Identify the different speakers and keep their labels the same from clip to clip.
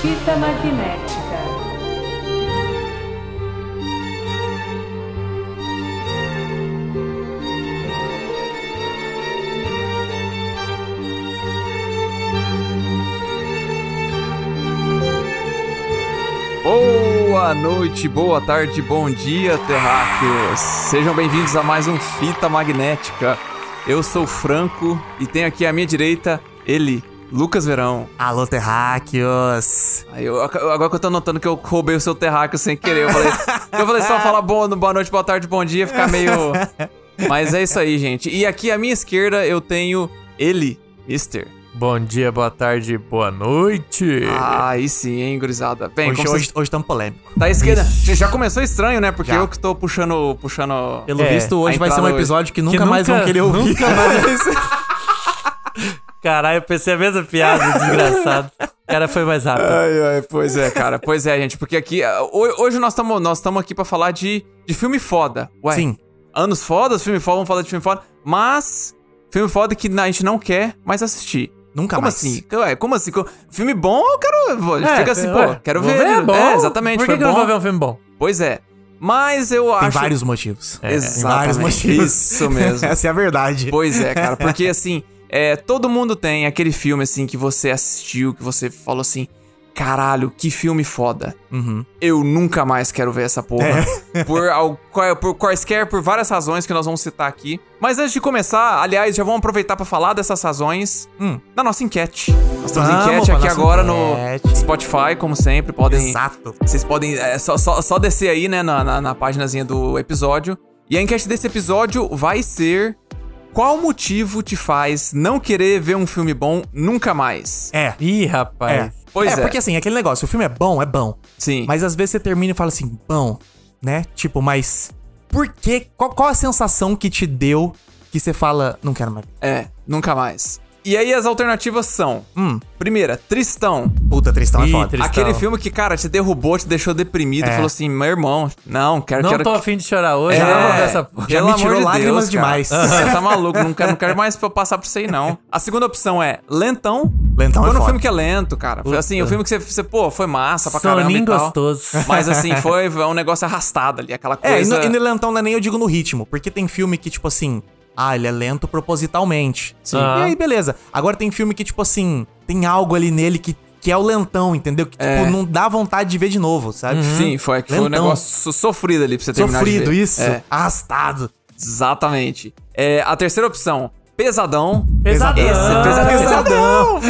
Speaker 1: Fita magnética.
Speaker 2: Boa noite, boa tarde, bom dia, terráqueos. Sejam bem-vindos a mais um Fita Magnética. Eu sou o Franco e tenho aqui à minha direita ele, Lucas Verão.
Speaker 3: Alô, terráqueos!
Speaker 2: Aí eu- agora que eu tô notando que eu roubei o seu terráqueo sem querer, eu falei, eu falei só falar boa, boa noite, boa tarde, bom dia, ficar meio... Mas é isso aí, gente. E aqui à minha esquerda eu tenho ele, Mister.
Speaker 4: Bom dia, boa tarde, boa noite.
Speaker 2: Ah, aí sim, hein, gurizada. Bem,
Speaker 3: Hoje,
Speaker 2: como
Speaker 3: hoje,
Speaker 2: vocês...
Speaker 3: hoje tamo polêmico.
Speaker 2: Tá à esquerda. Já começou estranho, né? Porque
Speaker 3: Já.
Speaker 2: eu que tô puxando... puxando...
Speaker 3: Pelo
Speaker 4: É,
Speaker 3: visto,
Speaker 2: a
Speaker 3: hoje vai ser um
Speaker 2: entrada
Speaker 3: episódio que nunca mais vão querer ouvir.
Speaker 4: Nunca mais Caralho, eu pensei a mesma piada, desgraçado. O cara foi mais rápido.
Speaker 2: Ai, ai, pois é, cara. Pois é, gente. Porque aqui. ah, ho- Hoje nós estamos nós tamo aqui pra falar de, de filme foda. Ué,
Speaker 3: Sim.
Speaker 2: anos fodas, filme foda, vamos falar de filme foda. Mas. Filme foda que a gente não quer mais assistir.
Speaker 3: Nunca
Speaker 4: Tá,
Speaker 2: como
Speaker 3: mais.
Speaker 2: assim? Ué, como assim? Co- Filme bom, eu quero. vou-
Speaker 4: É,
Speaker 2: fica assim,
Speaker 4: ué,
Speaker 2: pô, quero
Speaker 4: vou
Speaker 2: ver.
Speaker 4: é bom.
Speaker 2: É, exatamente.
Speaker 4: Por que,
Speaker 2: foi
Speaker 4: que eu
Speaker 2: bom.
Speaker 4: não vou ver um filme bom?
Speaker 2: Pois é. Mas eu acho.
Speaker 3: Tem vários motivos.
Speaker 4: É,
Speaker 2: Exatamente.
Speaker 3: Tem vários motivos.
Speaker 2: Isso mesmo.
Speaker 3: Essa é a verdade.
Speaker 2: Pois é, cara, porque assim, é, todo mundo tem aquele filme assim que você assistiu, que você falou assim, caralho, que filme foda.
Speaker 3: Uhum. É.
Speaker 2: Eu nunca mais quero ver essa porra. Por, al- qua- por quaisquer, por várias razões que nós vamos citar aqui. Mas antes de começar, aliás, já vamos aproveitar pra falar dessas razões
Speaker 3: Hum.
Speaker 2: na nossa enquete. Nós temos
Speaker 3: Vamos
Speaker 2: enquete
Speaker 3: pra
Speaker 2: aqui
Speaker 3: nossa
Speaker 2: agora no
Speaker 3: enquete.
Speaker 2: Spotify, como sempre, podem.
Speaker 3: Exato.
Speaker 2: Vocês podem é, só, só, só descer aí, né, na, na, na paginazinha do episódio. E a enquete desse episódio vai ser: Qual motivo te faz não querer ver um filme bom nunca mais?
Speaker 3: É.
Speaker 4: Ih,
Speaker 3: É.
Speaker 4: rapaz.
Speaker 2: Pois é.
Speaker 3: porque assim, aquele negócio, o filme é bom, é bom.
Speaker 2: Sim.
Speaker 3: Mas às vezes você termina e fala assim, bom, né? Tipo, mas por que? Qual, qual a sensação que te deu que você fala, não quero mais?
Speaker 2: É, nunca mais. E aí as alternativas são:
Speaker 3: Hum.
Speaker 2: Primeira, Tristão.
Speaker 3: Puta, Tristão é
Speaker 4: Ih,
Speaker 3: foda.
Speaker 4: Tristão.
Speaker 2: Aquele filme que, cara, te derrubou, te deixou deprimido,
Speaker 3: É.
Speaker 2: falou assim: meu irmão, não, quero
Speaker 4: Não
Speaker 2: quero
Speaker 4: tô afim de chorar hoje,
Speaker 2: É,
Speaker 4: não vou ver essa porra.
Speaker 2: pelo
Speaker 3: me
Speaker 2: amor
Speaker 3: tirou
Speaker 2: de Deus,
Speaker 3: lágrimas
Speaker 2: cara.
Speaker 3: demais.
Speaker 2: Você tá maluco, não quero, não quero mais passar por isso aí, não. A segunda opção é lentão.
Speaker 3: Lentão é
Speaker 2: Quando um
Speaker 3: foda. É.
Speaker 2: filme que é lento, cara. Foi assim, o filme que você, você, pô, foi massa pra caramba
Speaker 4: Soninho
Speaker 2: e tal.
Speaker 4: gostoso.
Speaker 2: Mas assim, foi um negócio arrastado ali, aquela
Speaker 3: É, e
Speaker 2: coisa...
Speaker 3: no, e no lentão não é nem eu digo no ritmo, porque tem filme que, tipo assim, ah, ele é lento propositalmente. Sim.
Speaker 4: Ah.
Speaker 3: E aí, beleza. Agora tem filme que, tipo assim, tem algo ali nele que, que é o lentão, entendeu? Que, tipo, não dá vontade de ver de novo, sabe?
Speaker 2: É. Sim, foi, foi um
Speaker 3: Lentão.
Speaker 2: negócio so- sofrido ali pra você terminar de
Speaker 3: Sofrido,
Speaker 2: ver.
Speaker 3: isso.
Speaker 2: É,
Speaker 3: Arrastado.
Speaker 2: exatamente. É, a terceira opção, pesadão.
Speaker 4: Pesadão.
Speaker 2: Esse, pesa-
Speaker 3: Pesadão.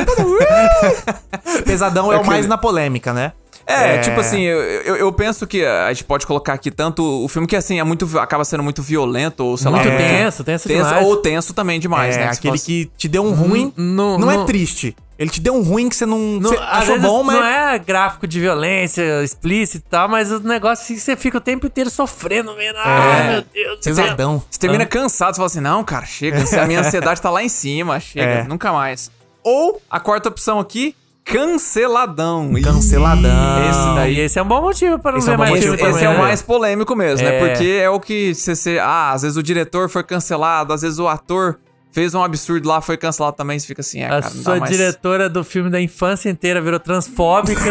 Speaker 3: Pesadão é o
Speaker 2: Aquele-
Speaker 3: mais na polêmica, né?
Speaker 2: É, tipo assim, eu, eu, eu penso que a gente pode colocar aqui tanto o filme que assim é muito acaba sendo muito violento ou sei
Speaker 4: Muito
Speaker 2: lá,
Speaker 4: tenso, tenso demais.
Speaker 2: ou Tá tenso também demais,
Speaker 3: é
Speaker 2: né?
Speaker 3: aquele
Speaker 2: você
Speaker 3: que te deu um ruim,
Speaker 4: não-
Speaker 3: não é
Speaker 4: não-
Speaker 3: triste. Ele te deu um ruim que você não,
Speaker 4: Não,
Speaker 3: você
Speaker 4: às
Speaker 3: achou
Speaker 4: vezes
Speaker 3: bom, mas
Speaker 4: não é gráfico de violência explícito e tal, mas o negócio é que você fica o tempo inteiro sofrendo, mesmo.
Speaker 2: É.
Speaker 4: Ah, meu Deus. do céu.
Speaker 3: pesadão.
Speaker 2: Você termina cansado, você fala assim, não, cara, chega, a minha ansiedade tá lá em cima, chega,
Speaker 3: É.
Speaker 2: nunca mais. Ou a quarta opção aqui, canceladão.
Speaker 3: Canceladão.
Speaker 2: Esse daí
Speaker 4: E esse é um bom motivo pra não
Speaker 3: Esse
Speaker 4: ver
Speaker 3: é um bom
Speaker 4: mais
Speaker 2: Esse,
Speaker 4: filme
Speaker 2: esse
Speaker 4: também,
Speaker 2: é o
Speaker 4: né?
Speaker 2: mais polêmico mesmo, né?
Speaker 4: É.
Speaker 2: Porque é o que você, você- Ah, às vezes o diretor foi cancelado, às vezes o ator fez um absurdo lá, foi cancelado também, você fica assim, é,
Speaker 4: A
Speaker 2: cara, não dá
Speaker 4: sua
Speaker 2: mais.
Speaker 4: diretora do filme da infância inteira virou transfóbica.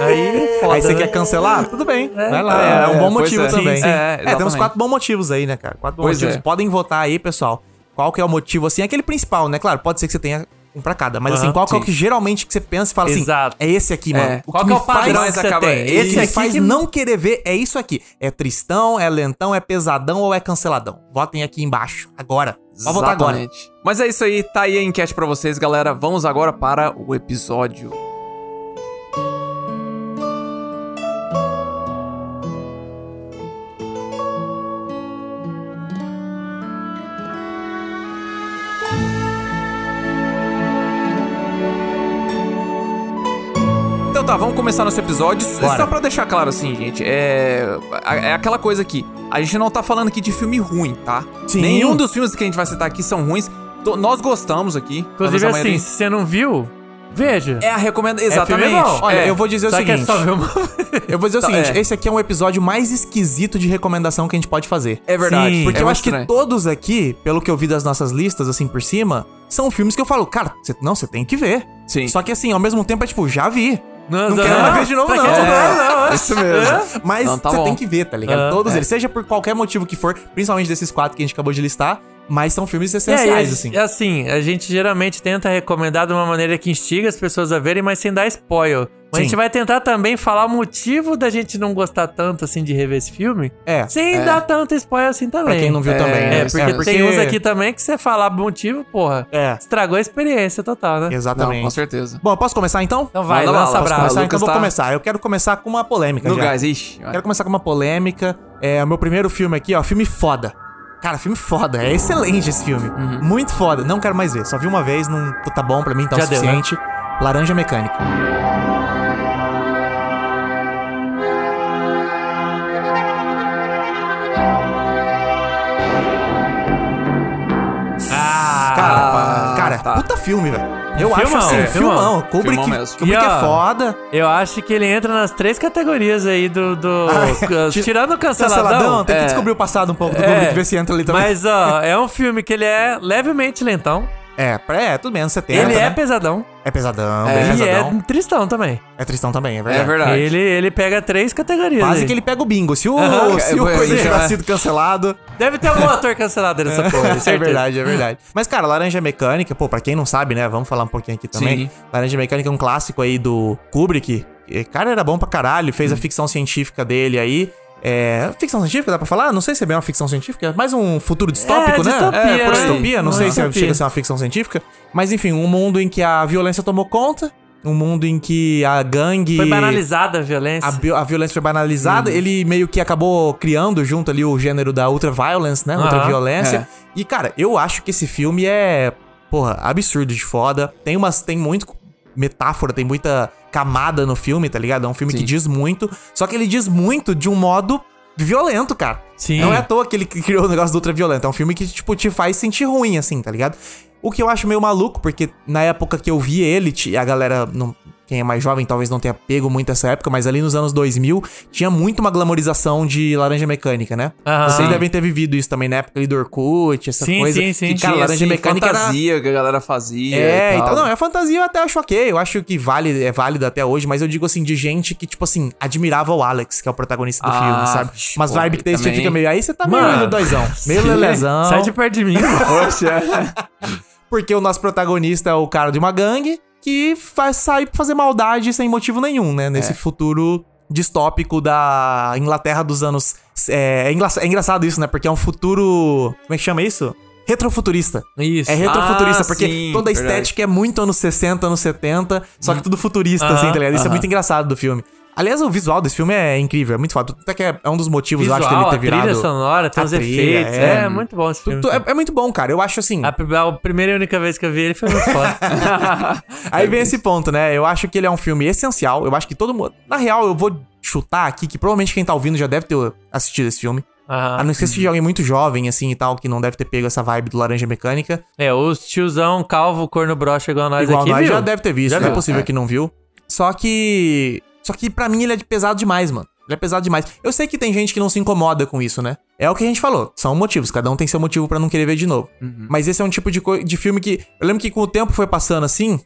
Speaker 4: aí, foda,
Speaker 3: Aí você
Speaker 4: né?
Speaker 3: quer cancelar? Tudo bem. Vai lá.
Speaker 2: É,
Speaker 3: É, um bom
Speaker 2: pois
Speaker 3: motivo
Speaker 2: é.
Speaker 3: também.
Speaker 2: Sim, sim. É,
Speaker 3: É, temos
Speaker 2: exatamente.
Speaker 3: quatro bons motivos aí, né, cara? Quatro bons
Speaker 2: Pois
Speaker 3: motivos.
Speaker 2: é.
Speaker 3: Podem votar aí, pessoal. Qual que é o motivo, assim? Aquele principal, né? Claro, pode ser que você tenha um pra cada. Mas, assim,
Speaker 4: Aham,
Speaker 3: qual que é o
Speaker 2: sim.
Speaker 3: que geralmente que você pensa e fala
Speaker 4: Exato.
Speaker 3: assim? É esse aqui, mano.
Speaker 2: É.
Speaker 3: O
Speaker 4: Qual
Speaker 3: que,
Speaker 4: que é
Speaker 3: me
Speaker 4: o padrão
Speaker 3: faz...
Speaker 2: Mas
Speaker 4: que você
Speaker 2: acaba-
Speaker 4: tem?
Speaker 2: esse
Speaker 3: Esse
Speaker 4: Isso.
Speaker 3: me
Speaker 2: aqui
Speaker 3: faz
Speaker 4: que-
Speaker 3: não querer ver é isso aqui. É tristão, é lentão, é pesadão ou é canceladão? Votem aqui embaixo, agora. Pode votar agora.
Speaker 2: Exatamente. Mas é isso aí, tá aí a enquete pra vocês, galera. Vamos agora para o episódio. Então tá, vamos começar nosso episódio. S-
Speaker 3: Bora.
Speaker 2: Só pra deixar claro assim, gente, é. a- É aquela coisa aqui. A gente não tá falando aqui de filme ruim, tá?
Speaker 3: Sim.
Speaker 2: Nenhum dos filmes que a gente vai citar aqui são ruins. To- nós gostamos aqui. pelo menos
Speaker 3: é
Speaker 4: Inclusive,
Speaker 2: a
Speaker 4: assim,
Speaker 2: maioria.
Speaker 4: se você não viu, Veja.
Speaker 2: É a recomendação.
Speaker 4: filme
Speaker 2: Exatamente.
Speaker 4: bom.
Speaker 3: Olha,
Speaker 2: É.
Speaker 3: eu vou dizer o
Speaker 4: Só que é
Speaker 3: seguinte.
Speaker 4: só ver uma...
Speaker 3: Eu vou dizer o
Speaker 2: Tá,
Speaker 3: seguinte,
Speaker 2: é.
Speaker 3: esse aqui é um episódio mais esquisito de recomendação que a gente pode fazer.
Speaker 2: É verdade.
Speaker 4: Sim,
Speaker 3: Porque
Speaker 2: é
Speaker 3: eu
Speaker 2: muito
Speaker 3: acho que
Speaker 2: estranho.
Speaker 3: todos aqui, pelo que eu vi das nossas listas, assim, por cima, são filmes que eu falo, cara, cê- não, você tem que ver.
Speaker 2: Sim.
Speaker 3: Só que assim, ao mesmo tempo é tipo, já vi.
Speaker 4: Não,
Speaker 3: quero ver de novo,
Speaker 4: pra
Speaker 3: não.
Speaker 4: que-
Speaker 3: É,
Speaker 4: não, não.
Speaker 2: Isso mesmo.
Speaker 3: Mas
Speaker 2: Não, tá
Speaker 3: você
Speaker 2: bom. É.
Speaker 3: tem que ver, tá ligado?
Speaker 4: Ah,
Speaker 3: todos eles, seja por qualquer motivo que for, principalmente desses quatro que a gente acabou de listar, mas são filmes
Speaker 4: É,
Speaker 3: essenciais,
Speaker 4: e a-
Speaker 3: assim.
Speaker 4: é assim, a gente geralmente tenta recomendar de uma maneira que instiga as pessoas a verem, mas sem dar spoiler. Mas
Speaker 3: Sim.
Speaker 4: a gente vai tentar também falar o motivo da gente não gostar tanto assim de rever esse filme,
Speaker 3: É,
Speaker 4: sem dar tanto spoiler assim também.
Speaker 3: pra quem não viu
Speaker 2: É,
Speaker 3: também.
Speaker 4: É,
Speaker 3: né?
Speaker 4: porque, tem uns aqui também que você falar motivo, porra,
Speaker 3: É.
Speaker 4: estragou a experiência total, né?
Speaker 2: Não,
Speaker 3: Exatamente.
Speaker 2: com certeza.
Speaker 3: Bom, eu posso começar então?
Speaker 4: Então vai,
Speaker 2: Manda lá,
Speaker 4: lança
Speaker 2: posso
Speaker 3: Posso
Speaker 4: brasa.
Speaker 3: começar? Então
Speaker 2: Lucas
Speaker 3: eu vou
Speaker 2: tá-
Speaker 3: começar. Eu quero começar com uma polêmica
Speaker 2: No
Speaker 3: já.
Speaker 2: gás, ixi.
Speaker 3: Quero começar com uma polêmica. É, o meu primeiro filme aqui, ó, filme foda. Cara, filme foda. É excelente esse filme.
Speaker 4: Uhum.
Speaker 3: Muito foda. Não quero mais ver. Só vi uma vez, não tá bom pra mim, tá o
Speaker 4: Já deu, né?
Speaker 3: suficiente. Laranja Mecânica.
Speaker 4: Ah,
Speaker 3: Cara, cara,
Speaker 2: tá.
Speaker 3: puta filme, velho. Eu acho
Speaker 4: Filmão,
Speaker 3: assim,
Speaker 4: é,
Speaker 3: filmão.
Speaker 4: filmão.
Speaker 3: Kubrick,
Speaker 2: Filmão mesmo.
Speaker 3: Kubrick
Speaker 4: E, ó,
Speaker 3: é foda.
Speaker 4: eu acho que ele entra nas três categorias aí do. do
Speaker 3: ti-
Speaker 4: tirando o canceladão.
Speaker 3: Canceladão, Tá tem que
Speaker 2: é.
Speaker 3: descobrir o passado um pouco do
Speaker 4: É.
Speaker 3: Kubrick, ver se entra ali também.
Speaker 4: Mas, ó, é um filme que ele é levemente lentão.
Speaker 3: É, é, tudo bem, anos 70,
Speaker 4: ele é
Speaker 3: né?
Speaker 4: pesadão.
Speaker 3: É pesadão,
Speaker 4: e
Speaker 3: bem pesadão.
Speaker 4: é tristão também.
Speaker 3: É... tristão também, é
Speaker 2: É
Speaker 3: verdade.
Speaker 2: verdade.
Speaker 4: Ele, ele pega três categorias.
Speaker 3: Quase
Speaker 4: aí.
Speaker 3: que ele pega o bingo. Se o,
Speaker 4: Aham,
Speaker 3: se
Speaker 2: é,
Speaker 3: o
Speaker 2: foi,
Speaker 3: coisa
Speaker 2: sim,
Speaker 3: tivesse
Speaker 2: é.
Speaker 3: sido cancelado,
Speaker 4: Deve ter algum ator cancelado nessa porra.
Speaker 3: É verdade, é verdade. Mas, cara, Laranja Mecânica, pô, pra quem não sabe, né? Vamos falar um pouquinho aqui também.
Speaker 2: Sim.
Speaker 3: Laranja Mecânica é um clássico aí do Kubrick. E, cara, era bom pra caralho, fez a
Speaker 4: Hum.
Speaker 3: ficção científica dele aí. É, ficção científica, dá pra falar? Não sei se é bem uma ficção científica, é mais um futuro distópico, né?
Speaker 4: distopia,
Speaker 3: é, por
Speaker 4: né?
Speaker 3: distopia, não
Speaker 4: Uma
Speaker 3: sei se
Speaker 4: distopia.
Speaker 3: chega a ser uma ficção científica. Mas, enfim, um mundo em que a violência tomou conta, um mundo em que a gangue...
Speaker 4: Foi banalizada a violência.
Speaker 3: A, bio- a violência foi banalizada, ele meio que acabou criando junto ali o gênero da ultra violence, né?
Speaker 4: Aham,
Speaker 3: Ultra violência.
Speaker 2: é.
Speaker 3: E, cara, eu acho que esse filme é, porra, absurdo de foda. Tem umas. Tem muito metáfora, tem muita camada no filme, tá ligado? É um filme que
Speaker 2: Sim.
Speaker 3: diz muito. Só que ele diz muito de um modo violento, cara.
Speaker 4: Sim.
Speaker 3: Não é à toa que ele que criou o negócio do ultraviolento. É um filme que, tipo, te faz sentir ruim, assim, tá ligado? O que eu acho meio maluco, porque na época que eu vi ele, ti- a galera. não- quem é mais jovem talvez não tenha pego muito essa época, mas ali nos anos 2000 tinha muito uma glamorização de laranja mecânica, né?
Speaker 4: Aham.
Speaker 3: Vocês devem ter vivido isso também na época ali do Orkut, essa
Speaker 4: Sim,
Speaker 3: coisa.
Speaker 4: sim, sim.
Speaker 3: Que, cara,
Speaker 2: Tinha,
Speaker 3: laranja
Speaker 2: assim,
Speaker 3: mecânica era-
Speaker 2: fantasia que a galera fazia.
Speaker 3: é,
Speaker 2: e
Speaker 3: então,
Speaker 2: tal.
Speaker 3: não, é fantasia eu até acho ok. Eu acho que vale, é válido até hoje, mas eu digo assim, de gente que, tipo assim, admirava o Alex, que é o protagonista do
Speaker 2: Ah,
Speaker 3: filme, sabe?
Speaker 2: vixe,
Speaker 3: Mas
Speaker 2: pô,
Speaker 3: vibe que daí você
Speaker 2: também.
Speaker 3: fica meio. Aí você tá
Speaker 4: Mano,
Speaker 3: meio doizão. Meio lelezão.
Speaker 4: Sai de perto de mim.
Speaker 3: Porque o nosso protagonista é o cara de uma gangue que faz, sai pra fazer maldade sem motivo nenhum, né?
Speaker 2: É.
Speaker 3: Nesse futuro distópico da Inglaterra dos anos. É, é engra- é engraçado isso, né? Porque é um futuro. Como é que chama isso? Retrofuturista.
Speaker 4: Isso.
Speaker 3: É retrofuturista,
Speaker 2: Ah,
Speaker 3: porque
Speaker 2: sim,
Speaker 3: toda a
Speaker 2: verdade.
Speaker 3: estética é muito anos 60, anos 70, só que tudo futurista,
Speaker 4: Aham,
Speaker 3: assim, tá ligado? Isso é
Speaker 2: aham.
Speaker 3: muito engraçado do filme. Aliás, o visual desse filme é incrível, é muito foda. Até que é é um dos motivos,
Speaker 4: Visual,
Speaker 3: eu acho, dele
Speaker 4: a
Speaker 3: ter virado.
Speaker 4: trilha sonora, tem
Speaker 3: A
Speaker 4: os
Speaker 3: trilha,
Speaker 4: efeitos.
Speaker 3: é.
Speaker 4: É, muito bom esse filme. Ah,
Speaker 3: Tu- é, é muito bom, cara. Eu acho assim.
Speaker 4: A, pri- a primeira e única vez que eu vi ele foi no foda.
Speaker 3: Aí vem esse ponto, né? Eu acho que ele é um filme essencial. Eu acho que todo mundo. Na real, eu vou chutar aqui que provavelmente quem tá ouvindo já deve ter assistido esse filme. A
Speaker 4: Aham.
Speaker 3: não ser se de alguém muito jovem, assim e tal, que não deve ter pego essa vibe do Laranja Mecânica.
Speaker 4: É, os tiozão calvo, corno broxa igual nós
Speaker 3: Igual
Speaker 4: aqui,
Speaker 3: nós
Speaker 4: viu?
Speaker 3: já deve ter visto,
Speaker 4: Já
Speaker 3: não é
Speaker 4: viu,
Speaker 3: possível
Speaker 2: é.
Speaker 3: que não viu. Só que. Só que pra mim ele é de pesado demais, mano. Ele é pesado demais. Eu sei que tem gente que não se incomoda com isso, né? É o que a gente falou. São motivos. Cada um tem seu motivo pra não querer ver de novo.
Speaker 4: Uhum.
Speaker 3: Mas esse é um tipo de, coi- de filme que. Eu lembro que com o tempo foi passando assim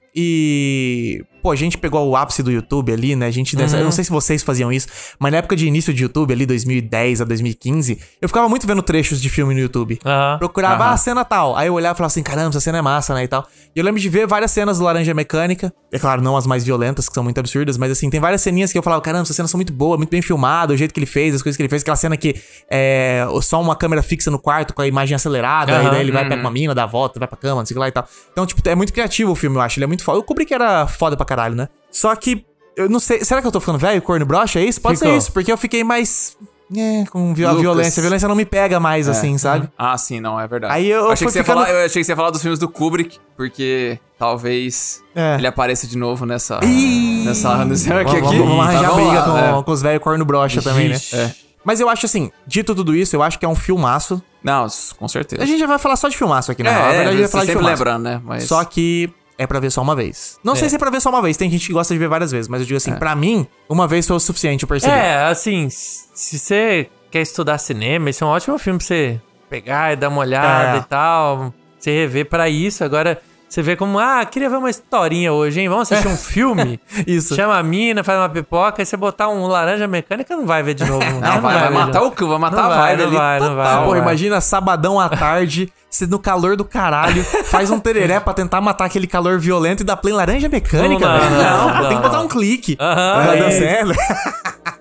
Speaker 3: e. Pô, a gente pegou o ápice do YouTube ali, né? A gente. dessa-
Speaker 4: Uhum.
Speaker 3: Eu não sei se vocês faziam isso, mas na época de início de YouTube, ali, 2010 a 2015, eu ficava muito vendo trechos de filme no YouTube.
Speaker 4: Aham.
Speaker 3: Procurava a cena tal. Aí eu olhava e falava assim: caramba, essa cena é massa, né? E tal. E eu lembro de ver várias cenas do Laranja Mecânica. É claro, não as mais violentas, que são muito absurdas, mas assim, tem várias ceninhas que eu falava: caramba, essas cenas são muito boas, muito bem filmadas, o jeito que ele fez, as coisas que ele fez. Aquela cena que é só uma câmera fixa no quarto com a imagem acelerada,
Speaker 4: Aham, Uhum.
Speaker 3: e daí ele vai, pega uma mina, dá a volta, vai pra cama, não sei o que lá e tal. Então, tipo, é muito criativo o filme, eu acho. Ele é muito foda. Eu cobri que era foda pra caralho, né? Só que, eu não sei. Será que eu tô ficando velho, corno broxa? É isso? Pode ser
Speaker 4: Ficou.
Speaker 3: isso, porque eu fiquei mais. É, com vi- a
Speaker 2: Lucas.
Speaker 3: violência. A violência não me pega mais,
Speaker 4: É.
Speaker 3: assim, sabe?
Speaker 2: Ah, sim, não, é verdade.
Speaker 3: Aí eu
Speaker 2: achei,
Speaker 3: fui
Speaker 2: que você ia
Speaker 3: ficando-
Speaker 2: falar, eu achei que você ia falar dos filmes do Kubrick, porque talvez
Speaker 3: É.
Speaker 2: ele apareça de novo nessa.
Speaker 3: Ih!
Speaker 2: Nessa. Nessa.
Speaker 3: Vamos,
Speaker 2: Aqui,
Speaker 3: vamos,
Speaker 2: aqui.
Speaker 3: vamos arranjar
Speaker 2: Mas
Speaker 3: briga
Speaker 2: lá,
Speaker 3: com,
Speaker 2: é.
Speaker 3: com os velhos corno brocha também, né?
Speaker 4: Ixi.
Speaker 2: É.
Speaker 3: Mas eu acho assim, dito tudo isso, eu acho que é um filmaço.
Speaker 2: Não, s- com certeza.
Speaker 3: A gente já vai falar só de filmaço aqui, né? Na
Speaker 2: é,
Speaker 3: verdade, a gente
Speaker 2: é
Speaker 3: vai falar de
Speaker 2: sempre
Speaker 3: filmaço.
Speaker 2: lembrando, né? Mas...
Speaker 3: Só que é pra ver só uma vez. Não sei se é pra ver só uma vez, tem gente que gosta de ver várias vezes, mas eu digo assim, pra mim, uma vez foi o suficiente, eu percebi.
Speaker 4: É, assim, s- se você quer estudar cinema, esse é um ótimo filme pra você pegar e dar uma olhada
Speaker 3: É.
Speaker 4: e tal. Você rever pra isso. Agora, você vê como, ah, queria ver uma historinha hoje, hein? Vamos assistir um filme?
Speaker 3: Isso.
Speaker 4: Chama a mina, faz uma pipoca, e você botar um laranja mecânica, não vai ver de novo.
Speaker 2: Não, vai, vai matar o cu, vai matar
Speaker 4: Não
Speaker 2: a
Speaker 4: vai,
Speaker 2: vibe
Speaker 4: não
Speaker 2: ali.
Speaker 4: vai, não
Speaker 2: total.
Speaker 4: vai, não
Speaker 3: Pô,
Speaker 4: vai.
Speaker 3: Tá, imagina sabadão à tarde, você no calor do caralho, faz um tereré pra tentar matar aquele calor violento e dá play em laranja mecânica,
Speaker 4: Não,
Speaker 3: velho.
Speaker 4: não,
Speaker 3: Não,
Speaker 4: não,
Speaker 3: tem que botar
Speaker 4: não.
Speaker 3: um clique.
Speaker 4: Aham,
Speaker 3: Vai
Speaker 4: é
Speaker 3: dar
Speaker 4: isso.
Speaker 3: certo.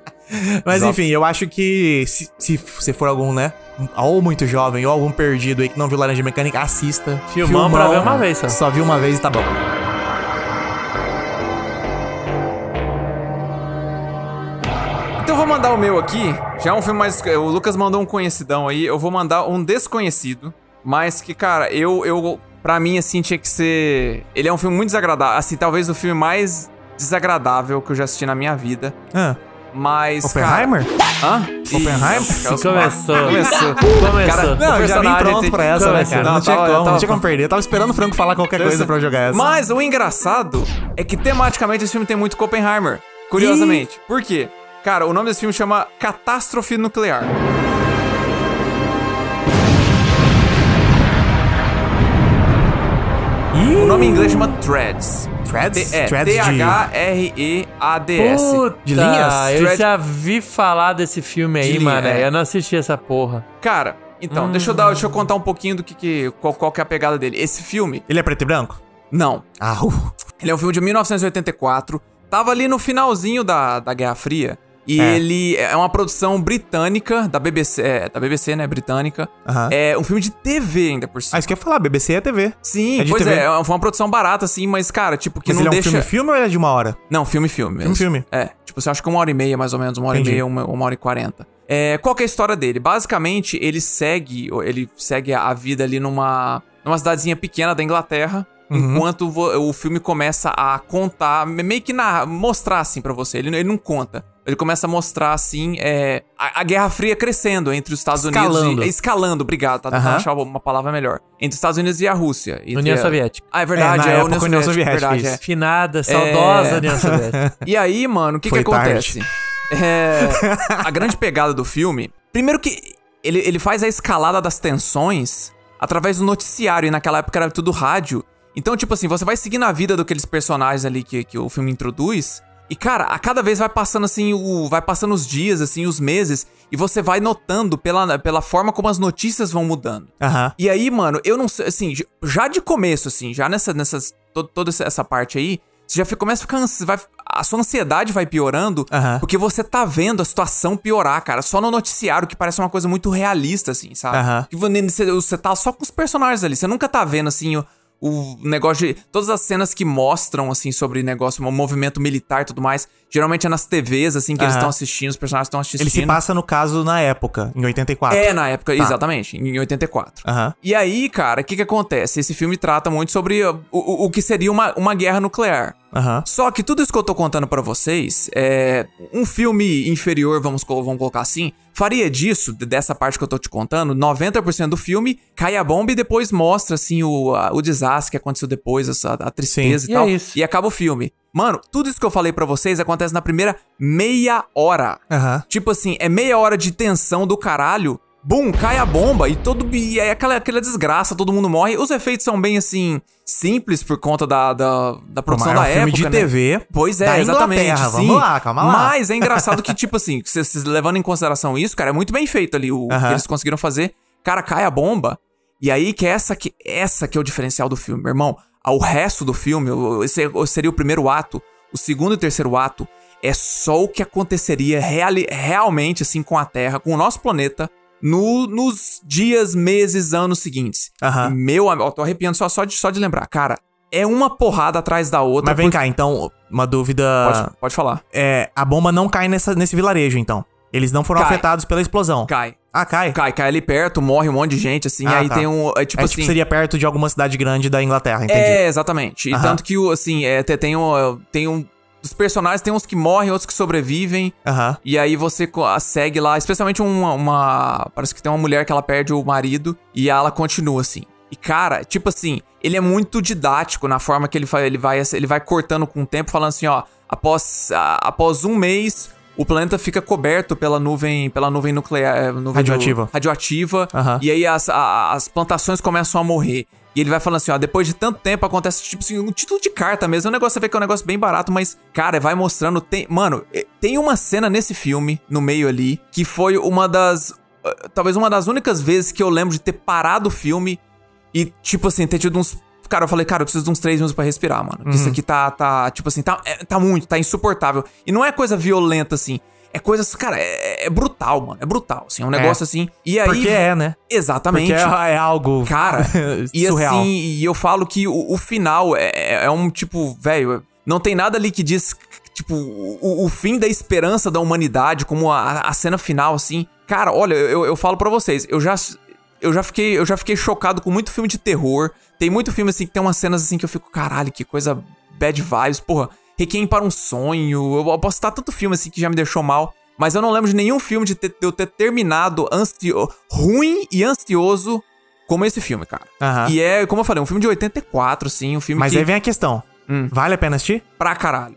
Speaker 3: Mas enfim, eu acho que se, se você for algum, né? Ou muito jovem, ou algum perdido aí que não viu Laranja Mecânica, assista.
Speaker 4: Filmão pra ver uma vez só.
Speaker 3: Só viu uma vez e tá bom.
Speaker 2: Então eu vou mandar o meu aqui. Já é um filme mais. O Lucas mandou um conhecidão aí. Eu vou mandar um desconhecido. Mas que, cara, eu. eu pra mim, assim, tinha que ser. Ele é um filme muito desagradável. Assim, talvez o filme mais desagradável que eu já assisti na minha vida.
Speaker 3: Ah,
Speaker 2: Mas.
Speaker 3: Oppenheimer?
Speaker 2: Cara, hã? Oppenheimer?
Speaker 4: Começou.
Speaker 2: Começou.
Speaker 4: Começou.
Speaker 2: Cara,
Speaker 3: Não, eu já vim
Speaker 2: personagem
Speaker 3: pronto
Speaker 2: tem-
Speaker 3: pra essa, né,
Speaker 4: assim,
Speaker 2: Começou.
Speaker 3: cara? Não,
Speaker 2: Não,
Speaker 3: tinha
Speaker 2: tava-
Speaker 3: como,
Speaker 2: tava-
Speaker 3: não tinha como perder. Eu tava esperando o Franco falar qualquer coisa pra eu jogar essa.
Speaker 2: Mas o engraçado é que tematicamente esse filme tem muito Oppenheimer. Curiosamente. Por quê? Cara, o nome desse filme chama Catástrofe Nuclear. O nome em inglês chama Threads.
Speaker 3: Threads?
Speaker 2: É,
Speaker 3: Threads de...
Speaker 2: T-H-R-E-A-D-s.
Speaker 4: Puta,
Speaker 3: De linhas?
Speaker 4: eu
Speaker 2: Thread-
Speaker 4: já vi falar desse filme aí,
Speaker 2: De linha,
Speaker 4: mano.
Speaker 2: é.
Speaker 4: Eu não assisti essa porra.
Speaker 2: Cara, então, deixa eu dar, deixa eu contar um pouquinho do que, que qual, qual que é a pegada dele. Esse filme,
Speaker 3: Ele é preto e branco?
Speaker 2: não.
Speaker 3: Ah, uh.
Speaker 2: Ele é um filme de 1984. Tava ali no finalzinho da, da Guerra Fria. E
Speaker 3: É.
Speaker 2: ele é uma produção britânica, da BBC, é, da BBC, né? Britânica.
Speaker 3: Aham.
Speaker 2: É um filme de TV ainda por cima.
Speaker 3: Ah, isso que eu ia falar, BBC é TV.
Speaker 2: Sim,
Speaker 3: é de
Speaker 2: pois
Speaker 3: TV.
Speaker 2: é, é uma produção barata, assim, mas, cara, tipo, que
Speaker 3: Mas
Speaker 2: não
Speaker 3: ele é um
Speaker 2: deixa.
Speaker 3: filme-filme ou ele é de uma hora?
Speaker 2: Não, filme, filme. mesmo.
Speaker 3: Filme, filme.
Speaker 2: É, tipo, você acha que uma hora e meia, mais ou menos, uma hora
Speaker 3: Entendi.
Speaker 2: e meia, uma, uma hora e quarenta. É, qual que é a história dele? Basicamente, ele segue, ele segue a vida ali numa, numa cidadezinha pequena da Inglaterra.
Speaker 3: Uhum.
Speaker 2: Enquanto vo- o filme começa a contar, me- meio que narrar, mostrar assim pra você. Ele, ele não conta. Ele começa a mostrar assim é, a, a Guerra Fria crescendo entre os Estados
Speaker 3: Escalando.
Speaker 2: Unidos. E, escalando, obrigado. Tá tentando
Speaker 3: Aham.
Speaker 2: achar uma palavra melhor. Entre os Estados Unidos e a Rússia. Entre
Speaker 4: União
Speaker 2: a-
Speaker 4: Soviética.
Speaker 2: Ah, é verdade,
Speaker 3: na
Speaker 2: é, a
Speaker 3: época, União Soviética,
Speaker 2: verdade,
Speaker 3: isso.
Speaker 2: é.
Speaker 4: Finada, saudosa
Speaker 2: É.
Speaker 4: União Soviética.
Speaker 2: E aí, mano, o que, que
Speaker 3: Foi
Speaker 2: acontece? É, a grande pegada do filme. Primeiro que ele, ele faz a escalada das tensões através do noticiário, e naquela época era tudo rádio. Então, tipo assim, você vai seguindo a vida daqueles personagens ali que, que o filme introduz. E, cara, a cada vez vai passando assim, o, vai passando os dias, assim, os meses, e você vai notando pela, pela forma como as notícias vão mudando.
Speaker 3: Aham.
Speaker 2: E aí, mano, eu não sei, assim, j- já de começo, assim, já nessa, nessas, to- toda essa- essa parte aí, você já fica- começa a ficar, ansi- vai, a sua ansiedade vai piorando,
Speaker 3: Aham.
Speaker 2: porque você tá vendo a situação piorar, cara, só no noticiário, que parece uma coisa muito realista, assim, sabe?
Speaker 3: Aham.
Speaker 2: Que vo- você, você tá só com os personagens ali, você nunca tá vendo, assim, o, o negócio de, todas as cenas que mostram, assim, sobre negócio, o movimento militar e tudo mais, geralmente é nas TVs, assim, que eles
Speaker 3: Aham.
Speaker 2: estão assistindo, os personagens estão assistindo.
Speaker 3: Ele se passa, no caso, na época, em 84.
Speaker 2: É, na época,
Speaker 3: Tá.
Speaker 2: exatamente, em 84.
Speaker 3: Aham.
Speaker 2: E aí, cara, o que que acontece? Esse filme trata muito sobre ó, o, o- o que seria uma, uma guerra nuclear.
Speaker 3: Aham.
Speaker 2: Só que tudo isso que eu tô contando pra vocês é um filme inferior, vamos, colo- vamos colocar assim, faria disso, de- dessa parte que eu tô te contando, 90% do filme cai a bomba e depois mostra assim o, a- o desastre que aconteceu depois, essa- a, tristeza e
Speaker 4: Sim. E é
Speaker 2: tal,
Speaker 4: isso.
Speaker 2: e acaba o filme. Mano, tudo isso que eu falei pra vocês acontece na primeira meia hora.
Speaker 3: Aham.
Speaker 2: Tipo assim, é meia hora de tensão do caralho. Bum, cai a bomba e todo e é aquela, aquela desgraça, todo mundo morre. Os efeitos são bem assim simples por conta da, da, da produção
Speaker 3: Como é um
Speaker 2: da
Speaker 3: filme
Speaker 2: época,
Speaker 3: de
Speaker 2: né?
Speaker 3: TV
Speaker 2: Pois é,
Speaker 3: da
Speaker 2: exatamente.
Speaker 3: Inglaterra,
Speaker 2: sim.
Speaker 3: vamos lá, calma lá.
Speaker 2: Mas é engraçado que tipo assim, se- se levando em consideração isso, cara, é muito bem feito ali o que
Speaker 3: Aham.
Speaker 2: eles conseguiram fazer. Cara, cai a bomba. E aí que é essa que essa que é o diferencial do filme, meu irmão. Ao resto do filme, o- esse é- seria o primeiro ato, o segundo e terceiro ato é só o que aconteceria reali- realmente assim com a Terra, com o nosso planeta no- nos dias, meses, anos seguintes.
Speaker 3: Aham.
Speaker 2: E Meu, am- ó, tô arrepiando só só de só de lembrar, cara. É uma porrada atrás da outra.
Speaker 3: Mas vem
Speaker 2: por-
Speaker 3: cá, então, uma dúvida.
Speaker 2: Pode, pode falar.
Speaker 3: É, a bomba não cai nessa, nesse vilarejo, então. Eles não foram
Speaker 2: Cai.
Speaker 3: afetados pela explosão.
Speaker 2: Cai.
Speaker 3: Ah, cai.
Speaker 2: Cai, cai ali perto, morre um monte de gente, assim,
Speaker 3: Ah,
Speaker 2: aí
Speaker 3: tá.
Speaker 2: tem um. É tipo
Speaker 3: é,
Speaker 2: assim.
Speaker 3: tipo, seria perto de alguma cidade grande da Inglaterra, entendi.
Speaker 2: é, exatamente. E
Speaker 3: Aham.
Speaker 2: tanto que, o, assim, é, te- tem um. Tem um. Os personagens tem uns que morrem, outros que sobrevivem.
Speaker 3: Aham.
Speaker 2: E aí você co- a segue um, lá, especialmente uma, uma- Parece que tem uma mulher que ela perde o marido e ela continua, assim. E, cara, tipo assim, ele é muito didático na forma que ele, fa- ele, vai, ele vai cortando com o tempo, falando assim, ó, após, a- após um mês, o planeta fica coberto pela nuvem, pela nuvem nuclear. eh, nuvem
Speaker 3: Radioativa.
Speaker 2: do- radioativa.
Speaker 3: Aham.
Speaker 2: E aí as, a- as plantações começam a morrer. E ele vai falando assim, ó, depois de tanto tempo acontece, tipo assim, um título de carta mesmo. É um negócio, você vê que é um negócio bem barato, mas, cara, vai mostrando. Tem, mano, eh, tem uma cena nesse filme, no meio ali, que foi uma das. eh, Talvez uma das únicas vezes que eu lembro de ter parado o filme e, tipo assim, ter tido uns. Cara, eu falei, cara, eu preciso de uns três minutos pra respirar, mano. Isso
Speaker 3: Uhum.
Speaker 2: aqui tá, tá, tipo assim, tá, é, tá muito, tá insuportável. E não é coisa violenta, assim. É coisa, cara, é, é brutal, mano. É brutal, assim. É um negócio assim. E aí.
Speaker 3: Porque é, né?
Speaker 2: Exatamente.
Speaker 3: Porque é, é algo.
Speaker 2: Cara, e
Speaker 3: surreal.
Speaker 2: assim, e eu falo que o, o final é, é- é um tipo, velho, não tem nada ali que diz, tipo, o, o fim da esperança da humanidade, como a, a cena final, assim. Cara, olha, eu, eu falo pra vocês, eu já, eu, já fiquei, eu já fiquei chocado com muito filme de terror. Tem muito filme, assim, que tem umas cenas, assim, que eu fico, caralho, que coisa bad vibes, porra. Requiem para um sonho, eu posso citar tanto filme, assim, que já me deixou mal. Mas eu não lembro de nenhum filme de, ter, de eu ter terminado ansio, ruim e ansioso como esse filme, cara.
Speaker 3: Aham.
Speaker 2: E é, como eu falei, um filme de 84, sim, um filme
Speaker 3: Mas
Speaker 2: que
Speaker 3: aí vem a questão.
Speaker 4: Hum.
Speaker 3: Vale a pena assistir?
Speaker 2: pra caralho.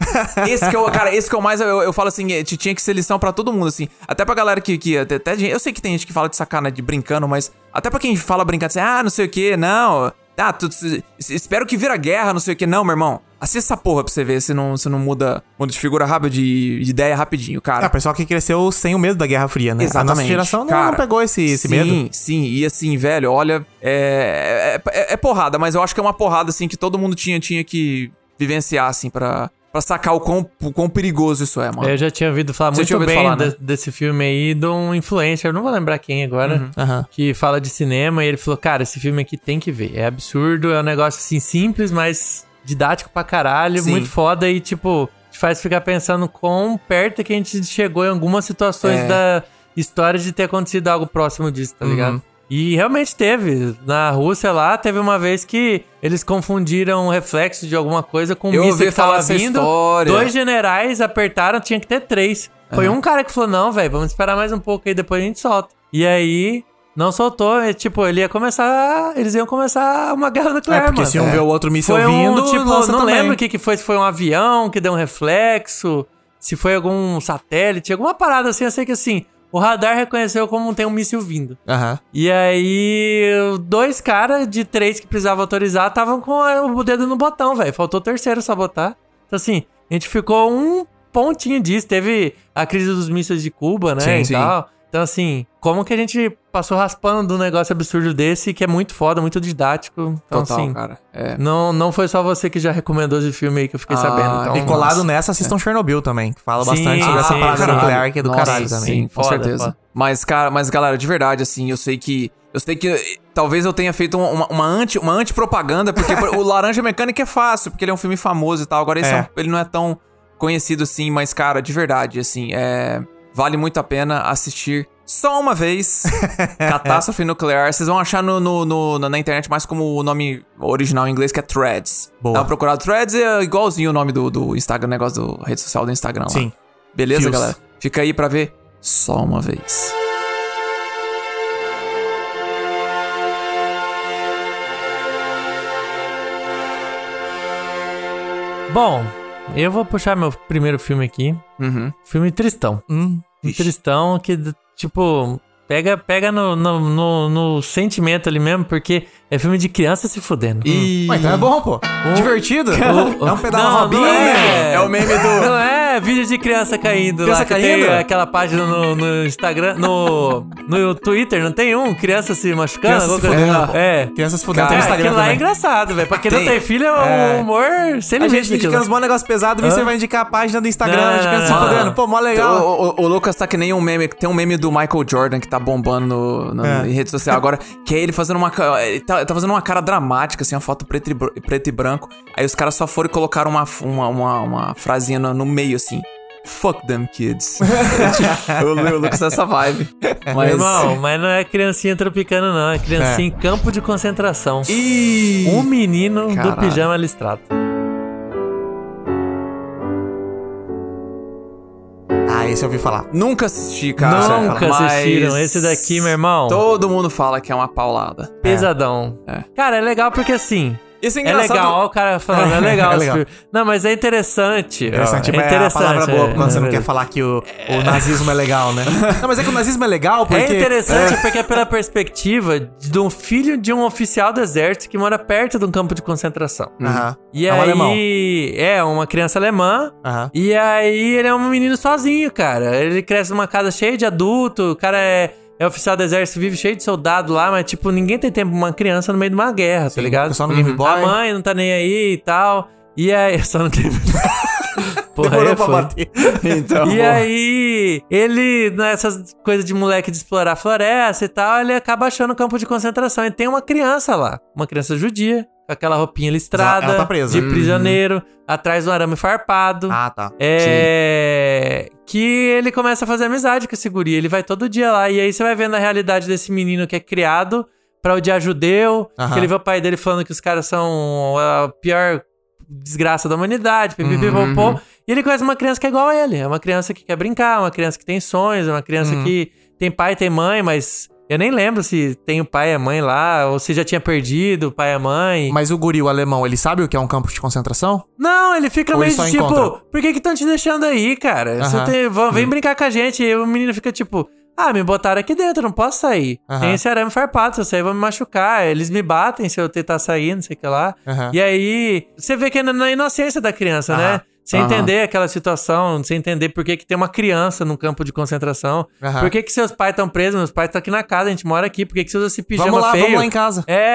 Speaker 2: Esse que eu, cara, esse que eu mais, eu, eu falo assim, é, t- tinha que ser lição pra todo mundo, assim. Até pra galera que, que até, até gente- eu sei que tem gente que fala de sacanagem, de brincando, mas até pra quem fala brincando assim, ah, não sei o que, não, ah, tu, tu- espero que vira guerra, não sei o que, não, meu irmão. Assista essa porra pra você ver se não, se não muda, muda de figura rápido, de, de ideia rapidinho, cara.
Speaker 3: É, o pessoal que cresceu sem o medo da Guerra Fria, né? A nossa
Speaker 2: Exatamente,
Speaker 3: geração não,
Speaker 2: cara.
Speaker 3: não pegou esse,
Speaker 2: sim,
Speaker 3: esse medo.
Speaker 2: Sim, e assim, velho, olha, é, é, é- é porrada, mas eu acho que é uma porrada, assim, que todo mundo tinha, tinha que vivenciar, assim, pra, pra sacar o quão, o quão perigoso isso é, mano.
Speaker 4: Eu já tinha ouvido falar
Speaker 2: Você tinha
Speaker 4: muito
Speaker 2: ouvido
Speaker 4: bem
Speaker 2: falar, né?
Speaker 4: de- desse filme aí de um influencer, não vou lembrar quem agora,
Speaker 2: Uhum.
Speaker 3: Aham.
Speaker 4: que fala de cinema e ele falou, cara, esse filme aqui tem que ver. É absurdo, é um negócio assim simples, mas didático pra caralho,
Speaker 2: Sim.
Speaker 4: muito foda e tipo, te faz ficar pensando quão perto que a gente chegou em algumas situações
Speaker 2: É.
Speaker 4: da história de ter acontecido algo próximo disso, tá
Speaker 2: Uhum.
Speaker 4: ligado? E realmente teve. Na Rússia lá, teve uma vez que eles confundiram o reflexo de alguma coisa com o
Speaker 2: Eu
Speaker 4: Um míssil
Speaker 2: ouvi
Speaker 4: que tava
Speaker 2: falar essa
Speaker 4: vindo.
Speaker 2: história.
Speaker 4: Dois generais apertaram, tinha que ter três. Foi um cara que falou: não, velho, vamos esperar mais um pouco aí, depois a gente solta. E aí, não soltou, e, tipo, ele ia começar. Eles iam começar uma guerra
Speaker 3: É,
Speaker 4: nuclear,
Speaker 3: porque
Speaker 4: mano.
Speaker 3: se um vê o outro míssil
Speaker 4: foi um,
Speaker 3: vindo,
Speaker 4: tipo, não
Speaker 3: lança também.
Speaker 4: lembro o que, que foi, se foi um avião que deu um reflexo, se foi algum satélite, alguma parada assim, eu sei que assim, o radar reconheceu como tem um míssil vindo.
Speaker 3: Aham.
Speaker 4: E aí, dois caras de três que precisavam autorizar estavam com a- o dedo no botão, velho. Faltou o terceiro sabotar. Então, assim, a gente ficou um pontinho disso. Teve a crise dos mísseis de Cuba, né?
Speaker 2: Sim,
Speaker 4: e
Speaker 2: sim.
Speaker 4: tal. Então, assim, como que a gente passou raspando de um negócio absurdo desse, que é muito foda, muito didático. Então,
Speaker 2: Total,
Speaker 4: assim,
Speaker 2: cara. É.
Speaker 4: não, não foi só você que já recomendou esse filme aí que eu fiquei
Speaker 2: Ah,
Speaker 4: sabendo. Então,
Speaker 3: E colado
Speaker 2: Nossa.
Speaker 3: nessa, assistam Chernobyl também, que fala bastante
Speaker 4: Sim,
Speaker 3: sobre essa
Speaker 4: sim,
Speaker 3: parada
Speaker 4: caralho.
Speaker 3: nuclear que é do
Speaker 4: Nossa,
Speaker 3: caralho também.
Speaker 2: Sim, com
Speaker 4: Foda,
Speaker 2: certeza.
Speaker 4: foda.
Speaker 2: Mas, cara, mas, galera, de verdade, assim, eu sei que. Eu sei que eh, talvez eu tenha feito uma, uma, uma anti, uma antipropaganda, porque por- o Laranja Mecânica é fácil, porque ele é um filme famoso e tal. Agora esse
Speaker 3: É.
Speaker 2: é um- ele não é tão conhecido assim, mas, cara, de verdade, assim, é, vale muito a pena assistir só uma vez Catástrofe Nuclear. Vocês vão achar no, no- no- na na internet mais como o nome original em inglês, que é Threads.
Speaker 3: Boa.
Speaker 2: Dá pra procurar Threads, é igualzinho o nome do, do Instagram, negócio do rede social do Instagram lá.
Speaker 3: Sim.
Speaker 2: Beleza,
Speaker 3: Fios.
Speaker 2: galera? Fica aí pra ver só uma vez.
Speaker 4: Bom, eu vou puxar meu primeiro filme aqui.
Speaker 2: Uhum.
Speaker 4: Filme Tristão.
Speaker 3: Hum,
Speaker 4: Um Tristão que, tipo, pega, pega no, no, no- no sentimento ali mesmo, porque é filme de criança se fudendo.
Speaker 2: E...
Speaker 3: Mas então é bom, pô. Divertido.
Speaker 4: O-
Speaker 3: É um pedal
Speaker 4: Não,
Speaker 3: Robinho.
Speaker 4: não
Speaker 3: né?
Speaker 4: é.
Speaker 2: É o meme do.
Speaker 4: Não é vídeo de criança caindo
Speaker 3: Criança
Speaker 4: lá, que
Speaker 3: caindo?
Speaker 4: tem aquela página no, no Instagram, no, no Twitter, não tem um? Criança se machucando?
Speaker 3: Criança se
Speaker 4: alguma coisa?
Speaker 3: fudendo.
Speaker 4: É.
Speaker 3: Crianças fudendo
Speaker 4: Cara,
Speaker 3: tem no
Speaker 4: aquilo
Speaker 3: Instagram
Speaker 4: lá é
Speaker 3: também.
Speaker 4: engraçado, velho. Pra quem não
Speaker 3: Tem.
Speaker 4: tem filho, é um
Speaker 3: É.
Speaker 4: humor sem
Speaker 3: A
Speaker 4: limite.
Speaker 3: gente
Speaker 4: daquilo.
Speaker 3: indica uns bons negócios pesados e você
Speaker 4: Hã?
Speaker 3: vai indicar a página do Instagram
Speaker 4: Não,
Speaker 3: de crianças se
Speaker 4: não, não.
Speaker 3: fudendo. Pô, mó
Speaker 2: O,
Speaker 3: legal.
Speaker 2: Ah. o, o Lucas tá que nem um meme. Tem um meme do Michael Jordan que tá bombando no, no-
Speaker 3: É.
Speaker 2: em rede social agora. Que é ele fazendo uma. ca- Ele tá, tá fazendo uma cara dramática, assim, uma foto preto e, br- preto e branco. Aí os caras só foram e colocaram uma, f- uma, uma, uma frasinha no, no meio, assim. Fuck them kids. o, Lu- o Lucas é essa vibe. Mas.
Speaker 4: Irmão, mas não é criancinha tropicana, não. É criancinha em campo de concentração.
Speaker 2: Ih!
Speaker 4: Um menino do
Speaker 2: Caralho.
Speaker 4: pijama listrado.
Speaker 3: É. I Ah, esse eu ouvi falar.
Speaker 2: Nunca assisti, cara.
Speaker 4: Nunca
Speaker 2: mas
Speaker 4: assistiram esse daqui, meu irmão.
Speaker 2: Todo mundo fala que é uma paulada.
Speaker 4: Pesadão.
Speaker 2: É.
Speaker 4: Cara, é legal porque assim.
Speaker 2: Isso é
Speaker 4: É
Speaker 2: engraçado.
Speaker 4: legal, ó, o cara falando, é
Speaker 3: É
Speaker 4: legal. esse
Speaker 3: legal.
Speaker 4: filme. Não, mas é interessante. ó,
Speaker 3: Interessante, mas é a palavra boa quando você não quer falar que o, o nazismo é legal, né? Não, mas é que o nazismo é legal porque...
Speaker 4: É interessante porque é pela perspectiva de um filho de um oficial do exército que mora perto de um campo de concentração.
Speaker 3: Aham.
Speaker 4: E
Speaker 3: É um
Speaker 4: aí, Tá
Speaker 3: alemão.
Speaker 4: é uma criança alemã.
Speaker 3: Aham.
Speaker 4: E aí ele é um menino sozinho, cara. Ele cresce numa casa cheia de adulto, o cara é, é oficial do exército, vive cheio de soldado lá, mas tipo, ninguém tem tempo pra uma criança no meio de uma guerra, tá ligado?
Speaker 3: Só no Game Boy.
Speaker 4: A mãe não tá nem aí e tal. E aí, só no Game Boy. Porra,
Speaker 3: Demorou
Speaker 4: aí
Speaker 3: pra
Speaker 4: foi.
Speaker 3: bater.
Speaker 2: Então,
Speaker 4: E é aí, ele, nessas coisas de moleque de explorar a floresta e tal, ele acaba achando o campo de concentração. E tem uma criança lá, uma criança judia, com aquela roupinha listrada,
Speaker 3: Ela tá presa.
Speaker 4: de prisioneiro, atrás do arame farpado.
Speaker 3: Ah, tá.
Speaker 4: É. Que ele começa a fazer amizade com esse guri. Ele vai todo dia lá. E aí você vai vendo a realidade desse menino que é criado pra odiar judeu.
Speaker 3: Aham.
Speaker 4: Que ele vê o pai dele falando que os caras são a pior desgraça da humanidade. pipipipopô. E ele conhece uma criança que é igual a ele. É uma criança que quer brincar, uma criança que tem sonhos, é uma criança que tem pai, tem mãe, mas. Eu nem lembro se tem o pai e a mãe lá, ou se já tinha perdido o pai e a mãe.
Speaker 3: Mas o guri, o alemão, ele sabe o que é um campo de concentração?
Speaker 4: Não, ele fica
Speaker 3: Ou
Speaker 4: meio
Speaker 3: ele só
Speaker 4: tipo,
Speaker 3: encontra?
Speaker 4: por que que estão te deixando aí, cara? Você
Speaker 3: Aham. Hum.
Speaker 4: tem- vão- vem brincar com a gente. E o menino fica tipo, ah, me botaram aqui dentro, não posso sair.
Speaker 3: Aham.
Speaker 4: Tem esse arame farpado, se eu sair vão me machucar. Eles me batem se eu tentar sair, não sei o que lá.
Speaker 3: Aham.
Speaker 4: E aí, você vê que é na- na inocência da criança, né?
Speaker 3: Aham.
Speaker 4: Sem
Speaker 2: Aham.
Speaker 4: entender aquela situação, sem entender por que, que tem uma criança num campo de concentração.
Speaker 3: Aham.
Speaker 4: Por que, que seus pais estão presos? Meus pais estão aqui na casa, a gente mora aqui. Por que, que você usa esse pijama
Speaker 3: vamos lá,
Speaker 4: feio?
Speaker 3: vamos lá em casa.
Speaker 4: É.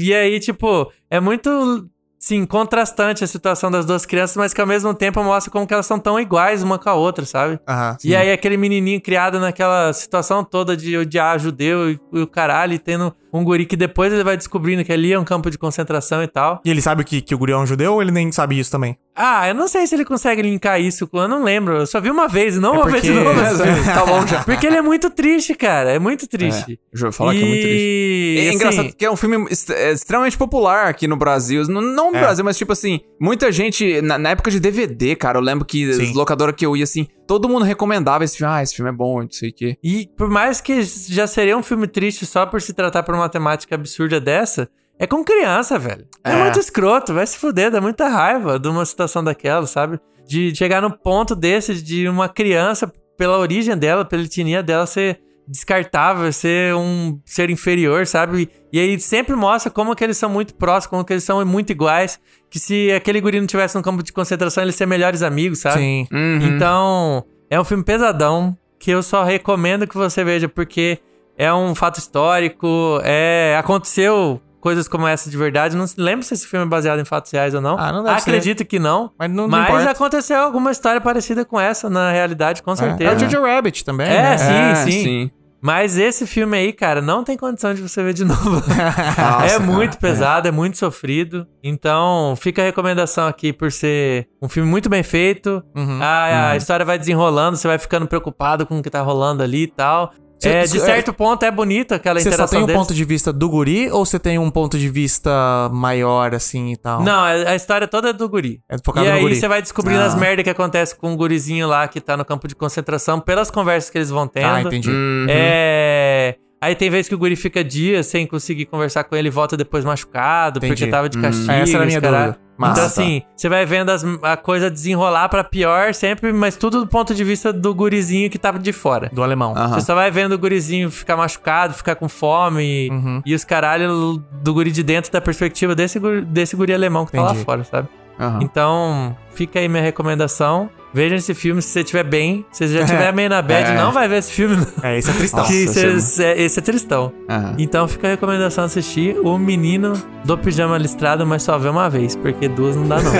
Speaker 4: E aí, tipo, é muito, sim, contrastante a situação das duas crianças, mas que ao mesmo tempo mostra como que elas são tão iguais uma com a outra, sabe?
Speaker 2: Ah,
Speaker 3: Aham.
Speaker 4: E é- aí aquele menininho criado naquela situação toda de odiar judeu e, e o caralho, e tendo um guri que depois ele vai descobrindo que ali é um campo de concentração e tal.
Speaker 3: E ele sabe que, que o guri é um judeu ou ele nem sabe isso também?
Speaker 4: Ah, eu não sei se ele consegue linkar isso com... Eu não lembro, eu só vi uma vez, e não
Speaker 3: É
Speaker 4: vou ver de
Speaker 3: porque-
Speaker 4: novo. esse filme.
Speaker 2: tá bom já.
Speaker 4: Porque ele é muito triste, cara, é muito triste.
Speaker 2: É, já vou falar que é muito triste.
Speaker 4: E,
Speaker 2: É
Speaker 4: assim,
Speaker 2: engraçado que é um filme est- é extremamente popular aqui no Brasil. N- Não no
Speaker 3: É.
Speaker 2: Brasil, mas tipo assim, muita gente. Na, na época de DVD, cara, eu lembro que
Speaker 3: Sim.
Speaker 2: as locadoras que eu ia assim, todo mundo recomendava esse filme. Ah, esse filme é bom, não sei o quê.
Speaker 4: E por mais que já seria um filme triste só por se tratar por uma temática absurda dessa, é com criança, velho. É,
Speaker 2: É.
Speaker 4: muito escroto, vai se fuder, dá muita raiva de uma situação daquela, sabe? De chegar no ponto desse de uma criança, pela origem dela, pela etnia dela, ser descartável, ser um ser inferior, sabe? E aí sempre mostra como que eles são muito próximos, como que eles são muito iguais, que se aquele guri não tivesse no campo de concentração, eles seriam melhores amigos, sabe?
Speaker 3: Sim.
Speaker 2: Hum. Uhum.
Speaker 4: Então, é um filme pesadão que eu só recomendo que você veja porque é um fato histórico, é aconteceu coisas como essa de verdade. Não se- lembro se esse filme é baseado em fatos reais ou não.
Speaker 3: Ah, não deve ser.
Speaker 4: Acredito que não.
Speaker 3: Mas não, não
Speaker 4: mas
Speaker 3: importa.
Speaker 4: aconteceu alguma história parecida com essa na realidade, com
Speaker 3: É o
Speaker 4: certeza.
Speaker 3: Jojo Rabbit também,
Speaker 4: É,
Speaker 3: né?
Speaker 4: sim, sim. Mas esse filme aí, cara, não tem condição de você ver de novo.
Speaker 2: Nossa,
Speaker 4: é
Speaker 2: cara,
Speaker 4: muito
Speaker 2: é.
Speaker 4: pesado, é. muito sofrido. Então, fica a recomendação aqui por ser um filme muito bem feito.
Speaker 3: Uhum.
Speaker 4: Ah, é, A, a história vai desenrolando, você vai ficando preocupado com o que tá rolando ali e tal.
Speaker 3: Cê-
Speaker 4: É,
Speaker 3: cê-
Speaker 4: de certo ponto é bonita aquela
Speaker 3: Você só
Speaker 4: interação
Speaker 3: tem o
Speaker 4: deles.
Speaker 3: ponto de vista do guri ou você tem um ponto de vista maior, assim, e tal?
Speaker 4: Não, a a história toda é do guri.
Speaker 3: É focado
Speaker 4: e
Speaker 3: no
Speaker 4: aí
Speaker 3: guri.
Speaker 4: você vai descobrindo
Speaker 2: Ah.
Speaker 4: as merdas que acontece com o gurizinho lá que tá no campo de concentração pelas conversas que eles vão tendo.
Speaker 3: Ah, entendi.
Speaker 2: Uhum.
Speaker 4: É. Aí tem vezes que o guri fica dias sem conseguir conversar com ele e volta depois machucado,
Speaker 3: Entendi. Hum.
Speaker 4: porque tava de castigo.
Speaker 3: Essa era a minha
Speaker 4: os cara-
Speaker 3: dúvida. Massa.
Speaker 4: Então, assim, você vai vendo as- a coisa desenrolar pra pior sempre, mas tudo do ponto de vista do gurizinho que tá de fora.
Speaker 3: Do alemão.
Speaker 2: Aham.
Speaker 4: Você só vai vendo o gurizinho ficar machucado, ficar com fome
Speaker 2: Uhum.
Speaker 4: e os caralho do guri de dentro da perspectiva desse guri, desse guri alemão que tá lá
Speaker 3: Entendi.
Speaker 4: fora, sabe?
Speaker 2: Aham.
Speaker 4: Então, fica aí minha recomendação. Veja esse filme se você estiver bem. Se você já estiver meio na bad,
Speaker 2: É.
Speaker 4: não vai ver esse filme. não.
Speaker 3: É, esse é tristão.
Speaker 2: Nossa,
Speaker 4: Que
Speaker 2: esse é
Speaker 4: cês- é- esse é tristão.
Speaker 2: Aham.
Speaker 4: Então fica a recomendação de assistir O Menino do Pijama Listrado, mas só vê uma vez, porque duas não dá não.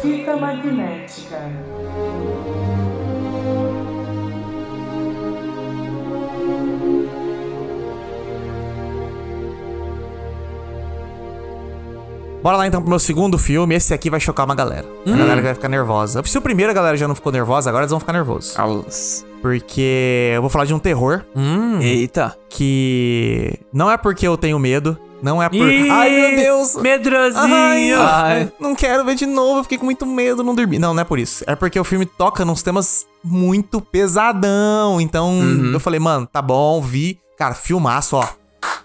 Speaker 1: Fita magnética.
Speaker 3: Bora lá então pro meu segundo filme. Esse aqui Hum. vai chocar uma galera. A galera que vai ficar nervosa. Se o primeiro a galera já não ficou nervosa, agora eles vão ficar nervosos.
Speaker 2: Aulas.
Speaker 3: Porque eu vou falar de um terror
Speaker 4: Hum.
Speaker 2: Eita.
Speaker 3: que não é porque eu tenho medo, não é por.
Speaker 4: Ih,
Speaker 3: Ai, meu Deus! Ai,
Speaker 4: Medrosinho!
Speaker 2: Ai.
Speaker 3: Não quero ver de novo, eu fiquei com muito medo, não dormi. Não, não é por isso. É porque o filme toca nos temas muito pesadão. Então
Speaker 2: Uhum.
Speaker 3: eu falei, mano, tá bom, vi. Cara, filmaço, ó.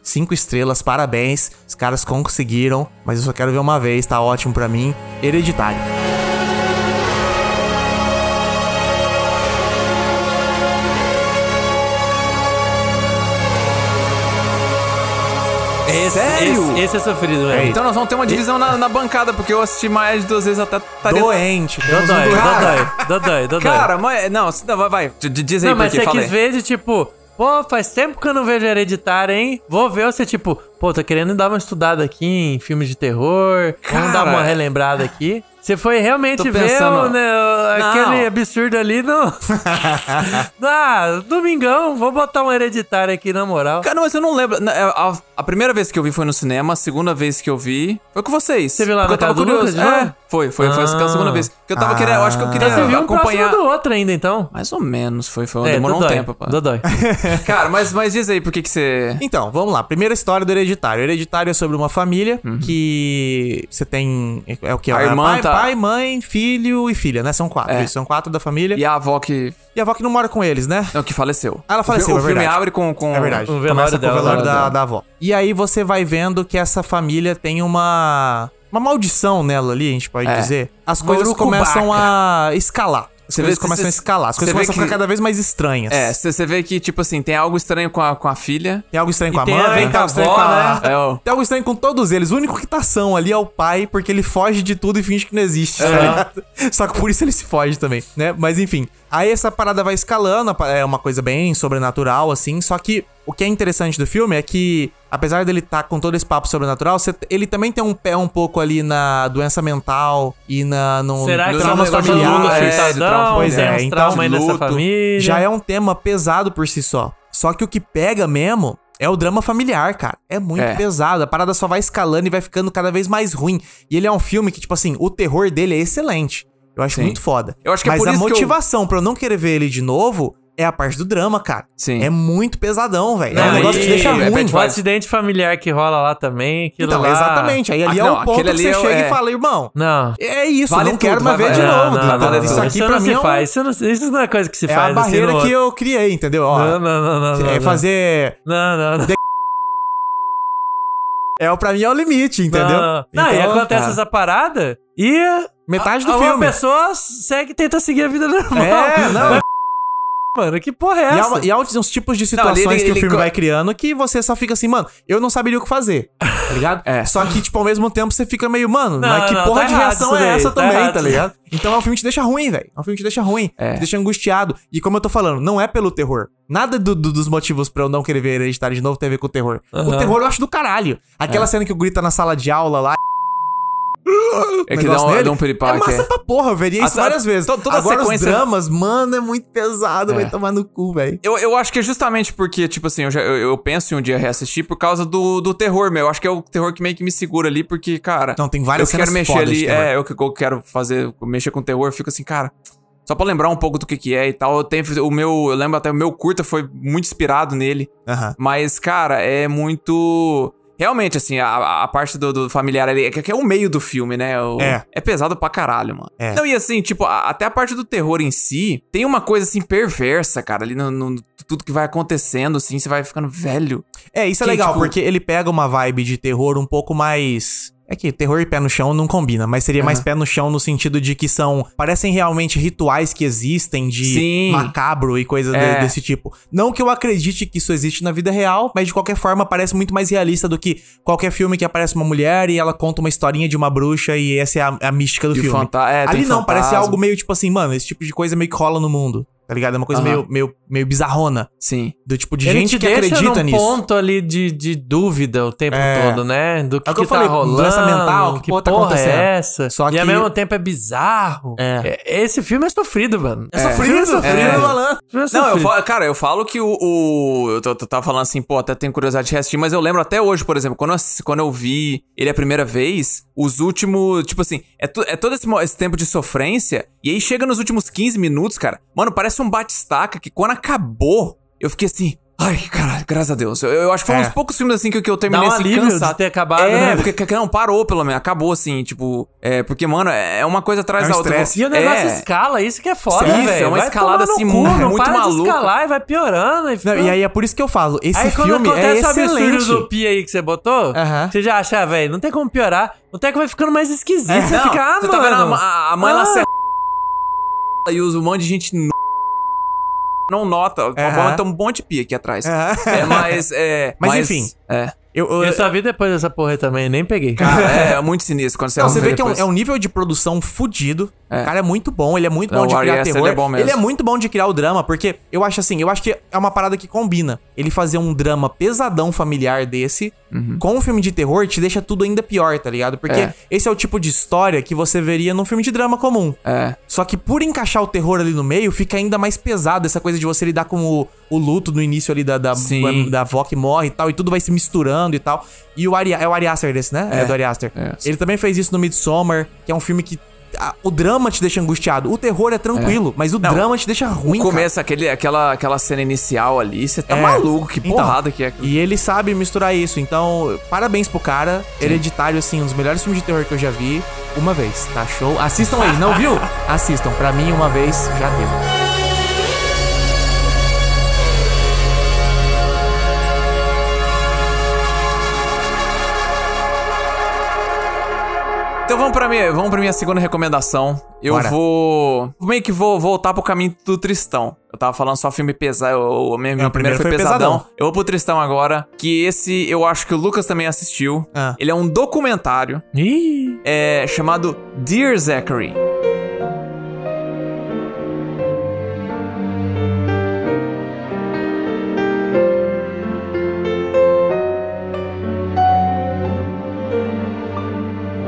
Speaker 3: Cinco estrelas, parabéns. Os caras conseguiram, mas eu só quero ver uma vez, tá ótimo pra mim. Hereditário.
Speaker 4: Esse, esse, esse é sofrido, velho.
Speaker 2: Então nós vamos ter uma divisão na, na bancada, porque eu assisti mais de duas vezes até tá estaria.
Speaker 3: Doente.
Speaker 4: Dodói,
Speaker 3: temos um doente.
Speaker 4: dodói, dodói, dodói.
Speaker 2: Cara, mas. Não, se- não, vai, vai. D- d- Diz aí
Speaker 4: não,
Speaker 2: por
Speaker 4: mas
Speaker 2: que
Speaker 4: você
Speaker 2: falei.
Speaker 4: quis ver de tipo, pô, faz tempo que eu não vejo hereditário, hein? Vou ver você, tipo, pô, tô querendo dar uma estudada aqui em filmes de terror, vamos dar
Speaker 2: Cara.
Speaker 4: uma relembrada aqui. Você foi realmente
Speaker 2: Tô
Speaker 4: ver
Speaker 2: pensando-
Speaker 4: o, né, o-
Speaker 2: Não.
Speaker 4: aquele absurdo ali no. ah, domingão, vou botar um hereditário aqui na moral.
Speaker 2: Cara, mas eu não lembro. Na- A, a- a primeira vez que eu vi foi no cinema, a segunda vez que eu vi foi com vocês. Você
Speaker 4: viu lá na
Speaker 2: eu tava
Speaker 4: casa do
Speaker 2: curioso.
Speaker 4: Lucas, de novo? Ah.
Speaker 2: é, foi, foi, foi a segunda vez. Que eu tava querendo, eu acho que eu queria
Speaker 4: Então você viu um
Speaker 2: acompanhar.
Speaker 4: próximo do outro ainda, então. É,
Speaker 2: Mais ou menos, foi, foi. demorou um
Speaker 4: dodói,
Speaker 2: tempo, pá.
Speaker 4: Dodói.
Speaker 2: Cara, mas, mas diz aí por que que você.
Speaker 3: Então, vamos lá. Primeira história do Hereditário. O Hereditário é sobre uma família que você tem. É o que?
Speaker 2: Uhum. A irmã
Speaker 3: pai,
Speaker 2: tá-
Speaker 3: pai, mãe, filho e filha, né? São quatro.
Speaker 2: É.
Speaker 3: Isso, são quatro da família.
Speaker 2: E a avó que.
Speaker 3: E a avó que não mora com eles, né?
Speaker 2: Não, que faleceu.
Speaker 3: Ah, ela
Speaker 2: O fi-
Speaker 3: faleceu,
Speaker 2: O, um
Speaker 3: é
Speaker 2: filme
Speaker 3: verdade.
Speaker 2: abre com. com...
Speaker 3: É verdade.
Speaker 4: o velório
Speaker 3: Começa com
Speaker 4: dela,
Speaker 3: o velório
Speaker 4: dela,
Speaker 3: da,
Speaker 4: dela.
Speaker 3: da avó. E aí você vai vendo que essa família tem uma. Uma maldição nela ali, a gente pode
Speaker 2: É.
Speaker 3: dizer. As
Speaker 2: Uma
Speaker 3: coisas
Speaker 2: urucubaca.
Speaker 3: começam a escalar. As
Speaker 2: Você vê
Speaker 3: coisas
Speaker 2: que
Speaker 3: começam a
Speaker 2: esses-
Speaker 3: escalar. As
Speaker 2: você
Speaker 3: coisas
Speaker 2: vê
Speaker 3: começam a
Speaker 2: que-
Speaker 3: ficar cada vez mais estranhas.
Speaker 2: É, você você vê que, tipo assim, tem algo estranho com a, com a filha.
Speaker 3: Tem algo estranho
Speaker 4: E
Speaker 3: com a
Speaker 4: tem a
Speaker 3: mãe,
Speaker 4: ver com
Speaker 3: tem
Speaker 4: a
Speaker 3: algo estranho
Speaker 4: avó,
Speaker 3: com a-
Speaker 4: né?
Speaker 2: É, ó.
Speaker 3: Tem algo estranho com todos eles. O único que tá são ali é o pai, porque ele foge de tudo e finge que não existe, tá ligado? Só que por isso ele se foge também, né? Mas enfim. Aí essa parada vai escalando, apa- é uma coisa bem sobrenatural, assim. Só que o que é interessante do filme é que, apesar dele estar com todo esse papo sobrenatural, cê- ele também tem um pé um pouco ali na doença mental e na, no,
Speaker 4: Será que
Speaker 3: no
Speaker 2: Dos
Speaker 4: é um
Speaker 3: traumas
Speaker 4: negócio do mundo
Speaker 2: familiares,
Speaker 3: familiares.
Speaker 2: do trauma
Speaker 4: acertadão?
Speaker 3: Pois é,
Speaker 4: Tem uns
Speaker 3: então,
Speaker 4: traumas aí nessa
Speaker 3: luto
Speaker 4: família.
Speaker 3: Já é um tema pesado por si só. Só que o que pega mesmo é o drama familiar, cara. É muito
Speaker 2: É.
Speaker 3: pesado. A parada só vai escalando e vai ficando cada vez mais ruim. E ele é um filme que, tipo assim, o terror dele é excelente. Eu acho
Speaker 2: Sim.
Speaker 3: muito foda.
Speaker 2: Eu acho que é
Speaker 3: Mas
Speaker 2: por
Speaker 3: a
Speaker 2: isso que eu-
Speaker 3: motivação pra eu não querer ver ele de novo é a parte do drama, cara.
Speaker 2: Sim.
Speaker 3: É muito pesadão, velho. É um
Speaker 4: Não,
Speaker 3: negócio que
Speaker 4: e-
Speaker 3: te deixa
Speaker 2: é
Speaker 3: ruim.
Speaker 2: bad
Speaker 4: O
Speaker 2: Mas-
Speaker 4: acidente familiar que rola lá também, aquilo
Speaker 3: Então,
Speaker 4: lá...
Speaker 3: exatamente. Aí ali
Speaker 2: Ah, não,
Speaker 3: é o ponto
Speaker 2: aquele
Speaker 3: que você
Speaker 2: ali é o-
Speaker 3: chega
Speaker 2: é.
Speaker 3: e fala, irmão,
Speaker 4: Não. É,
Speaker 3: é isso,
Speaker 2: Vale
Speaker 3: não quero
Speaker 2: tudo,
Speaker 3: mais
Speaker 2: vai-
Speaker 3: ver de
Speaker 2: vai-
Speaker 3: novo. tá
Speaker 4: não, não,
Speaker 3: ligado?
Speaker 2: vale
Speaker 4: não,
Speaker 3: isso
Speaker 2: tudo.
Speaker 3: aqui
Speaker 4: isso
Speaker 3: pra
Speaker 4: não
Speaker 3: mim
Speaker 4: se
Speaker 3: é um-
Speaker 4: faz. Isso não, isso não é coisa que se
Speaker 3: É
Speaker 4: faz.
Speaker 3: a
Speaker 4: assim,
Speaker 3: barreira
Speaker 4: no
Speaker 3: que
Speaker 4: outro.
Speaker 3: eu criei, entendeu? Ó,
Speaker 4: Não, não, não, não.
Speaker 3: é
Speaker 4: não,
Speaker 3: fazer.
Speaker 4: Não, não, não.
Speaker 3: É, o- pra mim é o limite, entendeu?
Speaker 4: Não, não. Não, e
Speaker 3: Então,
Speaker 4: acontece
Speaker 3: cara,
Speaker 4: essa parada e...
Speaker 3: Metade do
Speaker 4: a-
Speaker 3: filme.
Speaker 4: Uma pessoa segue, tenta seguir a vida normal.
Speaker 3: É, não.
Speaker 4: Mas, Mano, que porra é
Speaker 3: E há,
Speaker 4: essa?
Speaker 3: uma- e há uns uns tipos de
Speaker 2: Não, ele-
Speaker 3: situações que
Speaker 2: ele-
Speaker 3: o filme
Speaker 2: co-
Speaker 3: vai criando que você só fica assim, mano, eu não saberia o que fazer. Tá ligado?
Speaker 2: É.
Speaker 3: Só que, tipo, ao mesmo tempo você fica meio, mano,
Speaker 4: Não,
Speaker 3: mas que
Speaker 4: não,
Speaker 3: porra
Speaker 4: tá
Speaker 3: de
Speaker 4: errado
Speaker 3: reação
Speaker 4: isso
Speaker 3: é
Speaker 4: daí,
Speaker 3: essa
Speaker 4: tá
Speaker 3: também,
Speaker 4: errado
Speaker 3: tá
Speaker 4: isso
Speaker 3: ligado? Então é um filme que te deixa ruim, velho. É um filme que te deixa ruim,
Speaker 2: É.
Speaker 3: te deixa angustiado. E como eu tô falando, não é pelo terror. Nada do- do- dos motivos pra eu não querer ver Hereditário de novo tem a ver com o terror. O
Speaker 4: Aham. É.
Speaker 3: terror eu acho do caralho. Aquela cena que o grita na sala de aula lá.
Speaker 2: É que
Speaker 3: negócio
Speaker 2: dá um,
Speaker 3: nele,
Speaker 2: dá um piripaque.
Speaker 3: É massa
Speaker 2: é.
Speaker 3: pra porra, eu veria isso
Speaker 2: A- a-
Speaker 3: várias vezes.
Speaker 2: to- toda a
Speaker 3: Agora
Speaker 2: sequência-
Speaker 3: os dramas, mano, é muito pesado, vai tomar no cu, velho.
Speaker 2: Eu, eu acho que é justamente porque, tipo assim, eu, já, eu, eu penso em um dia reassistir por causa do, do terror, meu. Eu acho que é o terror que meio que me segura ali, porque, cara.
Speaker 3: Não, tem Então, várias
Speaker 2: Eu quero
Speaker 3: cenas
Speaker 2: mexer
Speaker 3: fodas de
Speaker 2: ali,
Speaker 3: terror.
Speaker 2: é, eu, que- eu quero fazer, mexer com terror, eu fico assim, cara. Só pra lembrar um pouco do que que é e tal. Eu tenho, o meu, eu lembro até o meu curta foi muito inspirado nele.
Speaker 3: Aham.
Speaker 2: Mas, cara, é muito. Realmente, assim, a, a parte do, do familiar ali, é que que é o meio do filme, né? O-
Speaker 3: É.
Speaker 2: É pesado pra caralho, mano.
Speaker 3: É.
Speaker 2: Não, e assim, tipo, a- até a parte do terror em si, tem uma coisa, assim, perversa, cara, ali no, no- tudo que vai acontecendo, assim, você vai ficando velho.
Speaker 3: É, isso é
Speaker 2: Que,
Speaker 3: legal,
Speaker 2: tipo-
Speaker 3: porque ele pega uma vibe de terror um pouco mais. É que terror e pé no chão não combina, mas seria mais pé no chão no sentido de que são. Parecem realmente rituais que existem de
Speaker 2: Sim.
Speaker 3: macabro e coisa de-
Speaker 2: É.
Speaker 3: desse tipo. Não que eu acredite que isso existe na vida real, mas de qualquer forma parece muito mais realista do que qualquer filme que aparece uma mulher e ela conta uma historinha de uma bruxa e essa é a, a mística do
Speaker 2: E o
Speaker 3: filme.
Speaker 2: fanta- é, tem
Speaker 3: Ali não, parece
Speaker 2: fantasma.
Speaker 3: algo meio tipo assim, mano, esse tipo de coisa meio que rola no mundo. Tá ligado? É uma coisa
Speaker 2: Aham.
Speaker 3: meio, meio, meio bizarrona.
Speaker 2: Sim.
Speaker 3: Do tipo de
Speaker 4: Ele
Speaker 3: gente
Speaker 4: te
Speaker 3: que
Speaker 4: deixa
Speaker 3: acredita
Speaker 4: num
Speaker 3: nisso.
Speaker 4: ponto ali de, de dúvida o tempo
Speaker 3: É.
Speaker 4: todo, né? Do que,
Speaker 3: É o que eu
Speaker 4: que tá
Speaker 3: falei,
Speaker 4: rolando,
Speaker 3: doença mental, que
Speaker 4: que
Speaker 3: porra tá
Speaker 4: porra
Speaker 3: acontecendo.
Speaker 4: é essa.
Speaker 3: Só
Speaker 4: E ao
Speaker 3: que-
Speaker 4: mesmo tempo é bizarro.
Speaker 3: É.
Speaker 4: É, Esse filme é sofrido, mano. É,
Speaker 3: sofrido, é sofrido,
Speaker 2: é.
Speaker 3: Alan.
Speaker 4: Esse filme é
Speaker 2: Não, eu
Speaker 4: sofrido.
Speaker 2: falo, cara, eu falo que o. o- eu, tô, eu tava falando assim, pô, até tenho curiosidade de reassistir, mas eu lembro até hoje, por exemplo, quando eu, assisti- quando eu vi ele a primeira vez, os últimos. Tipo assim, é, tu- é todo esse, mo- esse tempo de sofrência, e aí chega nos últimos 15 minutos, cara. Mano, parece um batistaca que quando acabou, eu fiquei assim. Ai, caralho, graças a Deus. Eu, eu acho que foi
Speaker 3: É.
Speaker 2: uns poucos filmes assim que, eu- que eu
Speaker 4: Dá
Speaker 2: terminei
Speaker 4: um
Speaker 2: assim,
Speaker 4: alívio
Speaker 2: cansado.
Speaker 4: de ter acabado,
Speaker 2: é,
Speaker 4: né?
Speaker 2: porque que- não, parou pelo menos. Acabou assim, tipo. É, porque, mano, é uma coisa atrás
Speaker 3: É um
Speaker 2: da outra.
Speaker 3: estresse.
Speaker 4: assim, E o negócio
Speaker 2: é.
Speaker 4: escala, isso que é foda,
Speaker 2: Isso,
Speaker 4: velho.
Speaker 2: é uma
Speaker 4: Vai
Speaker 2: escalada,
Speaker 4: tomar no
Speaker 2: assim,
Speaker 4: cu,
Speaker 2: muito
Speaker 4: não para
Speaker 2: maluca.
Speaker 4: de escalar e vai piorando. E,
Speaker 3: Não,
Speaker 4: fica-
Speaker 3: e aí é por isso que eu falo, esse
Speaker 4: Aí quando
Speaker 3: filme é
Speaker 4: acontece a
Speaker 3: excelente.
Speaker 4: filosofia aí que você botou,
Speaker 3: Aham.
Speaker 4: você já acha, ah, velho, não tem como piorar. O Teco vai ficando mais esquisito, É, você
Speaker 2: Não,
Speaker 4: fica, ah,
Speaker 2: você
Speaker 4: mano.
Speaker 2: tá vendo a, a- a mãe
Speaker 4: Ah.
Speaker 2: lá ser e usa um monte de gente no- não nota.
Speaker 3: Aham.
Speaker 2: Tem um monte de pia aqui atrás.
Speaker 3: Aham.
Speaker 2: É, mas, é,
Speaker 3: Mas, enfim.
Speaker 2: É,
Speaker 3: Eu, eu-
Speaker 4: Eu só vi depois dessa porra aí também, nem peguei.
Speaker 2: cara, é, é muito sinistro quando você
Speaker 3: Não, você vê que é um,
Speaker 2: depois.
Speaker 3: é um nível de produção fudido. O cara é muito bom, ele é muito
Speaker 2: Não,
Speaker 3: bom de
Speaker 2: o Ari
Speaker 3: criar
Speaker 2: Aster,
Speaker 3: terror.
Speaker 2: ele é bom mesmo.
Speaker 3: muito bom de criar o drama, porque eu acho assim, eu acho que é uma parada que combina. Ele fazer um drama pesadão familiar desse com um filme de terror te deixa tudo ainda pior, tá ligado? Porque
Speaker 2: Uhum. É.
Speaker 3: esse é o tipo de história que você veria num filme de drama comum.
Speaker 2: É.
Speaker 3: Só que por encaixar o terror ali no meio, fica ainda mais pesado essa coisa de você lidar com o, o luto no início ali da, da,
Speaker 2: Sim.
Speaker 3: da avó que morre e tal, e tudo vai se misturando e tal. E o Ari, é o Ari Aster desse, né? É, do Ari Aster.
Speaker 2: É.
Speaker 3: Ele também fez isso no Midsommar, que é um filme que ah, o drama te deixa angustiado. O terror é tranquilo, mas o drama te deixa ruim, cara.
Speaker 2: Começa aquele, aquela, aquela cena inicial ali, você tá
Speaker 3: É.
Speaker 2: maluco, que
Speaker 3: Então,
Speaker 2: porrada que é aquilo.
Speaker 3: E ele sabe misturar isso, então parabéns pro cara. Hereditário, assim, um dos melhores filmes de terror que eu já vi. Uma vez, tá show? Assistam aí, não viu? Assistam, pra mim, uma vez já deu.
Speaker 2: Então vamos pra, minha, vamos pra minha segunda recomendação. Eu
Speaker 3: Bora.
Speaker 2: vou. Meio que vou voltar pro caminho do Tristão. Eu tava falando só filme pesado. O meu, meu
Speaker 3: o primeiro
Speaker 2: primeiro foi
Speaker 3: foi
Speaker 2: pesadão.
Speaker 3: pesadão.
Speaker 2: Eu vou pro Tristão agora. Que esse eu acho que o Lucas também assistiu.
Speaker 3: Ah.
Speaker 2: Ele é um documentário
Speaker 4: Ih,
Speaker 2: é, chamado Dear Zachary.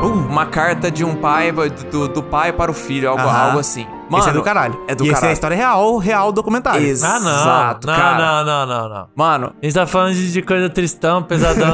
Speaker 2: Uh, Uma carta de um pai, do, do pai para o filho, algo,
Speaker 3: Aham.
Speaker 2: algo assim.
Speaker 3: Mano, esse é do caralho.
Speaker 2: É do
Speaker 3: e esse é a
Speaker 2: caralho.
Speaker 3: história real, real documentário.
Speaker 2: Ex-
Speaker 4: ah, não.
Speaker 2: Exato,
Speaker 4: não,
Speaker 2: cara.
Speaker 4: não, não, não, não.
Speaker 2: Mano,
Speaker 4: A gente tá falando de de coisa tristão, pesadão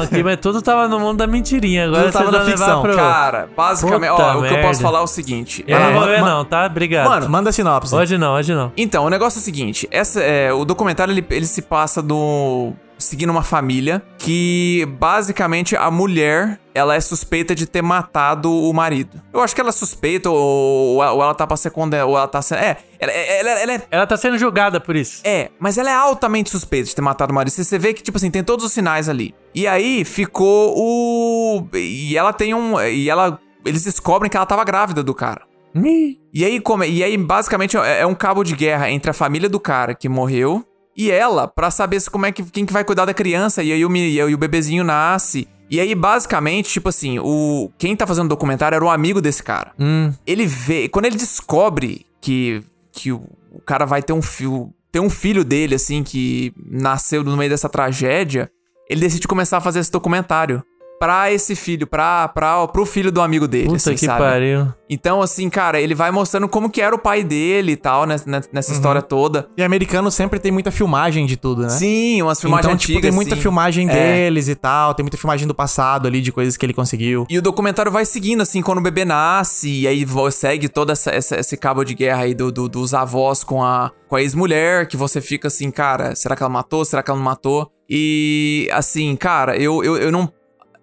Speaker 4: aqui, mas tudo tava no mundo da mentirinha. Agora
Speaker 3: Tudo tava
Speaker 4: vocês
Speaker 3: na ficção,
Speaker 4: vão levar pro...
Speaker 2: cara, basicamente,
Speaker 4: Puta
Speaker 2: ó, o que eu posso
Speaker 4: merda.
Speaker 2: falar é o seguinte.
Speaker 4: Eu
Speaker 2: é,
Speaker 4: não vou ver
Speaker 3: ma-
Speaker 4: não, tá? Obrigado.
Speaker 2: Mano,
Speaker 3: Manda a sinopse.
Speaker 4: hoje não, hoje não.
Speaker 2: Então, o negócio é o seguinte: essa, é, o documentário ele, ele se passa do. seguindo uma família que basicamente a mulher ela é suspeita de ter matado o marido. Eu acho que ela é suspeita, ou, ou ela- ou ela tá pra ser condenada, ou ela tá sendo. É, ela, ela- ela é.
Speaker 4: Ela tá sendo julgada por isso.
Speaker 2: É, mas ela é altamente suspeita de ter matado o marido. Você- Você vê que, tipo assim, tem todos os sinais ali. E aí ficou o. E ela tem um. E ela. Eles descobrem que ela tava grávida do cara.
Speaker 4: Ih,
Speaker 2: E aí, como, e aí basicamente, é é um cabo de guerra entre a família do cara que morreu e ela, pra saber se, como é que, quem que vai cuidar da criança. E aí o, meni- e o bebezinho nasce. E aí, basicamente, tipo assim, o quem tá fazendo o documentário era um amigo desse cara.
Speaker 4: Hum.
Speaker 2: Ele vê. Quando ele descobre que, que o, o cara vai ter um filho. Tem um filho dele, assim, que nasceu no meio dessa tragédia. Ele decide começar a fazer esse documentário. Pra esse filho, pra, pra, pro filho do amigo dele.
Speaker 4: Puta
Speaker 2: assim,
Speaker 4: que
Speaker 2: sabe?
Speaker 4: pariu.
Speaker 2: Então, assim, cara, ele vai mostrando como que era o pai dele e tal, né, né- nessa
Speaker 3: Uhum.
Speaker 2: história toda. né?
Speaker 3: E americano sempre tem muita filmagem de tudo, né?
Speaker 2: Sim, umas filmagens
Speaker 3: Então,
Speaker 2: antigas.
Speaker 3: tipo, tem muita
Speaker 2: assim.
Speaker 3: filmagem
Speaker 2: É.
Speaker 3: deles e tal, tem muita filmagem do passado ali, de coisas que ele conseguiu.
Speaker 2: E o documentário vai seguindo, assim, quando o bebê nasce, e aí vo- segue todo essa, essa- esse cabo de guerra aí do- do- dos avós com a, com a ex-mulher, que você fica assim, cara, será que ela matou? Será que ela não matou? E, assim, cara, eu, eu, eu não.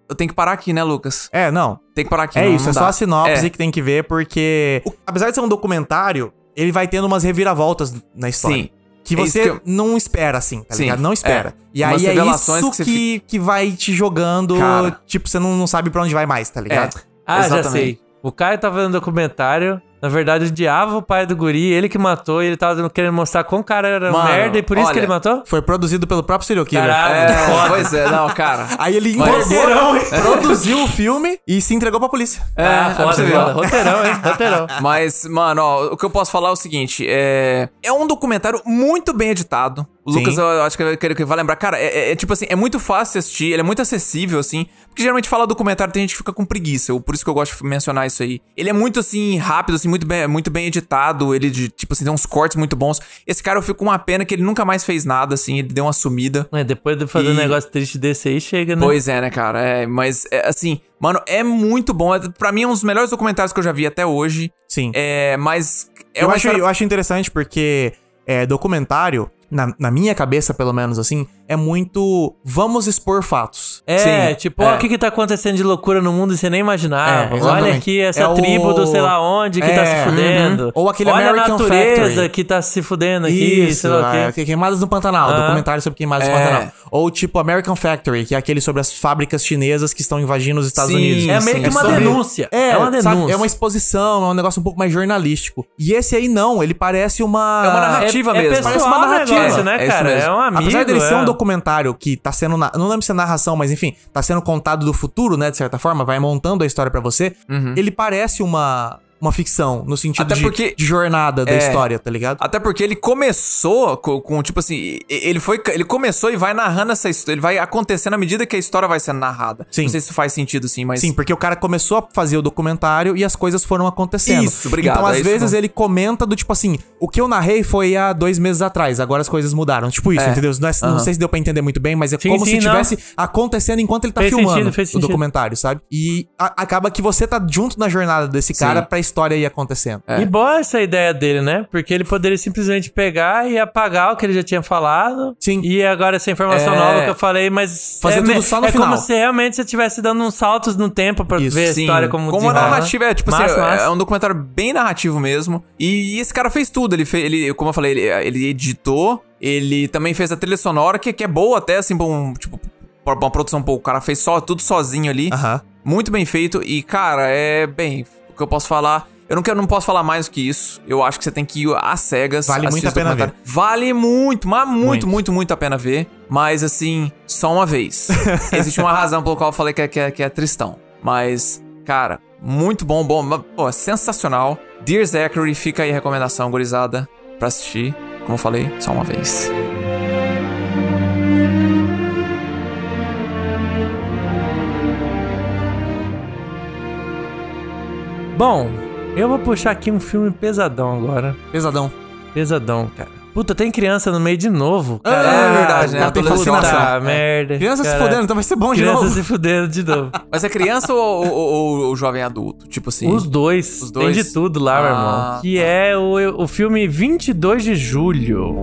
Speaker 2: Eu tenho que parar aqui, né, Lucas?
Speaker 3: É, não.
Speaker 2: Tem que parar aqui.
Speaker 3: é
Speaker 2: não-
Speaker 3: isso,
Speaker 2: não
Speaker 3: é só
Speaker 2: dá.
Speaker 3: a sinopse
Speaker 2: É.
Speaker 3: que tem que ver, porque. o- apesar de ser um documentário, ele vai tendo umas reviravoltas na história.
Speaker 2: Sim.
Speaker 3: Que
Speaker 2: É isso
Speaker 3: você
Speaker 2: que eu-
Speaker 3: não espera, assim, tá
Speaker 2: Sim,
Speaker 3: ligado? Não espera.
Speaker 2: é.
Speaker 3: E
Speaker 2: Umas
Speaker 3: aí é
Speaker 2: revelações
Speaker 3: isso
Speaker 2: que
Speaker 3: que,
Speaker 2: você
Speaker 3: que, vai te jogando.
Speaker 2: Cara.
Speaker 3: Tipo, você não, não sabe pra onde vai mais, tá ligado?
Speaker 2: É.
Speaker 4: Ah, já
Speaker 2: Exatamente.
Speaker 4: sei. O Caio tá fazendo documentário. Na verdade, o diabo, o pai do guri, ele que matou, e ele tava querendo mostrar como o cara era
Speaker 2: Mano,
Speaker 4: merda, e por isso
Speaker 2: olha,
Speaker 4: que ele matou?
Speaker 3: Foi produzido pelo próprio serial killer.
Speaker 4: Caralho.
Speaker 2: É,
Speaker 4: Que foda.
Speaker 2: pois é, não, cara.
Speaker 3: Aí ele
Speaker 2: Mas-
Speaker 3: incorporou, produziu o filme e se entregou pra polícia.
Speaker 2: É,
Speaker 4: ah,
Speaker 2: pra você
Speaker 4: foda,
Speaker 2: ver, ó.
Speaker 4: foda. Roteirão, hein? Roteirão.
Speaker 2: Mas, mano, ó, o que eu posso falar é o seguinte: é, é um documentário muito bem editado. O
Speaker 3: Sim.
Speaker 2: Lucas, eu, eu acho que, que, que vai lembrar. Cara, é, é- é tipo assim, é muito fácil assistir, ele é muito acessível, assim. Porque geralmente fala documentário, tem gente que fica com preguiça. eu- por isso que eu gosto de mencionar isso aí. Ele é muito, assim, rápido, assim, muito bem, muito bem editado. Ele, de- tipo assim, tem uns cortes muito bons. Esse cara, eu fico com uma pena que ele nunca mais fez nada, assim. Ele deu uma sumida.
Speaker 4: É, depois de fazer
Speaker 2: E-
Speaker 4: um negócio triste desse aí, chega, né?
Speaker 2: Pois é, né, cara? É, mas, é, assim, mano, é muito bom. É, pra mim, é um dos melhores documentários que eu já vi até hoje.
Speaker 3: Sim.
Speaker 2: É, mas. É
Speaker 3: eu,
Speaker 2: uma
Speaker 3: acho,
Speaker 2: história-
Speaker 3: eu acho interessante porque é, documentário, na, na minha cabeça pelo menos assim, é muito vamos expor fatos.
Speaker 4: É,
Speaker 3: Sim,
Speaker 4: tipo, ó, o que que tá acontecendo de loucura no mundo e você nem imaginava.
Speaker 3: É, exatamente.
Speaker 4: Olha aqui essa
Speaker 3: É o-
Speaker 4: tribo do sei lá onde que tá
Speaker 3: É,
Speaker 4: se fudendo.
Speaker 3: uhum. Ou aquele
Speaker 4: Olha
Speaker 3: American
Speaker 4: a natureza
Speaker 3: Factory.
Speaker 4: que tá se fudendo aqui,
Speaker 3: Isso,
Speaker 4: sei lá o quê.
Speaker 3: é, que- Queimadas no Pantanal,
Speaker 4: Aham.
Speaker 3: documentário sobre queimadas no
Speaker 2: É.
Speaker 3: Pantanal. Ou tipo American Factory, que é aquele sobre as fábricas chinesas que estão invadindo os Estados
Speaker 2: Sim,
Speaker 3: Unidos.
Speaker 4: É
Speaker 2: sim,
Speaker 4: meio que
Speaker 2: é
Speaker 4: uma
Speaker 2: sobre-
Speaker 4: denúncia. É,
Speaker 3: assim, É,
Speaker 4: uma denúncia.
Speaker 3: sabe, é uma exposição, é um negócio um pouco mais jornalístico. E esse aí não, ele parece uma.
Speaker 2: É uma narrativa
Speaker 4: é, é
Speaker 2: mesmo.
Speaker 4: pessoal
Speaker 3: Parece uma
Speaker 4: o
Speaker 3: narrativa.
Speaker 4: negócio, né,
Speaker 2: É isso
Speaker 4: cara?
Speaker 2: mesmo.
Speaker 4: É um amigo.
Speaker 3: Apesar dele ser
Speaker 4: é.
Speaker 3: um documentário que tá sendo. na- Não lembro se é narração, mas enfim, tá sendo contado do futuro, né? De certa forma, vai montando a história pra você. Ele parece uma, uma ficção, no sentido
Speaker 2: Até
Speaker 3: de,
Speaker 2: porque-
Speaker 3: de jornada da
Speaker 2: É.
Speaker 3: história, tá ligado?
Speaker 2: Até porque ele começou com, com, tipo assim, e- ele foi, ele começou e vai narrando essa história, ele vai acontecendo à medida que a história vai sendo narrada.
Speaker 3: Sim.
Speaker 2: Não sei se isso faz sentido sim, mas
Speaker 3: Sim, porque o cara começou a fazer o documentário e as coisas foram acontecendo.
Speaker 2: Isso, obrigado,
Speaker 3: Então, às
Speaker 2: é isso
Speaker 3: vezes,
Speaker 2: mesmo.
Speaker 3: ele comenta do tipo assim: o que eu narrei foi há dois meses atrás, agora as coisas mudaram. Tipo isso,
Speaker 2: É.
Speaker 3: entendeu? Não, é- não
Speaker 2: Aham.
Speaker 3: sei se deu pra entender muito bem, mas é
Speaker 4: Sim,
Speaker 3: como
Speaker 4: sim,
Speaker 3: se
Speaker 4: não.
Speaker 3: tivesse acontecendo enquanto ele tá
Speaker 4: Fez
Speaker 3: filmando
Speaker 4: sentido, fez
Speaker 3: o
Speaker 4: sentido.
Speaker 3: documentário, sabe? E a- acaba que você tá junto na jornada desse cara
Speaker 2: Sim. É.
Speaker 3: pra história ir acontecendo.
Speaker 4: E boa essa ideia dele, né? Porque ele poderia simplesmente pegar e apagar o que ele já tinha falado.
Speaker 3: Sim.
Speaker 4: E agora essa informação
Speaker 2: É.
Speaker 4: nova que eu falei, mas.
Speaker 3: Fazer
Speaker 4: é,
Speaker 3: tudo
Speaker 4: me-
Speaker 3: só no
Speaker 4: é
Speaker 3: final.
Speaker 4: como se realmente você estivesse dando uns saltos no tempo pra
Speaker 3: Isso,
Speaker 4: ver a história como
Speaker 2: Como a
Speaker 4: desenrola.
Speaker 2: narrativa, é tipo
Speaker 4: Massa,
Speaker 2: assim, é-
Speaker 4: massa.
Speaker 2: é um documentário bem narrativo mesmo. E, esse cara fez tudo. Ele fez, ele, como eu falei, ele, ele editou, ele também fez a trilha sonora, que, que é boa até, assim, pra um, tipo, pra uma produção pouco. O cara fez só tudo sozinho ali.
Speaker 3: Aham.
Speaker 2: Muito bem feito. E, cara, é bem. O que eu posso falar. Eu não, quero, não posso falar mais do que isso. Eu acho que você tem que ir às cegas.
Speaker 3: Vale
Speaker 2: assistir
Speaker 3: muito a
Speaker 2: esse
Speaker 3: pena
Speaker 2: documentário. Vale muito, mas muito,
Speaker 3: Muito.
Speaker 2: muito, muito, a pena ver. Mas, assim, só uma vez. Existe uma razão pela qual eu falei que é, que é, que é tristão. Mas, cara, muito bom, bom. mas, Pô, sensacional. Dear Zachary, fica aí a recomendação, gurizada, pra assistir. Como eu falei, só uma vez.
Speaker 4: Bom, eu vou puxar aqui um filme pesadão agora.
Speaker 3: Pesadão.
Speaker 4: Pesadão, cara. Puta, tem criança no meio de novo. Cara.
Speaker 2: é verdade, né?
Speaker 4: Puta
Speaker 2: Adolescente.
Speaker 4: Puta
Speaker 3: É.
Speaker 4: merda.
Speaker 3: Criança se
Speaker 4: Cara,
Speaker 3: fodendo, então vai ser bom de
Speaker 4: Criança
Speaker 3: novo.
Speaker 4: se fudendo de novo.
Speaker 2: Mas é criança ou, ou, ou- ou jovem adulto? Tipo assim.
Speaker 4: Os dois.
Speaker 2: Os dois?
Speaker 4: Tem de tudo lá, meu
Speaker 2: Ah,
Speaker 4: irmão. Que é o, o filme 22 de julho.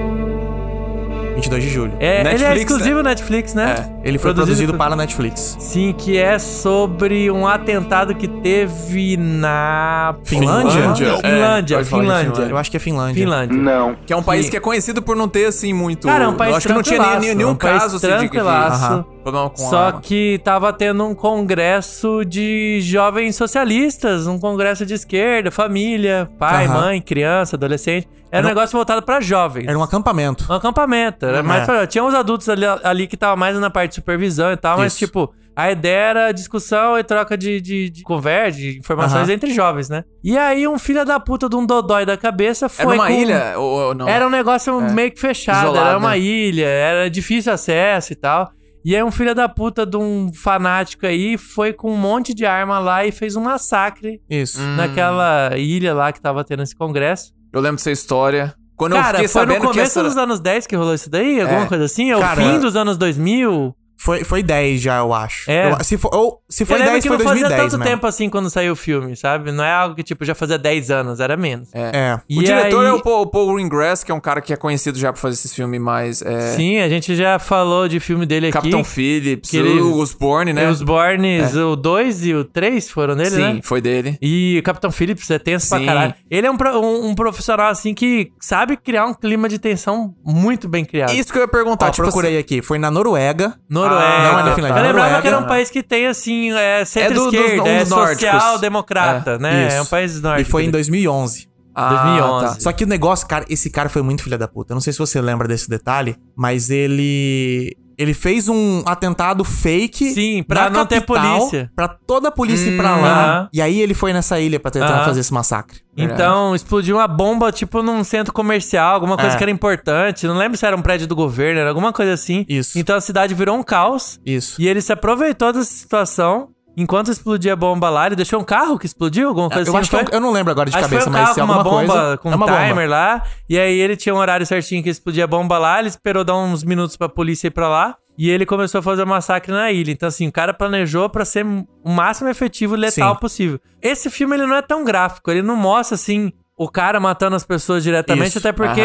Speaker 3: Se... 22 de julho.
Speaker 4: É, ele é
Speaker 2: Netflix,
Speaker 4: exclusivo Netflix, né?
Speaker 3: né? É, Ele foi produzido, para a Netflix.
Speaker 4: Sim, que é sobre um atentado que teve na...
Speaker 3: Finlândia?
Speaker 4: Finlândia,
Speaker 2: É,
Speaker 4: Finlândia.
Speaker 2: pode falar que é
Speaker 4: Finlândia.
Speaker 3: Eu acho que é Finlândia.
Speaker 4: Finlândia.
Speaker 1: Não.
Speaker 2: Que é um país que é conhecido por não ter, assim, muito.
Speaker 4: Cara, é um país
Speaker 2: Eu Acho que não tinha
Speaker 4: tranquilaço,
Speaker 2: nenhum, nenhum
Speaker 4: é um país
Speaker 2: caso, assim, de- de-
Speaker 4: tranquilaço.
Speaker 2: de- problema com
Speaker 4: Só
Speaker 2: arma.
Speaker 4: que tava tendo um congresso de jovens socialistas, um congresso de esquerda, família, pai,
Speaker 3: Aham.
Speaker 4: mãe, criança, adolescente. Era, um negócio voltado pra jovens.
Speaker 3: Era um acampamento.
Speaker 4: Um acampamento. Era mais
Speaker 3: É.
Speaker 4: pra- Tinha uns adultos ali, ali que estavam mais na parte de supervisão e tal, mas,
Speaker 3: Isso.
Speaker 4: tipo, a ideia era discussão e troca de, de, de conversa, de informações
Speaker 3: Aham.
Speaker 4: entre jovens, né? E aí, um filho da puta de um dodói da cabeça foi.
Speaker 2: Era É numa
Speaker 4: com-
Speaker 2: ilha ou, ou não? É.
Speaker 4: Era um negócio meio que fechado,
Speaker 2: Isolado,
Speaker 4: era uma
Speaker 2: né?
Speaker 4: ilha, era difícil acesso e tal. E aí, um filho da puta de um fanático aí foi com um monte de arma lá e fez um massacre
Speaker 3: Isso.
Speaker 2: Hum.
Speaker 4: naquela ilha lá que tava tendo esse congresso.
Speaker 2: Eu lembro dessa história. Quando eu
Speaker 4: Cara,
Speaker 2: fiquei
Speaker 4: foi no
Speaker 2: sabendo
Speaker 4: começo
Speaker 2: que essa.
Speaker 4: dos anos 10 que rolou isso daí? Alguma
Speaker 2: É.
Speaker 4: coisa assim? É o
Speaker 3: Cara,
Speaker 4: fim dos anos 2000?
Speaker 3: Foi, foi 10 já, eu acho.
Speaker 4: É.
Speaker 3: Eu- se, for, ou, se foi
Speaker 4: eu lembro
Speaker 3: 10,
Speaker 4: que
Speaker 3: foi
Speaker 4: não fazia
Speaker 3: 2010
Speaker 4: tanto
Speaker 3: mesmo.
Speaker 4: tempo assim quando saiu o filme, sabe? Não é algo que, tipo, já fazia 10 anos, era menos.
Speaker 2: É.
Speaker 3: É.
Speaker 2: O
Speaker 4: E
Speaker 2: diretor
Speaker 4: aí-
Speaker 2: é o Paul, Paul Greengrass, que é um cara que é conhecido já por fazer esses filmes mais. É,
Speaker 4: Sim, a gente já falou de filme dele aqui.
Speaker 2: Capitão Phillips,
Speaker 4: que ele-
Speaker 2: o Osborne, né?
Speaker 4: Os Bornes, o 2 e o 3 foram dele,
Speaker 2: Sim,
Speaker 4: né?
Speaker 2: foi dele.
Speaker 4: E o Capitão Phillips é tenso pra
Speaker 2: Sim.
Speaker 4: caralho. Ele é um, pro- um- um profissional, assim, que sabe criar um clima de tensão muito bem
Speaker 3: é
Speaker 4: criado.
Speaker 2: Isso que eu ia perguntar,
Speaker 3: Ó,
Speaker 2: tipo
Speaker 3: procurei aqui. assim, Foi na Noruega.
Speaker 4: Noruega.
Speaker 2: Ah, não é na
Speaker 3: Finlândia,
Speaker 4: Eu lembrava
Speaker 3: Noruega.
Speaker 4: que era um país que tem, assim, é centro-esquerda,
Speaker 2: É
Speaker 4: é,
Speaker 2: do- dos- um dos
Speaker 4: social-democrata, né? É um
Speaker 3: Isso.
Speaker 4: país
Speaker 3: E
Speaker 4: nórdico.
Speaker 3: foi em 2011.
Speaker 2: assim, ah,
Speaker 4: 2011.
Speaker 2: tá.
Speaker 3: Só que o negócio, cara, esse cara foi muito filha da puta. Eu não sei se você lembra desse detalhe, mas ele. Ele fez um atentado fake.
Speaker 4: Sim,
Speaker 3: na
Speaker 4: pra não ter polícia.
Speaker 3: Pra toda a polícia ir pra lá.
Speaker 4: aham.
Speaker 3: E aí ele foi nessa ilha pra tentar
Speaker 4: Aham.
Speaker 3: fazer esse massacre.
Speaker 4: Então, explodiu uma bomba, tipo, num centro comercial, alguma coisa
Speaker 3: É.
Speaker 4: que era importante. Não lembro se era um prédio do governo, era alguma coisa assim.
Speaker 3: Isso.
Speaker 4: Então a cidade virou um caos.
Speaker 3: É. Isso.
Speaker 4: E ele se aproveitou dessa situação. Enquanto explodia a bomba lá, ele deixou um carro que explodiu, alguma coisa
Speaker 3: eu
Speaker 4: assim.
Speaker 3: acho que
Speaker 4: não
Speaker 3: é um-
Speaker 4: foi?
Speaker 3: eu não lembro agora de
Speaker 4: Acho que
Speaker 3: cabeça,
Speaker 4: foi um
Speaker 3: mas
Speaker 4: carro
Speaker 3: se é
Speaker 4: com uma
Speaker 3: alguma
Speaker 4: bomba,
Speaker 3: coisa.
Speaker 4: com
Speaker 3: é
Speaker 4: um
Speaker 3: uma
Speaker 4: timer
Speaker 3: bomba.
Speaker 4: lá. E aí ele tinha um horário certinho que explodia a bomba lá, ele esperou dar uns minutos pra polícia ir pra lá. E ele começou a fazer um massacre na ilha. Então, assim, o cara planejou pra ser o máximo efetivo e letal
Speaker 3: Sim.
Speaker 4: possível. Esse filme, ele não é tão gráfico. Ele não mostra, assim, o cara matando as pessoas diretamente.
Speaker 3: Isso,
Speaker 4: Até porque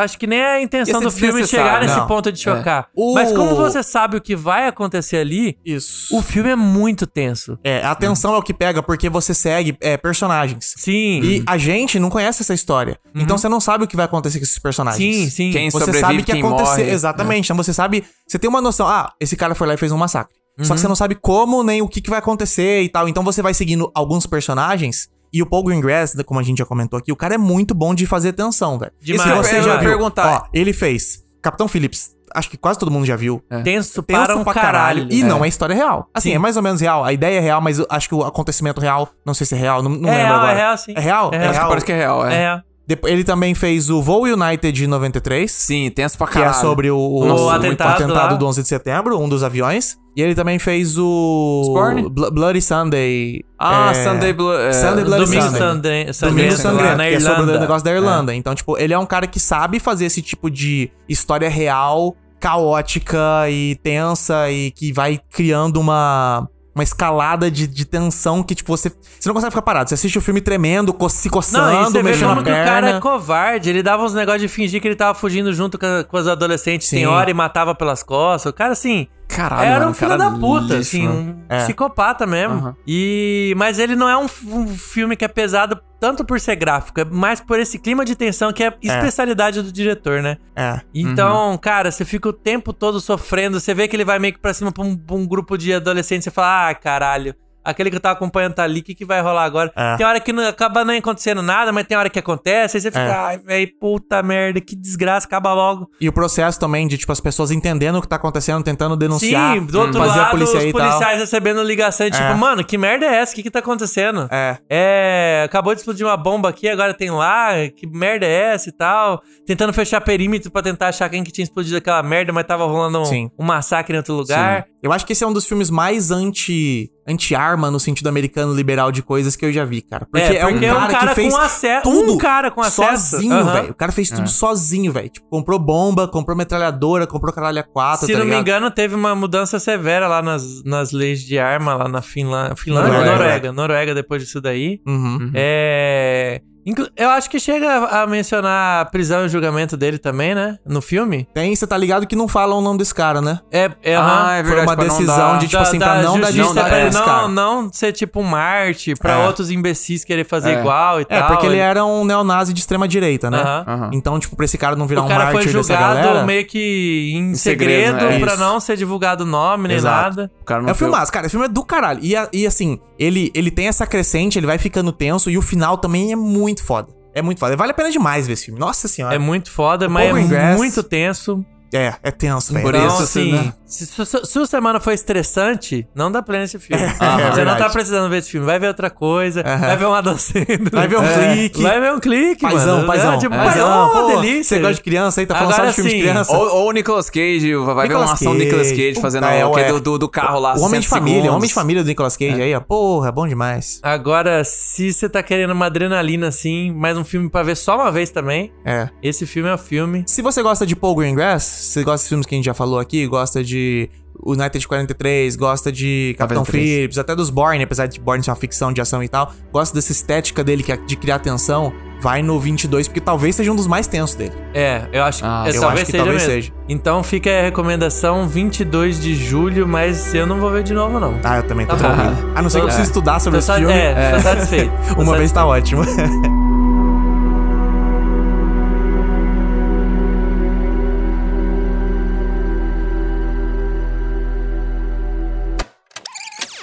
Speaker 4: acho que nem é a intenção
Speaker 2: Ia ser
Speaker 4: do filme
Speaker 2: desnecessário,
Speaker 4: chegar nesse
Speaker 3: não. É.
Speaker 4: ponto de chocar.
Speaker 3: O-
Speaker 4: Mas como você sabe o que vai acontecer ali,
Speaker 3: Isso.
Speaker 4: o filme é muito tenso.
Speaker 3: É,
Speaker 2: Uhum.
Speaker 3: a atenção é o que pega porque você segue é, personagens.
Speaker 4: Sim.
Speaker 3: E a gente não conhece essa história. Então você não sabe o que vai acontecer com esses personagens.
Speaker 4: Sim, sim.
Speaker 2: Uhum. Quem
Speaker 3: Você
Speaker 2: sobrevive,
Speaker 3: sabe o que
Speaker 2: quem
Speaker 3: aconteceu.
Speaker 2: morre. né?
Speaker 3: Exatamente. Então você sabe. Você tem uma noção. Ah, esse cara foi lá e fez um massacre.
Speaker 2: Uhum.
Speaker 3: Só que você não sabe como nem o que, que vai acontecer e tal. Então você vai seguindo alguns personagens. E o Paul Greengrass, né, como a gente já comentou aqui, o cara é muito bom de fazer tensão, velho.
Speaker 2: Demais.
Speaker 3: Isso
Speaker 2: Eu ia
Speaker 3: viu.
Speaker 2: perguntar.
Speaker 3: Ó, ele fez Capitão Phillips. Acho que quase todo mundo já viu
Speaker 2: É.
Speaker 3: tenso
Speaker 4: Tenso, para um
Speaker 3: pra
Speaker 4: caralho.
Speaker 3: caralho. E
Speaker 4: É.
Speaker 3: não é história real. Assim,
Speaker 4: Sim.
Speaker 3: é mais ou menos real. A ideia é real, mas eu acho que o acontecimento real, não sei se é real, não, não
Speaker 4: É
Speaker 3: lembro
Speaker 4: real,
Speaker 3: agora.
Speaker 4: é real, sim.
Speaker 3: É real?
Speaker 4: É
Speaker 3: É
Speaker 4: real.
Speaker 3: real.
Speaker 2: Acho que parece que é real, é.
Speaker 4: É.
Speaker 3: Depo- Ele também fez o Voo United de 93,
Speaker 2: Sim, tenso pra
Speaker 3: que
Speaker 2: caralho.
Speaker 3: é sobre o, o-
Speaker 2: Nossa,
Speaker 3: o
Speaker 2: muito
Speaker 4: atentado lá.
Speaker 3: do 11 de setembro, um dos aviões. E ele também fez o
Speaker 2: Sporn?
Speaker 3: Bl- Bloody Sunday.
Speaker 2: Ah,
Speaker 3: é,
Speaker 2: Sunday Blue. É...
Speaker 3: Sunday Bloody
Speaker 4: Domingo
Speaker 3: Sunday.
Speaker 4: Sangren-
Speaker 3: Domingo
Speaker 4: Sangrento, lá
Speaker 3: Sangrento,
Speaker 4: na
Speaker 3: que é sobre o
Speaker 4: Irlanda.
Speaker 3: negócio da Irlanda. Então, tipo, ele é um cara que sabe fazer esse tipo de história real, caótica e tensa e que vai criando uma, uma escalada de, de tensão que, tipo, você, você não consegue ficar parado. Você assiste o filme tremendo, co- se
Speaker 4: Não, e
Speaker 3: coçando,
Speaker 4: você vê
Speaker 3: mexendo a
Speaker 4: como que o cara é
Speaker 3: perna.
Speaker 4: covarde. Ele dava uns negócios de fingir que ele tava fugindo junto com, a- com as adolescentes
Speaker 3: Sim. Ah,
Speaker 4: tem hora e matava pelas costas. O cara, assim,
Speaker 2: Caralho,
Speaker 4: era
Speaker 2: mano,
Speaker 4: um filho
Speaker 2: cara
Speaker 4: da puta,
Speaker 2: lixo,
Speaker 4: assim,
Speaker 2: mano.
Speaker 4: um
Speaker 3: É.
Speaker 4: psicopata mesmo.
Speaker 2: Aham.
Speaker 4: E Mas ele não é um, f- um filme que é pesado tanto por ser gráfico, é mais por esse clima de tensão que é especialidade do diretor, né?
Speaker 3: É.
Speaker 4: Então, cara, você fica o tempo todo sofrendo. Você vê que ele vai meio que pra cima pra um, pra um grupo de adolescentes. Você fala, ah, caralho. Aquele que eu tava acompanhando tá ali, o que, que vai rolar agora?
Speaker 3: É.
Speaker 4: Tem hora que não acaba nem acontecendo nada, mas tem hora que acontece. Aí você fica,
Speaker 3: É.
Speaker 4: ai, velho, puta merda, que desgraça, acaba logo.
Speaker 3: E o processo também de, tipo, as pessoas entendendo o que tá acontecendo, tentando denunciar,
Speaker 4: Sim, do outro
Speaker 3: fazer
Speaker 4: lado,
Speaker 3: a polícia
Speaker 4: os
Speaker 3: aí e tal.
Speaker 4: policiais recebendo ligação, e tipo,
Speaker 3: É.
Speaker 4: mano, que merda é essa? O que que tá acontecendo?
Speaker 3: É.
Speaker 4: É, acabou de explodir uma bomba aqui, agora tem lá, que merda é essa e tal? Tentando fechar perímetro pra tentar achar quem que tinha explodido aquela merda, mas tava rolando um,
Speaker 3: Sim.
Speaker 4: um massacre em outro lugar.
Speaker 3: Eu acho que esse é um dos filmes mais anti anti-arma no sentido americano liberal de coisas que eu já vi, cara. Porque é,
Speaker 4: porque
Speaker 3: um, cara que fez
Speaker 4: com acesso.
Speaker 3: tudo
Speaker 4: Um cara com acesso.
Speaker 3: sozinho,
Speaker 4: aham. É.
Speaker 3: velho. O cara fez tudo sozinho, velho. Tipo, comprou bomba, comprou metralhadora, comprou caralho a quatro,
Speaker 4: Se
Speaker 3: tá
Speaker 4: não me
Speaker 3: ligado?
Speaker 4: engano, teve uma mudança severa lá nas, nas leis de arma, lá na Finlândia. Finlândia? Noruega.
Speaker 3: Noruega.
Speaker 4: Noruega. depois disso daí.
Speaker 3: Uhum.
Speaker 4: É. inclu- Eu acho que chega a mencionar a prisão e o julgamento dele também, né? No filme.
Speaker 3: Tem, você tá ligado que não falam o nome desse cara, né?
Speaker 4: É, é aham.
Speaker 2: Ah, é
Speaker 3: Foi
Speaker 2: verdade,
Speaker 3: uma
Speaker 2: pra não
Speaker 3: decisão
Speaker 2: dar-
Speaker 3: de, tipo assim, pra não dar
Speaker 4: justiça
Speaker 3: dinheiro
Speaker 4: pra
Speaker 3: pra
Speaker 4: ele
Speaker 3: esse cara.
Speaker 4: não, não ser tipo um Marte, pra
Speaker 3: É.
Speaker 4: outros imbecis querer fazer
Speaker 2: É.
Speaker 4: igual e
Speaker 3: É,
Speaker 4: tal.
Speaker 3: porque ele era um neonazi de extrema direita, né?
Speaker 4: Aham.
Speaker 2: Aham.
Speaker 3: Então, tipo, pra esse cara não virar
Speaker 4: o
Speaker 3: um
Speaker 4: cara foi
Speaker 3: mártir dessa galera...
Speaker 4: julgado meio que em, segredo,
Speaker 2: segredo, né?
Speaker 4: pra
Speaker 3: Isso.
Speaker 4: não ser divulgado o nome nem
Speaker 3: Exato.
Speaker 4: nada.
Speaker 2: O cara não
Speaker 3: É um
Speaker 2: foi-
Speaker 3: filmaço, cara. O filme é do caralho. E, a- e, assim, ele, ele tem essa crescente, ele vai ficando tenso e o final também é muito foda. É muito foda. Vale a pena demais ver esse filme. Nossa senhora.
Speaker 4: É muito foda, mas é
Speaker 3: Paul Greengrass-
Speaker 4: muito tenso.
Speaker 3: É, é tenso, velho.
Speaker 2: Por
Speaker 4: Então,
Speaker 2: isso,
Speaker 4: assim,
Speaker 2: né?
Speaker 4: se, se, se sua semana foi estressante, não dá play nesse filme.
Speaker 3: é
Speaker 4: Você não tá
Speaker 3: verdade.
Speaker 4: precisando ver esse filme. Vai ver outra coisa, vai ver uma dançando.
Speaker 3: Vai ver um clique.
Speaker 4: Vai ver um clique,
Speaker 3: Paizão,
Speaker 4: mano.
Speaker 3: paizão.
Speaker 4: É, tipo,
Speaker 3: paizão.
Speaker 4: paizão,
Speaker 3: Pô,
Speaker 4: delícia.
Speaker 3: Você gosta de criança aí? Tá falando
Speaker 4: Agora
Speaker 3: só de filme
Speaker 4: sim.
Speaker 3: de criança?
Speaker 2: Ou, ou o Nicolas Cage, vai ver uma
Speaker 3: Nicolas
Speaker 2: ação do Nicolas Cage
Speaker 3: Puta,
Speaker 2: fazendo
Speaker 3: é,
Speaker 2: o que
Speaker 3: é.
Speaker 2: do, do, do carro lá.
Speaker 3: O Homem de
Speaker 2: 60
Speaker 3: Família,
Speaker 2: segundos.
Speaker 3: o Homem de Família do Nicolas Cage aí, ó. Porra, é bom demais.
Speaker 4: Agora, se você tá querendo uma adrenalina assim, mais um filme pra ver só uma vez também,
Speaker 3: É.
Speaker 4: esse filme é o filme.
Speaker 3: Se você gosta de Paul Greengrass, se você gosta de filmes que a gente já falou aqui, gosta de United 43, gosta de Capitão
Speaker 2: 43.
Speaker 3: Phillips, até dos Bourne, apesar de Bourne ser uma ficção de ação e tal, gosta dessa estética dele que é de criar tensão, vai no 22, porque talvez seja um dos mais tensos dele.
Speaker 4: É, eu acho,
Speaker 2: Ah,
Speaker 4: é,
Speaker 2: eu
Speaker 3: Eu
Speaker 4: talvez
Speaker 3: acho que
Speaker 4: seja
Speaker 3: talvez
Speaker 4: mesmo.
Speaker 3: seja.
Speaker 4: Então fica aí a recomendação 22 de julho, mas eu não vou ver de novo não.
Speaker 3: Ah, eu também tô
Speaker 4: Tá bom.
Speaker 3: tranquilo. A não ser que eu precise estudar sobre
Speaker 4: Tô,
Speaker 3: esse
Speaker 4: sa
Speaker 3: filme.
Speaker 4: é, tô
Speaker 2: É.
Speaker 4: satisfeito. Tô
Speaker 3: Uma
Speaker 4: satisfeito.
Speaker 3: vez tá ótimo.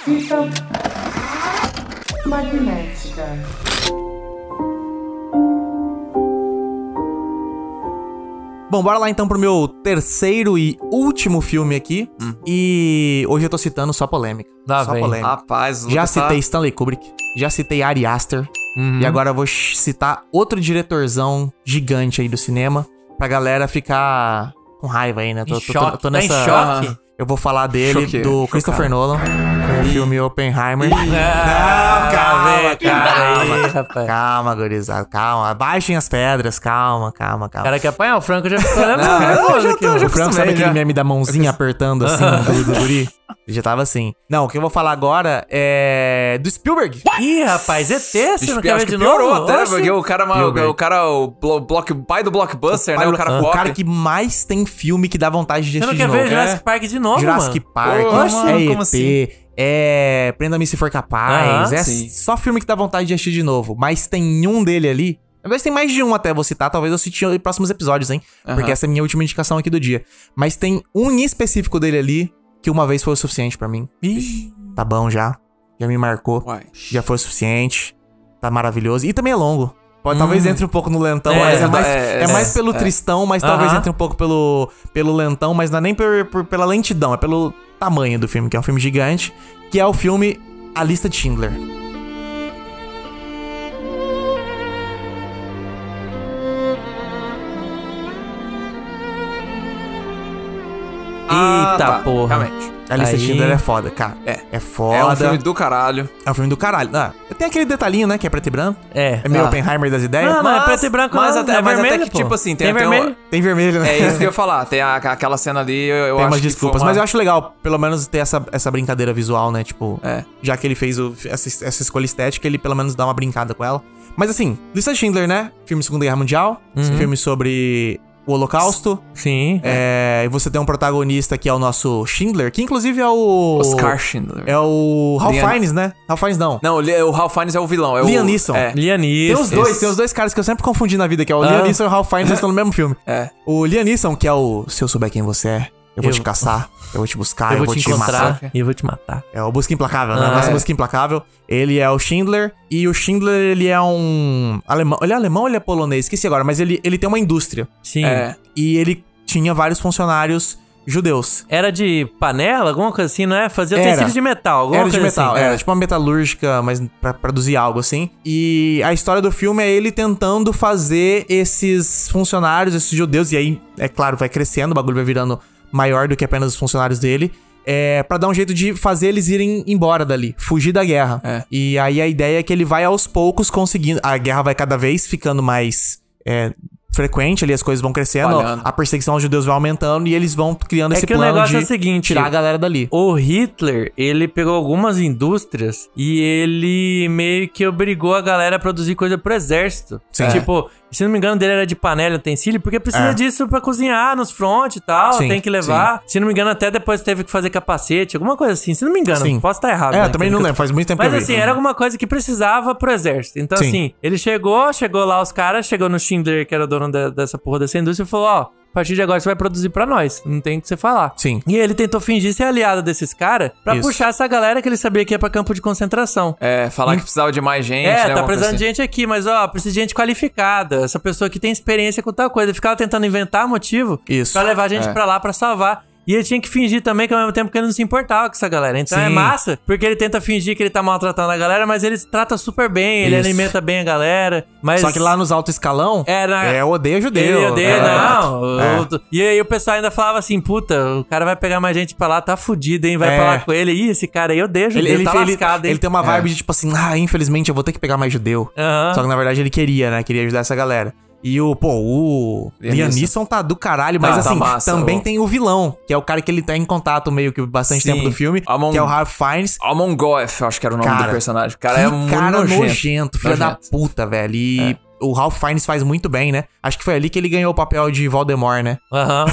Speaker 1: Fita magnética.
Speaker 3: Bom, bora lá então pro meu terceiro e último filme aqui. E hoje eu tô citando só polêmica.
Speaker 4: Hum. Lá
Speaker 3: só
Speaker 4: vem. Ah,
Speaker 3: polêmica.
Speaker 2: Rapaz, o
Speaker 3: né? Já
Speaker 2: Lucas tá-
Speaker 3: citei Stanley Kubrick, já citei Ari Aster,
Speaker 4: Uhum.
Speaker 3: e agora eu vou ch- citar outro diretorzão gigante aí do cinema, pra galera ficar com raiva aí, né?
Speaker 4: Em choque, tá em choque?
Speaker 3: Eu vou falar dele,
Speaker 2: Choquei,
Speaker 3: do
Speaker 2: chocado.
Speaker 3: Christopher Nolan, com o filme Oppenheimer.
Speaker 4: Ah,
Speaker 3: calma,
Speaker 4: vem, cara, aí, rapaz.
Speaker 3: Calma, gurizada, calma. Abaixem as pedras, calma, calma,
Speaker 4: O
Speaker 3: calma.
Speaker 4: cara quer apanhar o Franco, já ficou nervoso aqui, mano.
Speaker 3: o Franco sabe
Speaker 2: acostumei,
Speaker 3: aquele
Speaker 2: já.
Speaker 3: meme da mãozinha apertando assim do, do guri? Ele já tava assim. Não, o que eu vou falar agora é do Spielberg.
Speaker 4: Ih, rapaz, ET, você não
Speaker 2: Acho
Speaker 4: quer ver
Speaker 2: que
Speaker 4: é de
Speaker 2: piorou
Speaker 4: novo?
Speaker 2: até,
Speaker 4: Oxe.
Speaker 2: porque o cara, é
Speaker 3: Spielberg.
Speaker 2: o, o cara, o, blo- block, o pai do blockbuster, né? O cara
Speaker 3: o
Speaker 2: pop.
Speaker 3: cara que mais tem filme que dá vontade de
Speaker 4: Ah. Você não
Speaker 3: assistir de
Speaker 4: quer
Speaker 3: novo. É
Speaker 4: ver Jurassic Park de novo,
Speaker 3: Jurassic
Speaker 4: mano?
Speaker 3: Park,
Speaker 2: Ô, mano,
Speaker 3: é ET,
Speaker 2: como assim?
Speaker 3: é Prenda-me se for capaz,
Speaker 4: Aham,
Speaker 3: é
Speaker 2: sim.
Speaker 3: só filme que dá vontade de assistir de novo, mas tem um dele ali. Talvez tem mais de um até vou citar, talvez eu cite em próximos episódios, hein? Porque
Speaker 2: Aham.
Speaker 3: essa é a minha última indicação aqui do dia. Mas tem um em específico dele ali que uma vez foi o suficiente pra mim.
Speaker 4: Ih,
Speaker 3: Tá bom já. Já me marcou.
Speaker 2: Uai.
Speaker 3: Já foi o suficiente. Tá maravilhoso. E também é longo. Pode, Talvez entre um pouco no lentão,
Speaker 4: É,
Speaker 3: mas é,
Speaker 4: é,
Speaker 3: mais, é,
Speaker 2: Hum. é,
Speaker 3: mais pelo tristão, mas talvez
Speaker 4: Aham.
Speaker 3: entre um pouco pelo, pelo lentão, mas não é nem por- por- pela lentidão, é pelo tamanho do filme, que é um filme gigante, que é o filme A Lista de Schindler.
Speaker 2: Ah,
Speaker 4: Eita
Speaker 2: tá.
Speaker 4: porra.
Speaker 2: Calma aí.
Speaker 3: A Lista de
Speaker 4: Aí-
Speaker 3: Schindler é foda, cara.
Speaker 2: É.
Speaker 3: É foda.
Speaker 2: É um filme do caralho.
Speaker 3: do caralho. Ah, tem aquele detalhinho, né, que é preto e branco.
Speaker 4: É.
Speaker 3: É meio
Speaker 2: Ah.
Speaker 3: Oppenheimer das ideias. Ah,
Speaker 4: Não, não, é preto e branco,
Speaker 2: mas
Speaker 4: não,
Speaker 2: até,
Speaker 4: é
Speaker 2: mas até
Speaker 4: vermelho,
Speaker 2: que,
Speaker 4: pô.
Speaker 2: tipo assim, tem,
Speaker 4: Tem
Speaker 2: tem um-
Speaker 4: vermelho?
Speaker 3: Tem vermelho, né?
Speaker 2: É isso que eu ia falar. Tem a- aquela cena ali, eu, eu
Speaker 3: Tem
Speaker 2: acho
Speaker 3: umas
Speaker 2: que foi
Speaker 3: desculpas,
Speaker 2: uma-
Speaker 3: mas eu acho legal, pelo menos, ter essa, essa brincadeira visual, né? Tipo,
Speaker 2: É.
Speaker 3: já que ele fez o- essa, essa escolha estética, ele pelo menos dá uma brincada com ela. Mas assim, Lista de Schindler, né? Filme de Segunda Guerra Mundial, filme sobre o Holocausto.
Speaker 4: Sim.
Speaker 3: É, e você tem um protagonista que é o nosso Schindler, que inclusive é o.
Speaker 2: Oscar Schindler.
Speaker 3: É o Ralph
Speaker 2: Liam-
Speaker 3: Fiennes, né? Ralph Fiennes não.
Speaker 2: Não, o Li- o Ralph Fiennes é o vilão. É
Speaker 3: Liam
Speaker 2: o...
Speaker 3: Neeson.
Speaker 2: É.
Speaker 4: Lianis.
Speaker 3: Tem os dois, tem os dois caras que eu sempre confundi na vida, que é o Liam
Speaker 4: Ah.
Speaker 3: Neeson e o Ralph Fiennes, eles estão no mesmo filme.
Speaker 2: É.
Speaker 3: O Liam Neeson, que é o Se Eu Souber Quem Você É, eu vou
Speaker 4: Eu-
Speaker 3: te caçar, eu vou te buscar,
Speaker 4: Eu vou te
Speaker 3: matar.
Speaker 4: encontrar e eu vou te matar.
Speaker 3: É o Busca Implacável, né?
Speaker 4: Ah,
Speaker 3: Nossa
Speaker 4: é.
Speaker 3: Busca Implacável. Ele é o Schindler. E o Schindler, ele é um. Alemão. Ele é alemão ou ele é polonês? Esqueci agora, mas ele, ele tem uma indústria.
Speaker 4: Sim.
Speaker 2: É.
Speaker 3: E ele tinha vários funcionários judeus.
Speaker 4: Era de panela, alguma coisa assim, não é? Fazia
Speaker 3: Era.
Speaker 4: tecido de metal, alguma
Speaker 3: Era de
Speaker 4: coisa
Speaker 3: metal,
Speaker 4: assim.
Speaker 3: era tipo uma metalúrgica, mas pra produzir algo assim. E a história do filme é ele tentando fazer esses funcionários, esses judeus, e aí, é claro, vai crescendo, o bagulho vai virando maior do que apenas os funcionários dele. É, pra dar um jeito de fazer eles irem embora dali, fugir da guerra.
Speaker 2: É.
Speaker 3: E aí a ideia é que ele vai aos poucos conseguindo. A guerra vai cada vez ficando mais é, frequente ali, as coisas vão crescendo,
Speaker 2: Falhando.
Speaker 3: a perseguição aos judeus vai aumentando e eles vão criando
Speaker 4: É
Speaker 3: esse
Speaker 4: que o
Speaker 3: plano
Speaker 4: negócio é
Speaker 3: de
Speaker 4: o seguinte.
Speaker 3: tirar a galera dali.
Speaker 4: O Hitler, ele pegou algumas indústrias e ele meio que obrigou a galera a produzir coisa pro exército.
Speaker 3: Sim.
Speaker 4: Tipo, se não me engano, dele era de panela e utensílio, porque precisa
Speaker 3: É.
Speaker 4: disso pra cozinhar nos front e tal,
Speaker 3: Sim,
Speaker 4: tem que levar. Se não me engano, até depois teve que fazer capacete, alguma coisa assim. Se não me engano,
Speaker 3: Sim.
Speaker 4: posso estar errado.
Speaker 3: É,
Speaker 4: né?
Speaker 3: eu também não
Speaker 4: Porque
Speaker 3: lembro, faz muito tempo
Speaker 4: Mas
Speaker 3: que eu vi.
Speaker 4: assim, era alguma coisa que precisava pro exército. Então,
Speaker 3: Sim.
Speaker 4: assim, ele chegou, chegou lá os caras, chegou no Schindler, que era dono da- dessa porra dessa indústria, e falou: ó, a partir de agora você vai produzir pra nós. Não tem o que você falar.
Speaker 3: Sim.
Speaker 4: E ele tentou fingir ser aliado desses caras pra
Speaker 3: Isso.
Speaker 4: puxar essa galera que ele sabia que ia pra campo de concentração.
Speaker 2: É, falar que precisava de mais gente, né?
Speaker 4: É, tá
Speaker 2: alguma coisa
Speaker 4: precisando de
Speaker 2: assim.
Speaker 4: gente aqui, mas ó, precisa de gente qualificada. Essa pessoa que tem experiência com tal coisa. Ele ficava tentando inventar motivo
Speaker 3: Isso.
Speaker 4: pra levar a gente
Speaker 2: É.
Speaker 4: pra lá pra salvar. E ele tinha que fingir também que ao mesmo tempo que ele não se importava com essa galera. Então é
Speaker 3: Sim.
Speaker 4: massa, porque ele tenta fingir que ele tá maltratando a galera, mas ele trata super bem, ele
Speaker 3: Isso.
Speaker 4: alimenta bem a galera. Mas
Speaker 3: Só que lá nos alto escalão,
Speaker 4: É, na-
Speaker 3: é eu odeio judeu.
Speaker 4: ele odeia,
Speaker 3: é,
Speaker 4: não.
Speaker 3: É.
Speaker 4: eu- E aí o pessoal ainda falava assim, puta, o cara vai pegar mais gente pra lá, tá fudido, hein? Vai
Speaker 3: É.
Speaker 4: pra lá com ele. Ih, esse cara aí eu deixo,
Speaker 3: Ele, ele,
Speaker 4: tá
Speaker 3: ele-
Speaker 4: lascado, hein?
Speaker 3: ele tem uma vibe
Speaker 2: É.
Speaker 3: de tipo assim, ah, infelizmente eu vou ter que pegar mais judeu.
Speaker 4: Aham.
Speaker 3: Só que na verdade ele queria, né? Queria ajudar essa galera. E o, pô, o
Speaker 2: Liam
Speaker 3: Liam
Speaker 2: Neeson.
Speaker 3: Neeson tá do caralho, mas
Speaker 2: Tá, tá
Speaker 3: assim,
Speaker 2: massa,
Speaker 3: também
Speaker 2: o-
Speaker 3: tem o vilão, que é o cara que ele tá em contato meio que bastante
Speaker 2: Sim.
Speaker 3: tempo do filme,
Speaker 2: Amon-
Speaker 3: que é o Ralph Fiennes.
Speaker 2: Amon Goeth, acho que era o nome
Speaker 3: Cara,
Speaker 2: do personagem. O cara é
Speaker 3: que
Speaker 2: muito
Speaker 3: cara nojento, filha da
Speaker 2: Nojento. É.
Speaker 3: puta, velho. E o Ralph Fiennes faz muito bem, né? Acho que foi ali que ele ganhou o papel de Voldemort, né?
Speaker 4: Aham.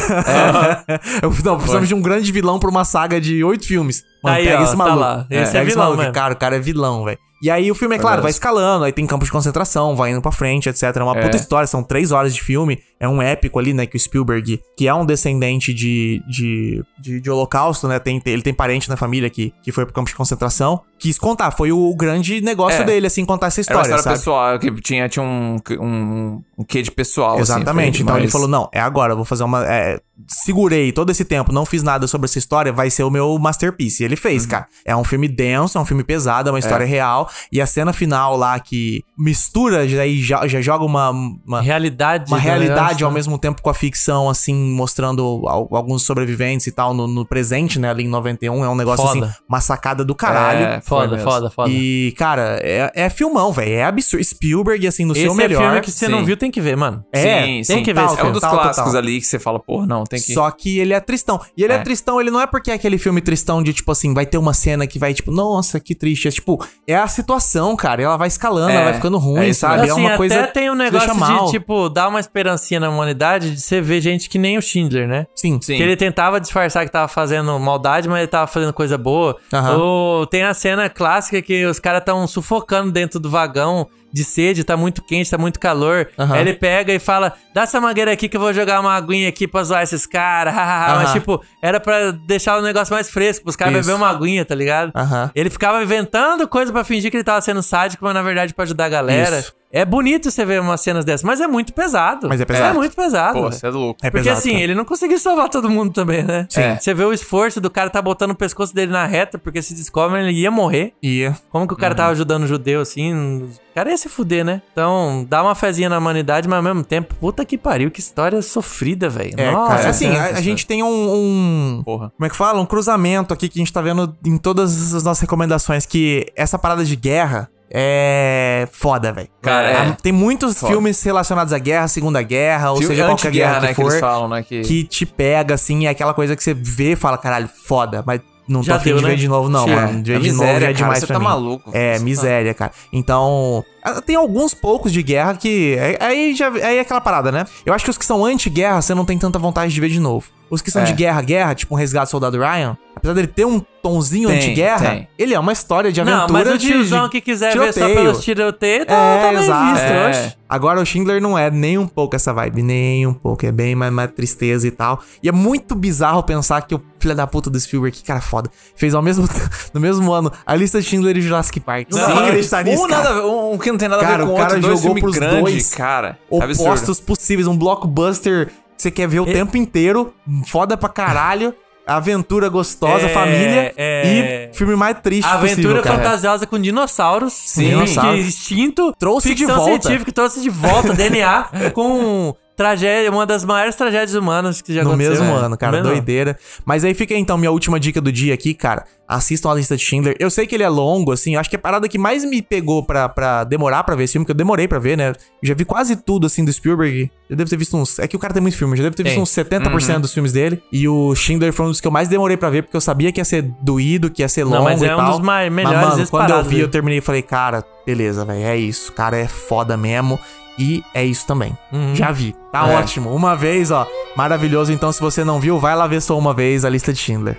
Speaker 3: Eu- Não, precisamos de um grande vilão pra uma saga de oito filmes. Mano,
Speaker 4: Aí,
Speaker 3: pega
Speaker 4: ó,
Speaker 3: esse
Speaker 4: tá
Speaker 3: maluco.
Speaker 4: lá. Esse é
Speaker 3: pega
Speaker 4: vilão
Speaker 3: maluco.
Speaker 4: mesmo.
Speaker 3: Cara, o cara é vilão, velho. E aí o filme, é claro, vai
Speaker 2: Deus.
Speaker 3: escalando, aí tem campo de concentração, vai indo pra frente, etc. É uma
Speaker 2: É.
Speaker 3: puta história, são três horas de filme. É um épico ali, né, que o Spielberg, que é um descendente de, de, de, de holocausto, né, tem, tem- ele tem parente na família que, que foi pro campo de concentração, quis contar. Foi o grande negócio
Speaker 2: É.
Speaker 3: dele, assim, contar essa
Speaker 2: Era uma
Speaker 3: história,
Speaker 2: história
Speaker 3: sabe?
Speaker 2: pessoal, que tinha, tinha um, um, um quê de pessoal. assim,
Speaker 3: Exatamente.
Speaker 2: foi
Speaker 3: então ele
Speaker 2: mais-
Speaker 3: falou: não, é agora, eu vou fazer uma. é, segurei todo esse tempo, não fiz nada sobre essa história, vai ser o meu masterpiece. E ele fez,
Speaker 4: Uhum.
Speaker 3: cara. É um filme denso, é um filme pesado, é uma história real. E a cena final lá que mistura já, e já, já joga uma- uma
Speaker 4: Realidade. né?
Speaker 3: uma
Speaker 4: do
Speaker 3: realidade
Speaker 4: negócio,
Speaker 3: ao mesmo tempo com a ficção, assim, mostrando al- alguns sobreviventes e tal no, no presente, né? Ali em 91. É um negócio,
Speaker 4: Foda.
Speaker 3: assim, uma sacada do caralho.
Speaker 2: É, foi
Speaker 4: Foda,
Speaker 2: mesmo.
Speaker 4: foda, foda.
Speaker 3: E, cara, é, é filmão, velho. É absurdo. Spielberg, assim, no
Speaker 4: Esse
Speaker 3: seu
Speaker 4: é
Speaker 3: melhor.
Speaker 4: filme que você não
Speaker 2: sim.
Speaker 4: viu, tem que ver, mano.
Speaker 3: É,
Speaker 2: sim,
Speaker 4: tem
Speaker 2: sim.
Speaker 4: que ver esse
Speaker 2: É um
Speaker 4: filme.
Speaker 2: dos
Speaker 3: Tal,
Speaker 2: clássicos
Speaker 3: total.
Speaker 2: ali que você fala, porra, não, tem que.
Speaker 3: Só que ele é tristão. E ele é.
Speaker 2: É.
Speaker 3: tristão, ele não é porque é aquele filme tristão de, tipo assim, vai ter uma cena que vai, tipo, nossa, que triste. É, tipo, é a situação, cara. Ela vai escalando,
Speaker 2: É.
Speaker 3: ela vai ficando ruim,
Speaker 2: É isso
Speaker 3: sabe?
Speaker 2: mesmo.
Speaker 3: é
Speaker 4: Assim,
Speaker 3: uma
Speaker 4: até
Speaker 3: coisa.
Speaker 4: tem um
Speaker 3: que deixa
Speaker 4: negócio
Speaker 3: mal.
Speaker 4: de, tipo, dar uma esperancinha na humanidade de você ver gente que nem o Schindler, né?
Speaker 3: Sim,
Speaker 2: Sim.
Speaker 4: Que ele tentava disfarçar que tava fazendo maldade, mas ele tava fazendo coisa boa.
Speaker 3: Aham.
Speaker 4: Ou tem a cena clássica que os caras tão sufocando dentro do vagão de sede, tá muito quente, tá muito calor.
Speaker 3: Aham.
Speaker 4: Aí ele pega e fala: dá essa mangueira aqui que eu vou jogar uma aguinha aqui pra zoar esses caras. Mas,
Speaker 3: Aham.
Speaker 4: tipo, era pra deixar o negócio mais fresco, pros caras
Speaker 3: Isso.
Speaker 4: beberem uma aguinha, tá ligado?
Speaker 3: Aham.
Speaker 4: Ele ficava inventando coisa pra fingir que ele tava sendo sádico, mas na verdade pra ajudar a galera.
Speaker 3: Isso.
Speaker 4: É bonito você ver umas cenas dessas, mas é muito pesado.
Speaker 3: Mas é pesado.
Speaker 4: É muito pesado.
Speaker 2: Pô,
Speaker 4: velho.
Speaker 2: você é louco.
Speaker 3: É
Speaker 4: Porque
Speaker 3: pesado,
Speaker 4: assim,
Speaker 3: cara.
Speaker 4: ele não conseguiu salvar todo mundo também, né?
Speaker 2: Sim.
Speaker 4: Você vê o esforço do cara tá botando o pescoço dele na reta, porque se descobre ele ia morrer.
Speaker 3: E
Speaker 4: Como que o cara
Speaker 3: Uhum.
Speaker 4: tava ajudando o judeu assim? O cara ia se fuder, né? Então, dá uma fezinha na humanidade, mas ao mesmo tempo, puta que pariu, que história sofrida, velho.
Speaker 3: É,
Speaker 4: Nossa,
Speaker 3: cara. Assim,
Speaker 4: senhora.
Speaker 3: a, a gente tem um, um-
Speaker 2: Porra.
Speaker 3: Como é que fala? Um cruzamento aqui que a gente tá vendo em todas as nossas recomendações. Que essa parada de guerra é foda, velho.
Speaker 2: Cara,
Speaker 3: A-
Speaker 2: é.
Speaker 3: Tem muitos
Speaker 2: Foda.
Speaker 3: filmes relacionados à guerra, Segunda Guerra, ou seja, qualquer guerra
Speaker 2: né?
Speaker 3: que
Speaker 2: Que eles
Speaker 3: for.
Speaker 2: falam, né? Que...
Speaker 3: Que te pega, assim, é aquela coisa que você vê e fala, caralho, foda. Mas não
Speaker 4: Já
Speaker 3: tô afim
Speaker 4: deu,
Speaker 3: de
Speaker 4: né?
Speaker 3: ver de novo, não,
Speaker 2: É,
Speaker 3: mano. De
Speaker 2: é
Speaker 3: ver de novo
Speaker 2: miséria,
Speaker 3: já é
Speaker 2: cara,
Speaker 3: demais
Speaker 2: você
Speaker 3: pra
Speaker 2: tá
Speaker 3: mim.
Speaker 2: maluco.
Speaker 3: É,
Speaker 2: Você tá-
Speaker 3: miséria, cara. Então, ah, tem alguns poucos de guerra que. aí- Aí já aí é aquela parada, né? Eu acho que os que são anti-guerra, você não tem tanta vontade de ver de novo. Os que são
Speaker 2: É.
Speaker 3: de guerra, guerra, tipo um resgate do soldado Ryan, apesar dele ter um tonzinho
Speaker 2: Tem,
Speaker 3: anti-guerra,
Speaker 2: tem.
Speaker 3: ele é uma história de aventura.
Speaker 4: Não, mas o
Speaker 3: de-
Speaker 4: tiozão
Speaker 3: de
Speaker 4: que quiser ver
Speaker 3: tiroteio.
Speaker 4: só pelos tiroteios, tá, tá
Speaker 3: É,
Speaker 4: bem
Speaker 3: exato.
Speaker 4: visto,
Speaker 2: É.
Speaker 4: oxe.
Speaker 3: Agora o Schindler não é nem um pouco essa vibe, nem um pouco. É bem mais, mais tristeza e tal. E é muito bizarro pensar que o filho da puta do Spielberg, que cara é foda, fez ao mesmo no mesmo ano a lista de Schindler e Jurassic Park.
Speaker 4: Não,
Speaker 3: Sim,
Speaker 4: não
Speaker 3: acreditar nisso,
Speaker 2: um,
Speaker 3: cara.
Speaker 2: nada, a ver- um, um que não tem nada
Speaker 3: Cara,
Speaker 2: a ver com
Speaker 3: o
Speaker 2: o
Speaker 3: cara
Speaker 2: outro, dois
Speaker 3: jogou
Speaker 2: filme
Speaker 3: pros
Speaker 2: grande,
Speaker 3: dois
Speaker 2: cara. é
Speaker 3: opostos
Speaker 2: Absurdo.
Speaker 3: possíveis, um blockbuster que você quer ver
Speaker 4: É.
Speaker 3: o tempo inteiro, foda pra caralho, aventura gostosa,
Speaker 4: É,
Speaker 3: família
Speaker 4: é.
Speaker 3: e filme mais triste
Speaker 4: Aventura
Speaker 3: é possível, cara.
Speaker 4: fantasiosa com dinossauros. Sim,
Speaker 3: Dinossauro.
Speaker 4: Que extinto.
Speaker 3: Trouxe de
Speaker 4: ficção
Speaker 3: volta.
Speaker 4: científica trouxe de volta DNA com tragédia, uma das maiores tragédias humanas que já
Speaker 3: No
Speaker 4: aconteceu.
Speaker 3: mesmo
Speaker 4: É.
Speaker 3: ano, cara,
Speaker 4: No mesmo ano.
Speaker 3: doideira. Mas aí fica então minha última dica do dia aqui, cara. Assistam a lista de Schindler. Eu sei que ele é longo, assim, eu acho que a parada que mais me pegou pra, pra demorar pra ver esse filme, que eu demorei pra ver, né? Eu já vi quase tudo, assim, do Spielberg. Eu devo ter visto uns. É que o cara tem muito filme, eu já devo ter visto
Speaker 4: Tem. Uhum.
Speaker 3: uns 70% dos filmes dele. E o Schindler foi um dos que eu mais demorei pra ver, porque eu sabia que ia ser doído, que ia ser longo.
Speaker 4: Não, mas
Speaker 3: e
Speaker 4: é um
Speaker 3: tal.
Speaker 4: dos mai-
Speaker 3: Mas,
Speaker 4: melhores
Speaker 3: mano, quando eu
Speaker 4: disparados,
Speaker 3: vi, eu
Speaker 4: né?
Speaker 3: terminei e falei, cara, beleza, velho, é isso. Cara, é foda mesmo. E é isso também. Já vi. Tá
Speaker 2: É.
Speaker 3: ótimo. Uma vez, ó. Maravilhoso. Então, se você não viu, vai lá ver só uma vez a lista de Schindler.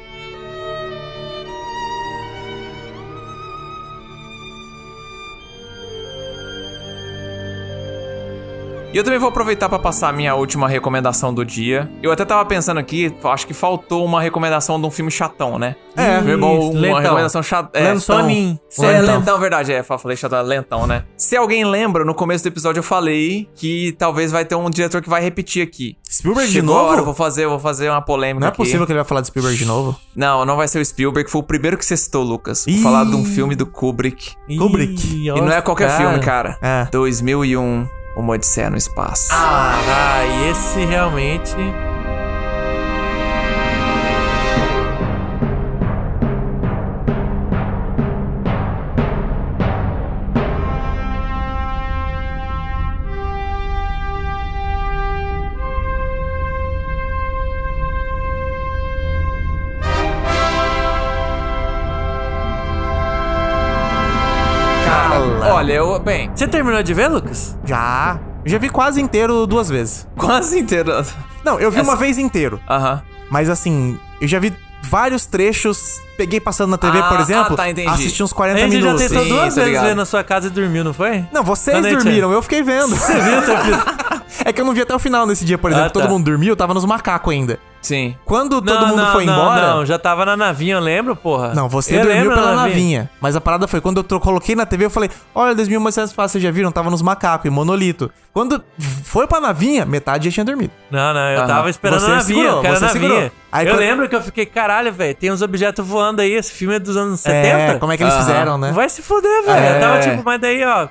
Speaker 2: E eu também vou aproveitar pra passar a minha última recomendação do dia. Eu até tava pensando aqui, acho que faltou uma recomendação de um filme chatão, né?
Speaker 3: É,
Speaker 2: Filme bom, uma
Speaker 4: lentão.
Speaker 2: recomendação chata. É,
Speaker 4: Lentão. Soninho.
Speaker 2: Se é
Speaker 3: Lentão.
Speaker 2: lentão, verdade. É, fa- falei chatão, é lentão, né? Se alguém lembra, no começo do episódio eu falei que talvez vai ter um diretor que vai repetir aqui.
Speaker 3: Spielberg
Speaker 2: Chegou
Speaker 3: de
Speaker 2: a hora, eu
Speaker 3: novo?
Speaker 2: vou fazer, eu vou fazer uma polêmica
Speaker 3: Não é
Speaker 2: aqui.
Speaker 3: possível que ele vai falar de Spielberg de novo.
Speaker 2: Não, não vai ser o Spielberg, foi o primeiro que você citou, Lucas. Vou
Speaker 3: Ih.
Speaker 2: falar de um filme do Kubrick.
Speaker 4: Ih,
Speaker 3: Kubrick.
Speaker 2: E não é qualquer
Speaker 4: cara.
Speaker 2: filme, cara.
Speaker 3: É.
Speaker 2: 2001, Uma Odisseia no Espaço.
Speaker 4: Ah, esse realmente.
Speaker 3: Cala.
Speaker 2: Olha, eu, bem,
Speaker 4: Você terminou de ver, Lucas?
Speaker 3: Já. Eu já vi quase inteiro duas vezes.
Speaker 2: quase inteiro.
Speaker 3: Não, eu vi
Speaker 2: Essa-
Speaker 3: uma vez inteiro.
Speaker 2: Aham.
Speaker 3: Mas assim, eu já vi vários trechos. Peguei passando na TV,
Speaker 2: Ah,
Speaker 3: por exemplo.
Speaker 2: ah, tá, entendi.
Speaker 3: Assisti uns 40
Speaker 4: Andy já
Speaker 3: minutos.
Speaker 4: tentou
Speaker 2: Sim,
Speaker 4: duas
Speaker 2: tô
Speaker 4: vezes
Speaker 2: ligado.
Speaker 4: ver na sua casa e dormiu, não foi?
Speaker 3: Não, vocês
Speaker 4: Tá na
Speaker 3: dormiram, eu fiquei vendo. Você viu, É que eu não vi até o final nesse dia, por exemplo.
Speaker 4: Ah,
Speaker 3: Todo
Speaker 4: tá.
Speaker 3: mundo dormiu, eu tava nos macacos ainda.
Speaker 2: Sim.
Speaker 3: Quando
Speaker 4: Não,
Speaker 3: todo mundo
Speaker 4: não,
Speaker 3: foi
Speaker 4: não,
Speaker 3: embora.
Speaker 4: Não, já tava na navinha, eu lembro, porra.
Speaker 3: Não, você
Speaker 4: eu
Speaker 3: dormiu
Speaker 4: lembro
Speaker 3: pela
Speaker 4: na
Speaker 3: navinha. Mas a parada foi quando eu tro- coloquei na TV, eu falei: Olha, 2100 passos, vocês já viram? Tava nos macacos, em monolito. Quando foi pra navinha, metade já tinha dormido.
Speaker 4: Não, não, eu
Speaker 2: Aham.
Speaker 4: tava esperando
Speaker 3: Ah, Você
Speaker 4: a navinha,
Speaker 3: segurou,
Speaker 4: eu quero a
Speaker 3: você
Speaker 4: navinha.
Speaker 3: segurou. Aí
Speaker 4: eu
Speaker 3: quando-
Speaker 4: lembro que eu fiquei, caralho, velho, tem uns objetos voando aí, esse filme é dos anos 70.
Speaker 3: É, como é que eles
Speaker 2: Aham.
Speaker 3: fizeram, né?
Speaker 4: Vai se fuder, velho.
Speaker 3: É.
Speaker 4: Eu tava tipo, mas daí, ó.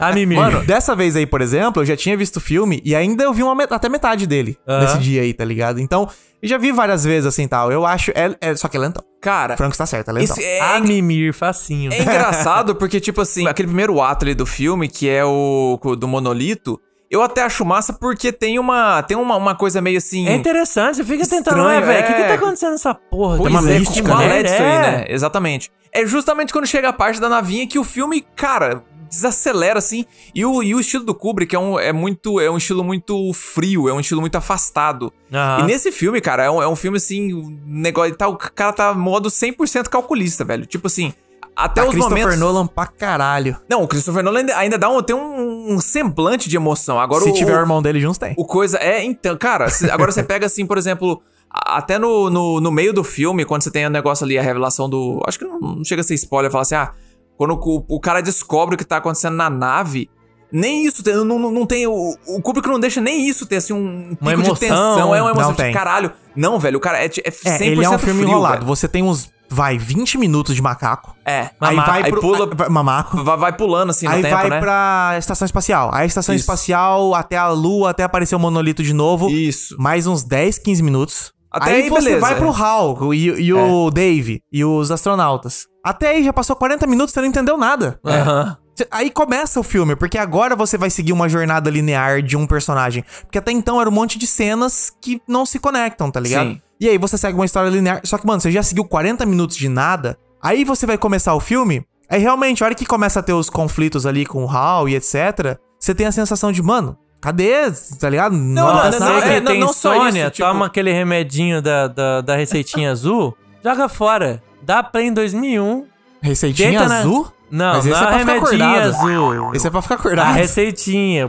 Speaker 4: a mimir. Ah,
Speaker 3: Mano, dessa vez aí, por exemplo, eu já tinha visto o filme e ainda eu vi uma met- até metade dele
Speaker 4: Aham.
Speaker 3: nesse dia aí, tá ligado? Então, eu já vi várias vezes assim tal. Eu acho. É, é- só que é lentão.
Speaker 2: Cara,
Speaker 3: Franco está certo, é lentão.
Speaker 2: isso é,
Speaker 4: a mimir, facinho.
Speaker 2: é engraçado porque, tipo assim, aquele primeiro ato ali do filme, que é o do monolito, eu até acho massa porque tem uma, tem uma, uma coisa meio assim...
Speaker 4: É interessante, você fica tentando,
Speaker 2: Estranho,
Speaker 4: né, velho? O que, que
Speaker 2: é.
Speaker 4: tá acontecendo nessa porra?
Speaker 2: Pois
Speaker 3: uma
Speaker 2: é,
Speaker 3: mística,
Speaker 2: com uma
Speaker 3: né?
Speaker 2: LED isso aí,
Speaker 4: É.
Speaker 2: né? Exatamente. É justamente quando chega a parte da navinha que o filme, cara, desacelera, assim. E o, e o estilo do Kubrick é, um, é muito. É um estilo muito frio, é um estilo muito afastado.
Speaker 4: Aham.
Speaker 2: E nesse filme, cara, é um, é um filme assim. Um negócio. Tá, o cara tá modo 100% calculista, velho. Tipo assim. Até
Speaker 3: Tá
Speaker 2: os
Speaker 3: Christopher
Speaker 2: momentos.
Speaker 3: Nolan pra caralho.
Speaker 2: Não, o Christopher Nolan ainda, ainda dá um, tem um, um semblante de emoção. Agora
Speaker 3: Se
Speaker 2: o-
Speaker 3: tiver
Speaker 2: o-
Speaker 3: o irmão dele juntos, tem.
Speaker 2: o coisa. É, então, cara, cê- agora você pega assim, por exemplo, a- até no, no, no meio do filme, quando você tem o negócio ali, a revelação do. Acho que não, não chega a ser spoiler, falar assim, ah, quando o, o cara descobre o que tá acontecendo na nave. Nem isso, tem, não, não, não tem. O, o Kubrick não deixa nem isso ter assim um pico
Speaker 4: Uma
Speaker 2: de
Speaker 4: emoção,
Speaker 2: tensão. É uma emoção
Speaker 3: não
Speaker 2: de
Speaker 3: tem.
Speaker 2: caralho. Não, velho, o cara é, ti- é 100%
Speaker 3: É, ele é um filme
Speaker 2: frio,
Speaker 3: enrolado.
Speaker 2: velho.
Speaker 3: Você tem uns, vai, 20 minutos de macaco.
Speaker 2: É.
Speaker 3: Aí
Speaker 4: Mamaco.
Speaker 3: vai
Speaker 2: Aí
Speaker 3: pro.
Speaker 2: pula-
Speaker 3: aí vai- mamaco.
Speaker 2: Vai, vai pulando assim no
Speaker 3: Aí
Speaker 2: tempo,
Speaker 3: vai
Speaker 2: né?
Speaker 3: pra estação espacial. Aí a estação
Speaker 2: Isso.
Speaker 3: espacial até a lua, até aparecer o monolito de novo.
Speaker 2: Isso.
Speaker 3: Mais uns 10, 15 minutos.
Speaker 2: Até
Speaker 3: aí,
Speaker 2: aí,
Speaker 3: você
Speaker 2: beleza. é.
Speaker 3: vai pro Hal e, e o Dave e os astronautas. Até aí já passou 40 minutos, você não entendeu nada.
Speaker 2: É.
Speaker 4: Aham.
Speaker 3: Cê- Aí começa o filme, porque agora você vai seguir uma jornada linear de um personagem. Porque até então era um monte de cenas que não se conectam, tá ligado?
Speaker 2: Sim.
Speaker 3: E aí você segue uma história linear. Só que, mano, você já seguiu 40 minutos de nada. Aí você vai começar o filme. Aí realmente, a hora que começa a ter os conflitos ali com o Hal e etc., você tem a sensação de, mano, cadê? Tá ligado? Não,
Speaker 4: Nossa,
Speaker 2: não,
Speaker 4: não,
Speaker 2: não, é,
Speaker 4: quem
Speaker 2: não,
Speaker 4: tem
Speaker 2: não só
Speaker 4: insônia,
Speaker 2: isso, tipo-
Speaker 4: toma aquele remedinho da, da, da receitinha azul, joga fora. Dá play em 2001.
Speaker 3: Receitinha
Speaker 4: Deita na-
Speaker 3: azul?
Speaker 4: um? Não,
Speaker 3: Mas esse
Speaker 4: não
Speaker 3: é pra ficar
Speaker 4: remedinho
Speaker 3: acordado.
Speaker 4: azul.
Speaker 3: Esse é pra ficar
Speaker 4: A
Speaker 3: acordado.
Speaker 4: receitinha, o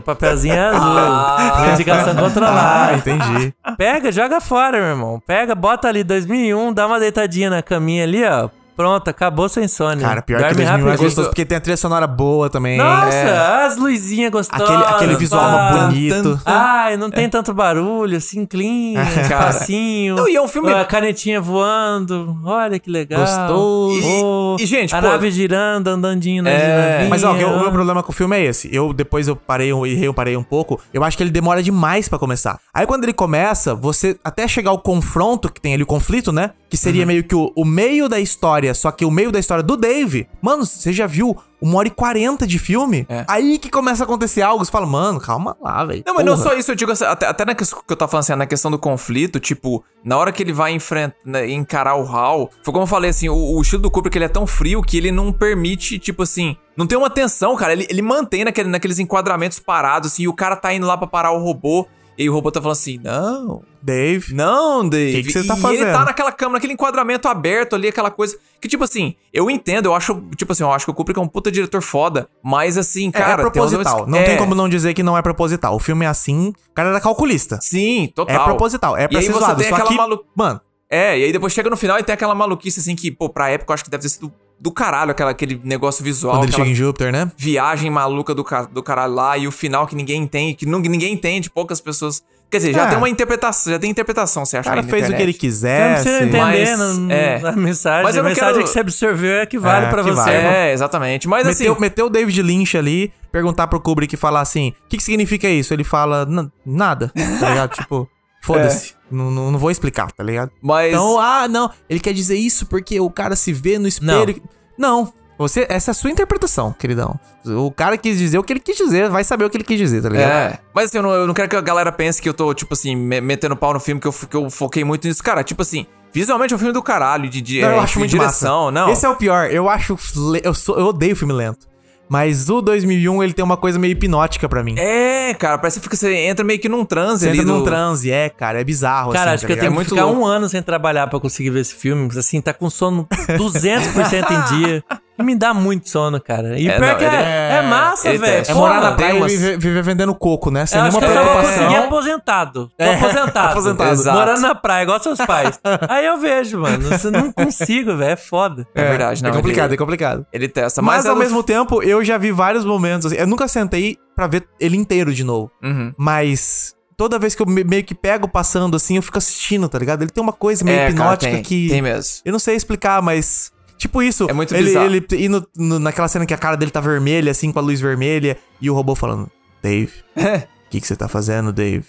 Speaker 4: papelzinho é azul. Medicação
Speaker 3: Ah,
Speaker 4: controlada.
Speaker 3: entendi.
Speaker 4: Pega, joga fora, meu irmão. Pega, bota ali 2001, dá uma deitadinha na caminha ali, ó. Pronto, acabou sem insônia.
Speaker 3: Cara, pior que
Speaker 4: Dorme
Speaker 3: 2000 é
Speaker 4: rapidinho.
Speaker 3: gostoso, porque tem a trilha sonora boa também.
Speaker 4: Nossa,
Speaker 3: É.
Speaker 4: as luzinhas gostosas.
Speaker 3: Aquele, aquele visual
Speaker 4: pá.
Speaker 3: bonito.
Speaker 4: Ai, não tem tanto barulho, assim, clean,
Speaker 2: Cara.
Speaker 4: espacinho.
Speaker 2: Não, e é um filme-
Speaker 4: A canetinha voando, olha que legal.
Speaker 3: Gostoso.
Speaker 4: Oh,
Speaker 2: E- e, gente,
Speaker 4: a
Speaker 2: pô-
Speaker 4: nave girando, andandinho na
Speaker 2: É.
Speaker 4: navinha.
Speaker 3: Mas ó, o meu- o meu problema com o filme é esse. Eu depois eu parei eu- e reparei um pouco. Eu acho que ele demora demais pra começar. Aí quando ele começa, você até chegar ao confronto que tem ali o conflito, né? Que
Speaker 2: Uhum.
Speaker 3: seria meio que o, o meio da história, só que o meio da história do Dave. Mano, você já viu uma hora e quarenta de filme?
Speaker 2: É.
Speaker 3: Aí que começa a acontecer algo. Você fala, mano, calma lá, velho.
Speaker 2: Não, mas não
Speaker 3: Porra.
Speaker 2: só isso, eu digo assim, até, até na questão que eu tava falando assim, na questão do conflito, tipo, na hora que ele vai enfrentar, encarar o Hal, foi como eu falei assim, o, o estilo do Kubrick ele é tão frio que ele não permite, tipo assim, não tem uma tensão, cara, ele, ele mantém naquele, naqueles enquadramentos parados, assim, e o cara tá indo lá pra parar o robô, e aí o robô tá falando assim, não,
Speaker 3: Dave.
Speaker 2: não, Dave.
Speaker 3: Que que você tá
Speaker 2: e ele
Speaker 3: fazendo?
Speaker 2: tá naquela câmera, naquele enquadramento aberto ali, aquela coisa. Que, tipo assim, eu entendo, eu acho, tipo assim, eu acho que o Kubrick é um puta diretor foda, mas assim,
Speaker 3: É,
Speaker 2: cara.
Speaker 3: é
Speaker 2: tem uns
Speaker 3: proposital.
Speaker 2: momentos-
Speaker 3: não
Speaker 2: É,
Speaker 3: tem como não dizer que não é proposital. O filme é assim, o cara era calculista.
Speaker 2: Sim,
Speaker 3: É
Speaker 2: total.
Speaker 3: proposital, é
Speaker 2: E
Speaker 3: pra
Speaker 2: aí
Speaker 3: ser
Speaker 2: você
Speaker 3: zoado.
Speaker 2: tem
Speaker 3: Só
Speaker 2: aquela
Speaker 3: que,
Speaker 2: malu-
Speaker 3: mano,
Speaker 2: É, e aí depois chega no final e tem aquela maluquice assim que, pô, pra época eu acho que deve ter sido do caralho aquela, aquele negócio visual,
Speaker 3: quando ele
Speaker 2: aquela
Speaker 3: chega em Júpiter, né?
Speaker 2: viagem maluca do, ca- do caralho lá e o final que ninguém entende, que nu- ninguém entende, poucas pessoas. Quer dizer, já
Speaker 3: É.
Speaker 2: tem uma interpretação, já tem interpretação, você
Speaker 3: O
Speaker 2: acha
Speaker 3: cara
Speaker 2: aí na
Speaker 3: fez o que ele
Speaker 2: internet.
Speaker 4: Você Então
Speaker 3: quisesse.
Speaker 4: não precisa
Speaker 2: Mas,
Speaker 4: entender não-
Speaker 2: é.
Speaker 4: a mensagem.
Speaker 2: Mas eu
Speaker 4: a
Speaker 2: não
Speaker 4: mensagem
Speaker 2: quero-
Speaker 4: que você absorveu é que vale
Speaker 3: É,
Speaker 4: pra
Speaker 3: que
Speaker 4: você.
Speaker 3: vale.
Speaker 4: irmão.
Speaker 2: É, exatamente. Mas assim,
Speaker 3: Meteu, meteu o David Lynch ali, perguntar pro Kubrick e falar assim: o que, que significa isso? Ele fala, "N- nada, tá ligado? tipo, foda-se, não, não, não vou explicar, tá ligado?
Speaker 2: mas
Speaker 3: Então, ah, não, ele quer dizer isso porque o cara se vê no espelho. Não. Você, essa é a sua interpretação, queridão. O cara quis dizer o que ele quis dizer, vai saber o que ele quis dizer, tá ligado?
Speaker 2: É. Mas assim, eu não, eu não quero que a galera pense que eu tô, tipo assim, me- metendo pau no filme, que eu, fo- que eu foquei muito nisso. Cara, tipo assim, visualmente é um filme do caralho, de, de,
Speaker 3: Não, eu
Speaker 2: é,
Speaker 3: acho
Speaker 2: de
Speaker 3: muito
Speaker 2: direção,
Speaker 3: massa.
Speaker 2: não.
Speaker 3: Esse é o pior. Eu acho. le- Eu, sou- eu odeio filme lento. Mas o 2001, ele tem uma coisa meio hipnótica pra mim.
Speaker 2: É, cara, parece que fica- você entra meio que num transe
Speaker 3: Você
Speaker 2: ali.
Speaker 3: entra num
Speaker 2: do-
Speaker 3: transe, é, cara. É bizarro.
Speaker 4: Cara,
Speaker 3: assim,
Speaker 4: acho
Speaker 3: tá
Speaker 4: que eu
Speaker 3: ligado?
Speaker 4: tenho
Speaker 2: muito
Speaker 4: que ficar
Speaker 2: louco.
Speaker 4: um ano sem trabalhar pra conseguir ver esse filme. Assim, tá com sono 200% em dia. Me dá muito sono, cara. E
Speaker 2: É,
Speaker 4: pior
Speaker 2: não,
Speaker 4: que
Speaker 2: ele-
Speaker 4: é, é massa,
Speaker 2: ele
Speaker 4: velho.
Speaker 2: tem-
Speaker 3: É
Speaker 4: Porra,
Speaker 3: morar na
Speaker 2: tem
Speaker 3: praia
Speaker 2: umas-
Speaker 3: e viver, viver vendendo coco, né? Sem
Speaker 4: Eu acho
Speaker 3: nenhuma
Speaker 4: que eu só vou conseguir
Speaker 3: preocupação.
Speaker 4: aposentado. Tô aposentado.
Speaker 2: aposentado. Exato.
Speaker 4: Morando na praia, igual seus pais. Aí eu vejo, mano. Você não consigo, velho. É foda.
Speaker 2: É verdade, não.
Speaker 3: É complicado, é complicado.
Speaker 2: Ele, ele testa.
Speaker 3: Mas,
Speaker 2: Mas,
Speaker 3: ao
Speaker 2: ela-
Speaker 3: mesmo tempo, eu já vi vários momentos. assim, eu nunca sentei pra ver ele inteiro de novo.
Speaker 2: Uhum.
Speaker 3: Mas toda vez que eu me- meio que pego passando assim, eu fico assistindo, tá ligado? Ele tem uma coisa meio
Speaker 2: É, cara,
Speaker 3: hipnótica
Speaker 2: tem,
Speaker 3: que.
Speaker 2: Tem mesmo.
Speaker 3: Eu não sei explicar, mas. Tipo isso.
Speaker 2: É muito
Speaker 3: ele,
Speaker 2: bizarro.
Speaker 3: Ele indo no- naquela cena que a cara dele tá vermelha, assim, com a luz vermelha, e o robô falando, Dave, o que, que você tá fazendo, Dave?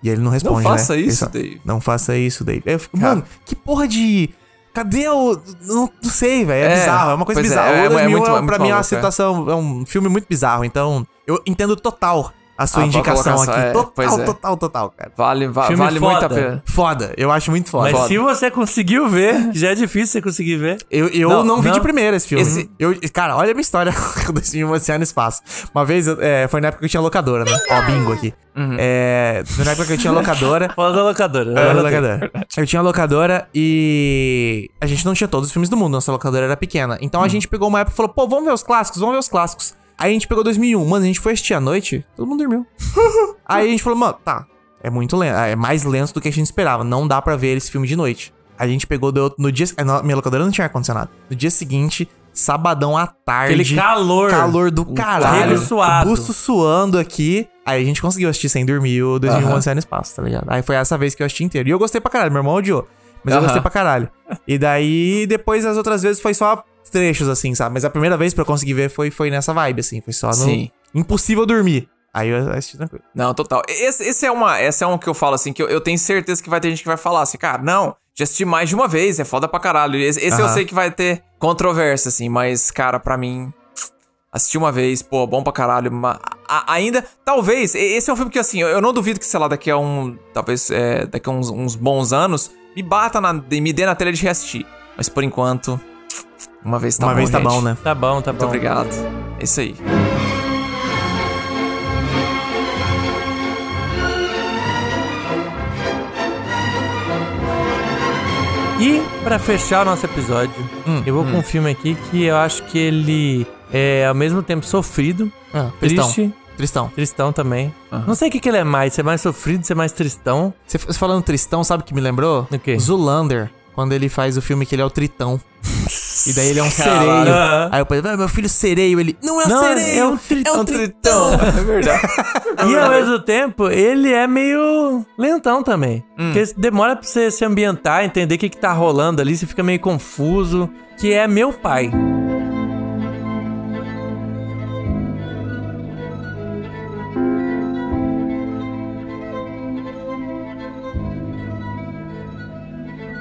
Speaker 3: E ele não
Speaker 2: Não
Speaker 3: responde.
Speaker 2: faça
Speaker 3: né? Ele
Speaker 2: isso,
Speaker 3: só,
Speaker 2: Dave.
Speaker 3: Não faça isso, Dave. Aí eu fico,
Speaker 2: Cara.
Speaker 3: mano, que porra de. Cadê o. Não, não sei, velho. É,
Speaker 2: É,
Speaker 3: bizarro, é uma coisa
Speaker 2: pois é,
Speaker 3: bizarra.
Speaker 2: é,
Speaker 3: o
Speaker 2: é
Speaker 3: 2001
Speaker 2: muito- é
Speaker 3: pra
Speaker 2: muito
Speaker 3: mim é uma
Speaker 2: maluco, é.
Speaker 3: situação. É um filme muito bizarro, então eu entendo total a sua
Speaker 2: A tua
Speaker 3: indicação aqui.
Speaker 2: Ah, colocação, é, pois
Speaker 3: total,
Speaker 2: é.
Speaker 3: total, total, cara.
Speaker 2: Vale, va-
Speaker 4: Filme
Speaker 2: vale muito a
Speaker 4: foda.
Speaker 2: pena.
Speaker 3: Foda, eu acho muito foda.
Speaker 4: Mas
Speaker 3: Foda.
Speaker 4: se você conseguiu ver, que já é difícil você conseguir ver.
Speaker 3: Eu, eu não,
Speaker 4: Não,
Speaker 3: vi
Speaker 4: não.
Speaker 3: de primeira esse filme.
Speaker 2: Esse-
Speaker 3: Eu, cara, olha a minha história com 2001 Oceano e Espaço. Uma vez, eu- é, foi na época que eu tinha locadora, né? Ó, bingo aqui. É, foi na época que eu tinha locadora.
Speaker 4: Fala da É, locadora.
Speaker 3: Eu,
Speaker 4: Agora tem.
Speaker 3: locadora. eu tinha locadora e a gente não tinha todos os filmes do mundo, nossa locadora era pequena. Então a gente pegou uma época e falou, pô, vamos ver os clássicos, vamos ver os clássicos. Aí a gente pegou 2001, mano, a gente foi assistir à noite, todo mundo dormiu. Aí a gente falou, mano, tá, é muito lento, é mais lento do que a gente esperava, não dá pra ver esse filme de noite. A gente pegou do, no dia, é, na- minha locadora não tinha ar-condicionado. No dia seguinte, sabadão à tarde.
Speaker 4: Aquele calor.
Speaker 3: Calor do caralho.
Speaker 4: caralho suado.
Speaker 3: Busto suando aqui. Aí a gente conseguiu assistir sem dormir o 2001 Oceano e Espaço, tá ligado? Aí foi essa vez que eu assisti inteiro. E eu gostei pra caralho. Meu irmão odiou. Mas eu
Speaker 2: Aham.
Speaker 3: gostei pra caralho. E daí, depois, as outras vezes foi só trechos, assim, sabe? Mas a primeira vez pra eu conseguir ver foi, foi nessa vibe, assim. Foi só no...
Speaker 2: Sim.
Speaker 3: Impossível dormir. Aí eu assisti tranquilo.
Speaker 2: Não, total. Esse, esse é uma, essa é um que eu falo assim, que eu, eu tenho certeza que vai ter gente que vai falar assim, cara, não, já assisti mais de uma vez, é foda pra caralho. Esse, esse eu
Speaker 3: Aham.
Speaker 2: sei que vai ter controvérsia, assim, mas, cara, pra mim, assisti uma vez, pô, bom pra caralho. ma- a- ainda, talvez, e- esse é um filme que, assim, eu, eu não duvido que, sei lá, daqui a um, talvez, é, daqui a uns, uns bons anos, me bata, na, me dê na telha de reassistir. Mas, por enquanto, uma vez tá
Speaker 3: uma
Speaker 2: bom,
Speaker 3: vez tá
Speaker 2: gente.
Speaker 3: bom, né?
Speaker 4: Tá bom, tá bom.
Speaker 2: Muito obrigado. É isso aí.
Speaker 4: E pra fechar o nosso episódio,
Speaker 3: Hum,
Speaker 4: eu vou com um filme aqui que eu acho que ele é ao mesmo tempo sofrido,
Speaker 3: Ah, Tristão.
Speaker 4: triste,
Speaker 3: Tristão.
Speaker 4: tristão também.
Speaker 2: Aham.
Speaker 4: Não sei o que, que ele é mais, se é mais sofrido, se é mais tristão.
Speaker 3: Você você falando Tristão, sabe o que me lembrou?
Speaker 4: O quê?
Speaker 3: Zulander. Quando ele faz o filme que ele é o Tritão. e daí ele é um
Speaker 2: Caralho.
Speaker 3: sereio.
Speaker 4: Aham.
Speaker 3: Aí eu falei, ah, meu filho sereio. Ele, não é um
Speaker 4: Não,
Speaker 3: sereio.
Speaker 4: é um tritão.
Speaker 3: É um tritão.
Speaker 2: É verdade.
Speaker 4: E ao mesmo tempo, ele é meio lentão também.
Speaker 3: Hum.
Speaker 4: Porque demora pra você se ambientar, entender o que, que tá rolando ali, você fica meio confuso. Que é meu pai.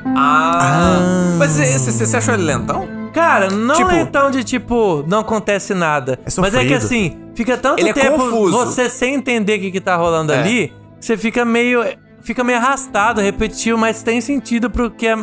Speaker 2: Ah. Mas você achou ele lentão?
Speaker 4: Cara, não
Speaker 2: Tipo-
Speaker 4: lentão de tipo, não acontece nada.
Speaker 3: É
Speaker 4: Mas é que
Speaker 3: sofrido.
Speaker 4: assim, fica tanto
Speaker 2: Ele é
Speaker 4: tempo
Speaker 2: confuso.
Speaker 4: você sem entender o que, que tá rolando
Speaker 2: É.
Speaker 4: ali, que você fica meio. Fica meio arrastado, repetido, mas tem sentido pro que, é,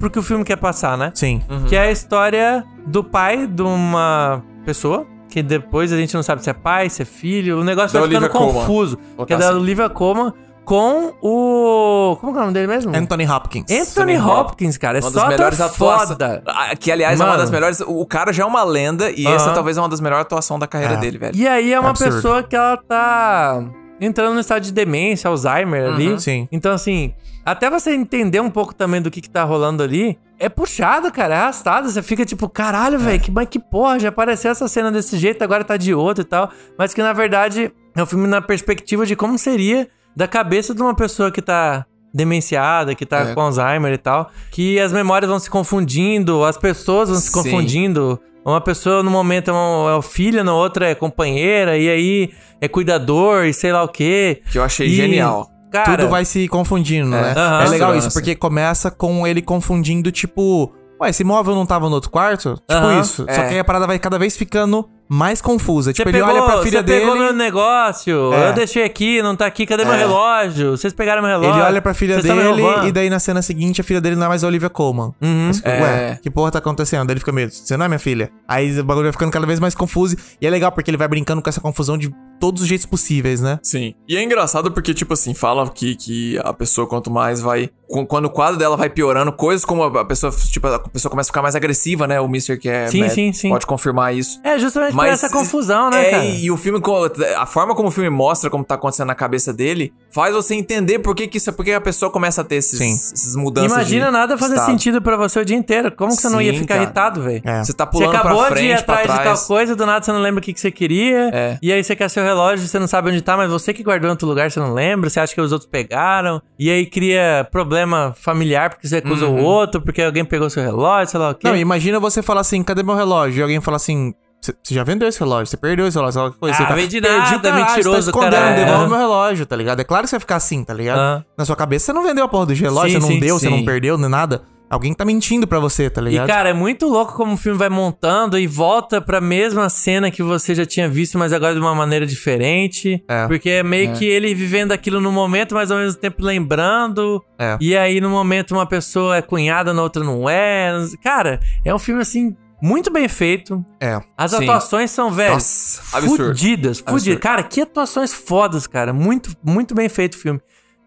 Speaker 4: pro que o filme quer passar, né?
Speaker 3: Sim.
Speaker 4: Que é a história do pai de uma pessoa, que depois a gente não sabe se é pai, se é filho, o negócio
Speaker 2: Da
Speaker 4: vai ficando
Speaker 2: Olivia Colman.
Speaker 4: confuso.
Speaker 2: Vou
Speaker 4: Que é
Speaker 2: botar
Speaker 4: da
Speaker 2: assim.
Speaker 4: Olivia Coma com o. Como que é o nome dele mesmo?
Speaker 3: Anthony Hopkins.
Speaker 4: Anthony Hopkins, cara. É
Speaker 2: Uma
Speaker 4: só
Speaker 2: das
Speaker 4: ator
Speaker 2: melhores atuações.
Speaker 4: foda.
Speaker 2: Que, aliás, é uma
Speaker 4: Mano.
Speaker 2: das melhores. O o cara já é uma lenda e essa
Speaker 4: Aham.
Speaker 2: talvez é uma das melhores atuações da carreira
Speaker 3: É.
Speaker 2: dele, velho.
Speaker 4: E aí é uma
Speaker 3: Absurdo.
Speaker 4: pessoa que ela tá entrando no estado de demência, Alzheimer
Speaker 2: Uhum.
Speaker 4: ali.
Speaker 3: Sim.
Speaker 4: Então, assim, até você entender um pouco também do que, que tá rolando ali, é puxado, cara, é arrastado. Você fica tipo,
Speaker 2: É.
Speaker 4: caralho, velho, que, mas que porra, já apareceu essa cena desse jeito, agora tá de outro e tal. Mas que na verdade é um filme na perspectiva de como seria da cabeça de uma pessoa que tá demenciada, que tá
Speaker 2: É.
Speaker 4: com Alzheimer e tal, que as memórias vão se confundindo, as pessoas vão se
Speaker 2: Sim.
Speaker 4: confundindo. Uma pessoa, no momento, é um- é filha, na outra é companheira, e aí é cuidador, e sei lá o quê.
Speaker 2: Que eu achei
Speaker 4: E,
Speaker 2: genial.
Speaker 4: Cara,
Speaker 3: Tudo vai se confundindo,
Speaker 2: É.
Speaker 3: né?
Speaker 4: Aham.
Speaker 3: É legal isso,
Speaker 2: Segurança.
Speaker 3: porque começa com ele confundindo, tipo... Ué, esse móvel não tava no outro quarto? Tipo
Speaker 4: Aham.
Speaker 3: isso. Só
Speaker 2: É.
Speaker 3: que aí a parada vai cada vez ficando mais confusa. Tipo,
Speaker 4: Você
Speaker 3: ele
Speaker 4: pegou,
Speaker 3: olha pra filha
Speaker 4: você pegou meu
Speaker 3: dele.
Speaker 4: negócio,
Speaker 3: É.
Speaker 4: eu deixei aqui, não tá aqui, cadê meu relógio? Vocês pegaram meu relógio?
Speaker 3: Ele olha pra filha
Speaker 4: Vocês tão tá me
Speaker 3: dele
Speaker 4: roubando.
Speaker 3: e daí na cena seguinte a filha dele não é mais a Olivia Colman. Uhum. Ué,
Speaker 2: é.
Speaker 3: que porra tá acontecendo? Daí Ele fica meio, você não é minha filha. Aí o bagulho vai ficando cada vez mais confuso. E é legal porque ele vai brincando com essa confusão de todos os jeitos possíveis, né?
Speaker 2: Sim. E é engraçado porque, tipo assim, fala que, que a pessoa, Então, quanto mais vai. qu- Quando o quadro dela vai piorando, coisas como a a pessoa, tipo, a pessoa começa a ficar mais agressiva, né? O Mr. que é.
Speaker 4: Sim,
Speaker 2: né,
Speaker 4: sim, sim.
Speaker 2: Pode confirmar isso.
Speaker 4: É, justamente por essa
Speaker 3: Ah,
Speaker 4: confusão, né,
Speaker 2: é,
Speaker 4: cara?
Speaker 2: E o filme, co- a forma como o filme mostra como tá acontecendo na cabeça dele, faz você entender por que, que isso é porque a pessoa começa a ter esses,
Speaker 3: Sim.
Speaker 2: esses mudanças.
Speaker 4: Imagina
Speaker 2: de
Speaker 4: nada fazer
Speaker 2: estado.
Speaker 4: sentido pra você o dia inteiro. Como que você não ia
Speaker 2: Sim,
Speaker 4: ficar
Speaker 2: cara.
Speaker 4: irritado, velho?
Speaker 3: É.
Speaker 2: Você tá
Speaker 4: Você
Speaker 2: pulando
Speaker 4: acabou
Speaker 2: pra frente,
Speaker 4: de ir atrás
Speaker 2: pra
Speaker 4: de
Speaker 2: trás.
Speaker 4: tal coisa, do nada você não lembra o que, que você queria.
Speaker 2: É.
Speaker 4: E aí você quer seu relógio, você não sabe onde tá, mas você que guardou em outro lugar, você não lembra, você acha que os outros pegaram. E aí cria problema familiar porque você acusa
Speaker 2: Uhum.
Speaker 4: o outro, porque alguém pegou seu relógio, sei lá o quê.
Speaker 3: Não, imagina você falar assim, cadê meu relógio? E alguém fala assim, você você já vendeu esse relógio, você perdeu esse relógio, sei lá que coisa.
Speaker 4: Ah,
Speaker 3: Você fala,
Speaker 4: vende
Speaker 3: "Perdi o
Speaker 4: nada,
Speaker 3: caralho, você
Speaker 4: mentiroso,
Speaker 3: tá escondendo,
Speaker 4: caralho."
Speaker 3: devolve
Speaker 4: É.
Speaker 3: meu relógio, tá ligado? É claro que você vai ficar assim, tá ligado?
Speaker 4: Ah.
Speaker 3: Na sua cabeça você não vendeu a porra do relógio,
Speaker 4: Sim,
Speaker 3: você não
Speaker 4: sim,
Speaker 3: deu, você
Speaker 2: sim.
Speaker 3: não perdeu, nem nada. Alguém tá mentindo pra você, tá
Speaker 4: E,
Speaker 3: ligado?
Speaker 4: cara, é muito louco como o filme vai montando e volta pra mesma cena que você já tinha visto, mas agora de uma maneira diferente.
Speaker 3: É.
Speaker 4: Porque é meio que ele vivendo aquilo no momento, mas ao mesmo tempo lembrando.
Speaker 3: É.
Speaker 4: E aí, no momento, uma pessoa é cunhada, na outra não é. Cara, é um filme, assim, muito bem feito.
Speaker 3: É.
Speaker 4: As
Speaker 2: Sim.
Speaker 4: atuações são, velho,
Speaker 2: Nossa,
Speaker 4: tá
Speaker 2: absurdo.
Speaker 4: fudidas. Fudidas.
Speaker 2: Absurdo.
Speaker 4: Cara, que atuações fodas, cara. Muito, muito bem feito o filme.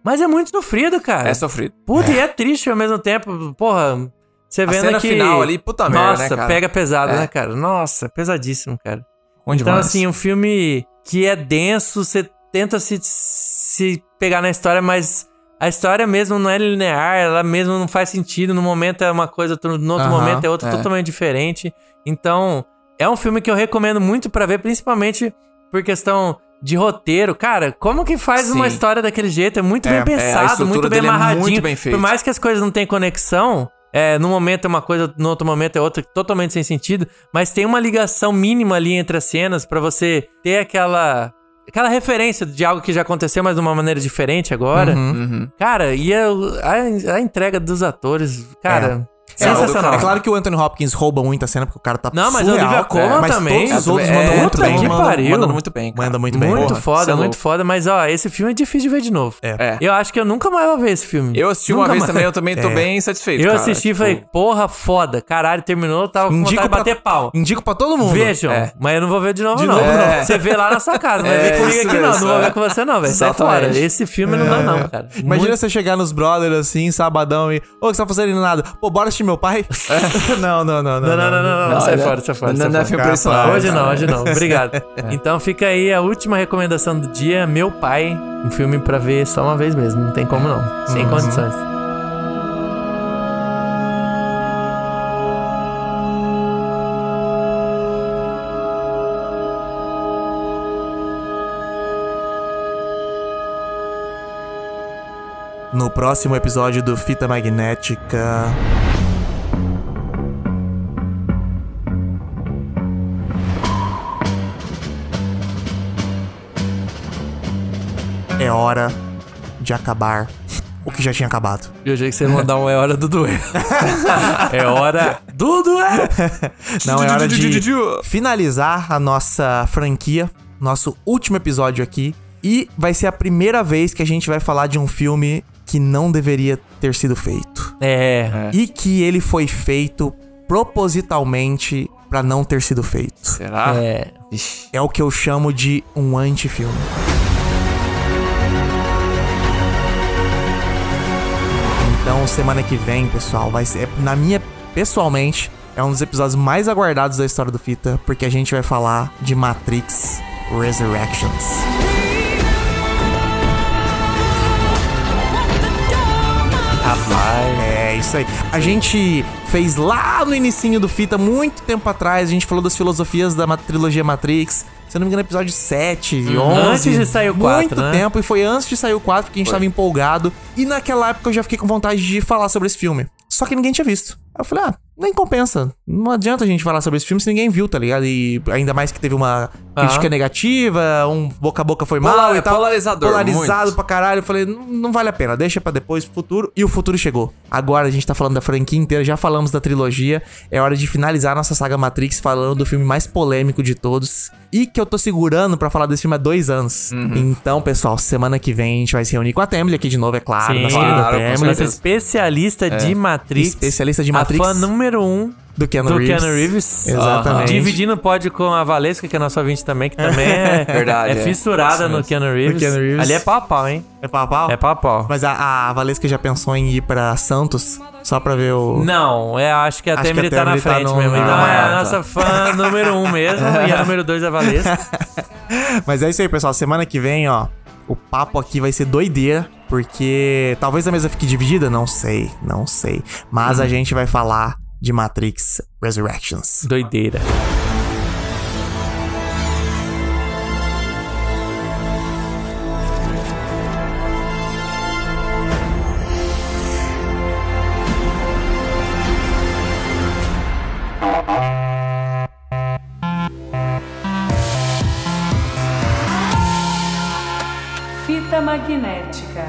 Speaker 4: Mas é muito sofrido, cara.
Speaker 2: É sofrido.
Speaker 4: Puta, e é triste ao mesmo tempo. Porra, você
Speaker 2: A
Speaker 4: vendo
Speaker 2: cena
Speaker 4: que...
Speaker 2: final ali, puta merda,
Speaker 4: Nossa,
Speaker 2: né, cara?
Speaker 4: pega pesado,
Speaker 2: É.
Speaker 4: né, cara? Nossa, pesadíssimo, cara.
Speaker 2: Onde
Speaker 4: Então, assim, um filme que é denso, você tenta se, se pegar na história, mas a história mesmo não é linear, ela mesmo não faz sentido. No momento é uma coisa, outro- no outro
Speaker 3: Aham,
Speaker 4: momento é outra,
Speaker 2: é.
Speaker 4: totalmente diferente. Então, é um filme que eu recomendo muito pra ver, principalmente por questão de roteiro. Cara, como que faz uma
Speaker 2: Sim.
Speaker 4: história daquele jeito? É muito
Speaker 3: É, é, a
Speaker 4: bem pensado,
Speaker 2: estrutura
Speaker 4: muito bem
Speaker 2: dele é muito
Speaker 4: amarradinho.
Speaker 2: bem feito.
Speaker 4: Por mais que as coisas não tenham conexão, é, num momento é uma coisa, no outro momento é outra, totalmente sem sentido, mas tem uma ligação mínima ali entre as cenas pra você ter aquela aquela referência de algo que já aconteceu, mas de uma maneira diferente agora.
Speaker 2: Uhum.
Speaker 4: Cara, e a, a- a entrega dos atores, cara,
Speaker 3: É,
Speaker 4: sensacional.
Speaker 3: É claro que o Anthony Hopkins rouba muita cena, porque o cara tá
Speaker 4: Não, mas
Speaker 3: surreal,
Speaker 4: a Olivia Colman
Speaker 3: cara. mas
Speaker 4: também.
Speaker 3: todos os outros
Speaker 4: É,
Speaker 3: mandam muito
Speaker 4: puta
Speaker 3: bem.
Speaker 4: que
Speaker 3: mandam-
Speaker 4: pariu.
Speaker 2: Mandando muito bem, cara.
Speaker 3: Manda muito bem.
Speaker 4: Muito
Speaker 3: Porra,
Speaker 2: cê é
Speaker 4: foda, muito
Speaker 2: louco.
Speaker 4: foda, mas ó, esse filme é difícil de ver de novo.
Speaker 3: É.
Speaker 2: É.
Speaker 4: Eu acho que eu nunca mais vou ver esse filme.
Speaker 2: Eu assisti uma
Speaker 4: Nunca
Speaker 2: vez
Speaker 4: mais.
Speaker 2: também, eu também tô bem satisfeito.
Speaker 4: Eu
Speaker 2: cara.
Speaker 4: assisti e
Speaker 2: Tipo,
Speaker 4: falei, porra, foda, caralho, terminou, tava com vontade
Speaker 3: Indico
Speaker 4: de
Speaker 3: pra,
Speaker 4: bater pau.
Speaker 3: indico pra todo mundo.
Speaker 4: Vejam, mas eu não vou ver de novo,
Speaker 3: De
Speaker 4: não.
Speaker 3: novo,
Speaker 2: não.
Speaker 4: Você vê lá na sua casa, não vai
Speaker 2: É,
Speaker 4: ver
Speaker 2: isso
Speaker 4: comigo aqui, não.
Speaker 2: mesmo,
Speaker 4: Não vou
Speaker 2: é.
Speaker 4: ver com você, não, velho. Sai
Speaker 2: Exatamente.
Speaker 4: fora. Esse filme não dá, não, cara.
Speaker 3: Imagina você chegar nos brothers assim, sabadão e. Ô, o que você tá fazendo nada? Pô, bora assistir meu pai? não, não, não, não.
Speaker 4: Não, não, não, não, não,
Speaker 2: Não,
Speaker 4: sai
Speaker 2: olha,
Speaker 4: fora, sai fora.
Speaker 2: não-
Speaker 4: sai
Speaker 2: não é
Speaker 4: fora.
Speaker 2: filme pra isso, não.
Speaker 4: Hoje
Speaker 2: cara.
Speaker 4: não, hoje não. Obrigado. Então fica aí a última recomendação do dia, Meu Pai. Um filme pra ver só uma vez mesmo, não tem como não. Sem condições.
Speaker 3: No próximo episódio do Fita Magnética. É hora de acabar o que já tinha acabado.
Speaker 4: E eu achei que você ia mandar um É Hora do Duelo. é hora do duelo.
Speaker 3: Não, é hora de finalizar a nossa franquia, nosso último episódio aqui. E vai ser a primeira vez que a gente vai falar de um filme que não deveria ter sido feito.
Speaker 4: É.
Speaker 3: E que ele foi feito propositalmente pra não ter sido feito.
Speaker 2: Será?
Speaker 4: É.
Speaker 3: É o que eu chamo de um antifilme. Então, semana que vem, pessoal, vai ser. Na minha. Pessoalmente, é um dos episódios mais aguardados da história do Fita, porque a gente vai falar de Matrix Resurrections. É isso aí. A gente fez lá no inicinho do Fita, muito tempo atrás, a gente falou das filosofias da ma- trilogia Matrix. Se eu não me engano, episódio 7 e 11.
Speaker 4: Uhum. antes de sair o quatro,
Speaker 3: Muito
Speaker 4: né?
Speaker 3: tempo, e foi antes de sair o 4 que a gente tava empolgado. E naquela época eu já fiquei com vontade de falar sobre esse filme. Só que ninguém tinha visto. Aí eu falei, ah, nem compensa. Não adianta a gente falar sobre esse filme se ninguém viu, tá ligado? E ainda mais que teve uma
Speaker 4: Aham.
Speaker 3: crítica negativa, um boca a boca foi mal
Speaker 2: Polar-
Speaker 3: e
Speaker 4: Tá
Speaker 3: tal.
Speaker 2: polarizador,
Speaker 3: Polarizado
Speaker 2: muito.
Speaker 3: pra caralho. Eu falei, não, não vale a pena, deixa pra depois, pro futuro. E o futuro chegou. Agora a gente tá falando da franquia inteira, já falamos da trilogia. É hora de finalizar a nossa saga Matrix falando do filme mais polêmico de todos. E que eu tô segurando pra falar desse filme há dois anos.
Speaker 4: Uhum.
Speaker 3: Então, pessoal, semana que vem a gente vai se reunir com a Temily aqui de novo, é claro.
Speaker 4: Sim,
Speaker 3: nossa
Speaker 4: claro,
Speaker 3: querida
Speaker 2: com
Speaker 3: Temily.
Speaker 2: certeza.
Speaker 4: Esse especialista de Matrix.
Speaker 3: Especialista de
Speaker 4: A
Speaker 3: Matrix.
Speaker 4: fã número um
Speaker 3: Do Keanu
Speaker 4: do
Speaker 3: Reeves.
Speaker 4: Keanu Reeves.
Speaker 3: Exatamente.
Speaker 4: Dividindo pod com a Valesca, que é nossa ouvinte também, que também é,
Speaker 2: Verdade,
Speaker 4: é
Speaker 2: é.
Speaker 4: fissurada no Keanu, Reeves.
Speaker 3: No Keanu Reeves.
Speaker 4: Ali é pau a pau, hein?
Speaker 3: É pau a pau?
Speaker 4: É pau a pau.
Speaker 3: Mas a, a Valesca já pensou em ir pra Santos só pra ver o.
Speaker 4: Não, eu acho que a
Speaker 3: Acho que a
Speaker 4: Temer tá na
Speaker 3: Temer tá
Speaker 4: frente
Speaker 3: no-
Speaker 4: mesmo. Então
Speaker 3: Ah,
Speaker 4: é a
Speaker 2: tá.
Speaker 4: nossa fã número um mesmo. e a número dois é a Valesca.
Speaker 3: Mas é isso aí, pessoal. Semana que vem, ó, o papo aqui vai ser doideira, porque talvez a mesa fique dividida, não sei, não sei. Mas
Speaker 4: Uhum.
Speaker 3: a gente vai falar de Matrix Resurrections.
Speaker 4: Doideira.
Speaker 1: Fita magnética.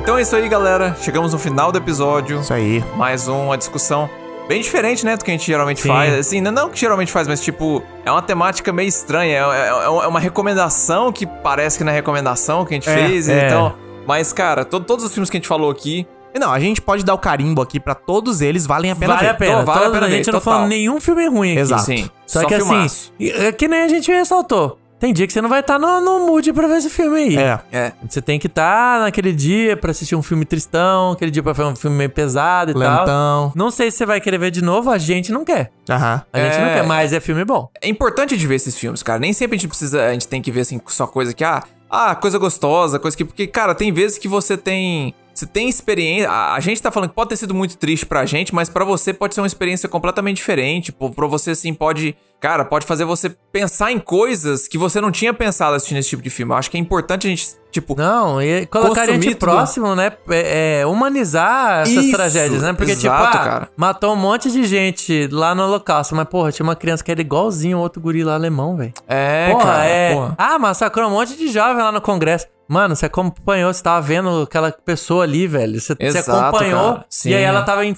Speaker 2: Então é isso aí, galera. Chegamos no final do episódio.
Speaker 3: Isso aí.
Speaker 2: Mais uma discussão bem diferente, né, do que a gente geralmente
Speaker 4: Sim.
Speaker 2: faz. Assim, não- não que geralmente faz, mas tipo, é uma temática meio estranha. É, é- é uma recomendação que parece que não é recomendação que a gente fez.
Speaker 4: é.
Speaker 2: Então, mas cara, to- todos os filmes que a gente falou aqui,
Speaker 3: E não, a gente pode dar o carimbo aqui pra todos eles, valem a pena
Speaker 4: Vale
Speaker 3: ver.
Speaker 4: a pena.
Speaker 2: Então, vale a
Speaker 4: Toda-
Speaker 2: pena
Speaker 4: a
Speaker 2: ver,
Speaker 4: gente não
Speaker 2: total.
Speaker 4: falou nenhum filme ruim aqui.
Speaker 3: Exato.
Speaker 2: sim.
Speaker 4: Só, que
Speaker 2: filmaço.
Speaker 4: assim, é que nem a gente ressaltou. Tem dia que você não vai estar no, no mood pra ver esse filme aí.
Speaker 3: É.
Speaker 2: É.
Speaker 4: Você tem que estar naquele dia pra assistir um filme tristão, aquele dia pra ver um filme meio pesado e tal.
Speaker 3: Lentão.
Speaker 4: Não sei se você vai querer ver de novo, a gente não quer.
Speaker 3: Aham.
Speaker 4: A gente
Speaker 2: É.
Speaker 4: não quer, mas é filme bom.
Speaker 2: É importante de ver esses filmes, cara. Nem sempre a gente precisa, a gente tem que ver assim só coisa que ah, ah, coisa gostosa, coisa que porque cara, tem vezes que você tem você tem experiência, a, a gente tá falando que pode ter sido muito triste pra gente, mas pra você pode ser uma experiência completamente diferente. Pô, pra você assim pode, cara, pode fazer você pensar em coisas que você não tinha pensado assistindo esse tipo de filme. Eu acho que é importante a gente tipo
Speaker 4: Não, e colocar a gente
Speaker 2: Consumir tudo.
Speaker 4: próximo, né? É, é, humanizar essas
Speaker 2: Isso,
Speaker 4: tragédias, né? Porque,
Speaker 2: exato,
Speaker 4: tipo, ah,
Speaker 2: cara.
Speaker 4: matou um monte de gente lá no holocausto, mas, porra, tinha uma criança que era igualzinho o outro guri lá alemão, velho.
Speaker 2: é,
Speaker 4: porra,
Speaker 2: cara,
Speaker 4: é.
Speaker 2: porra.
Speaker 4: Ah, massacrou um monte de jovem lá no Congresso. Mano, você acompanhou, você tava vendo aquela pessoa ali, velho. Você, você
Speaker 2: Exato,
Speaker 4: acompanhou
Speaker 2: cara. Sim. Uhum.
Speaker 4: e aí ela tava em-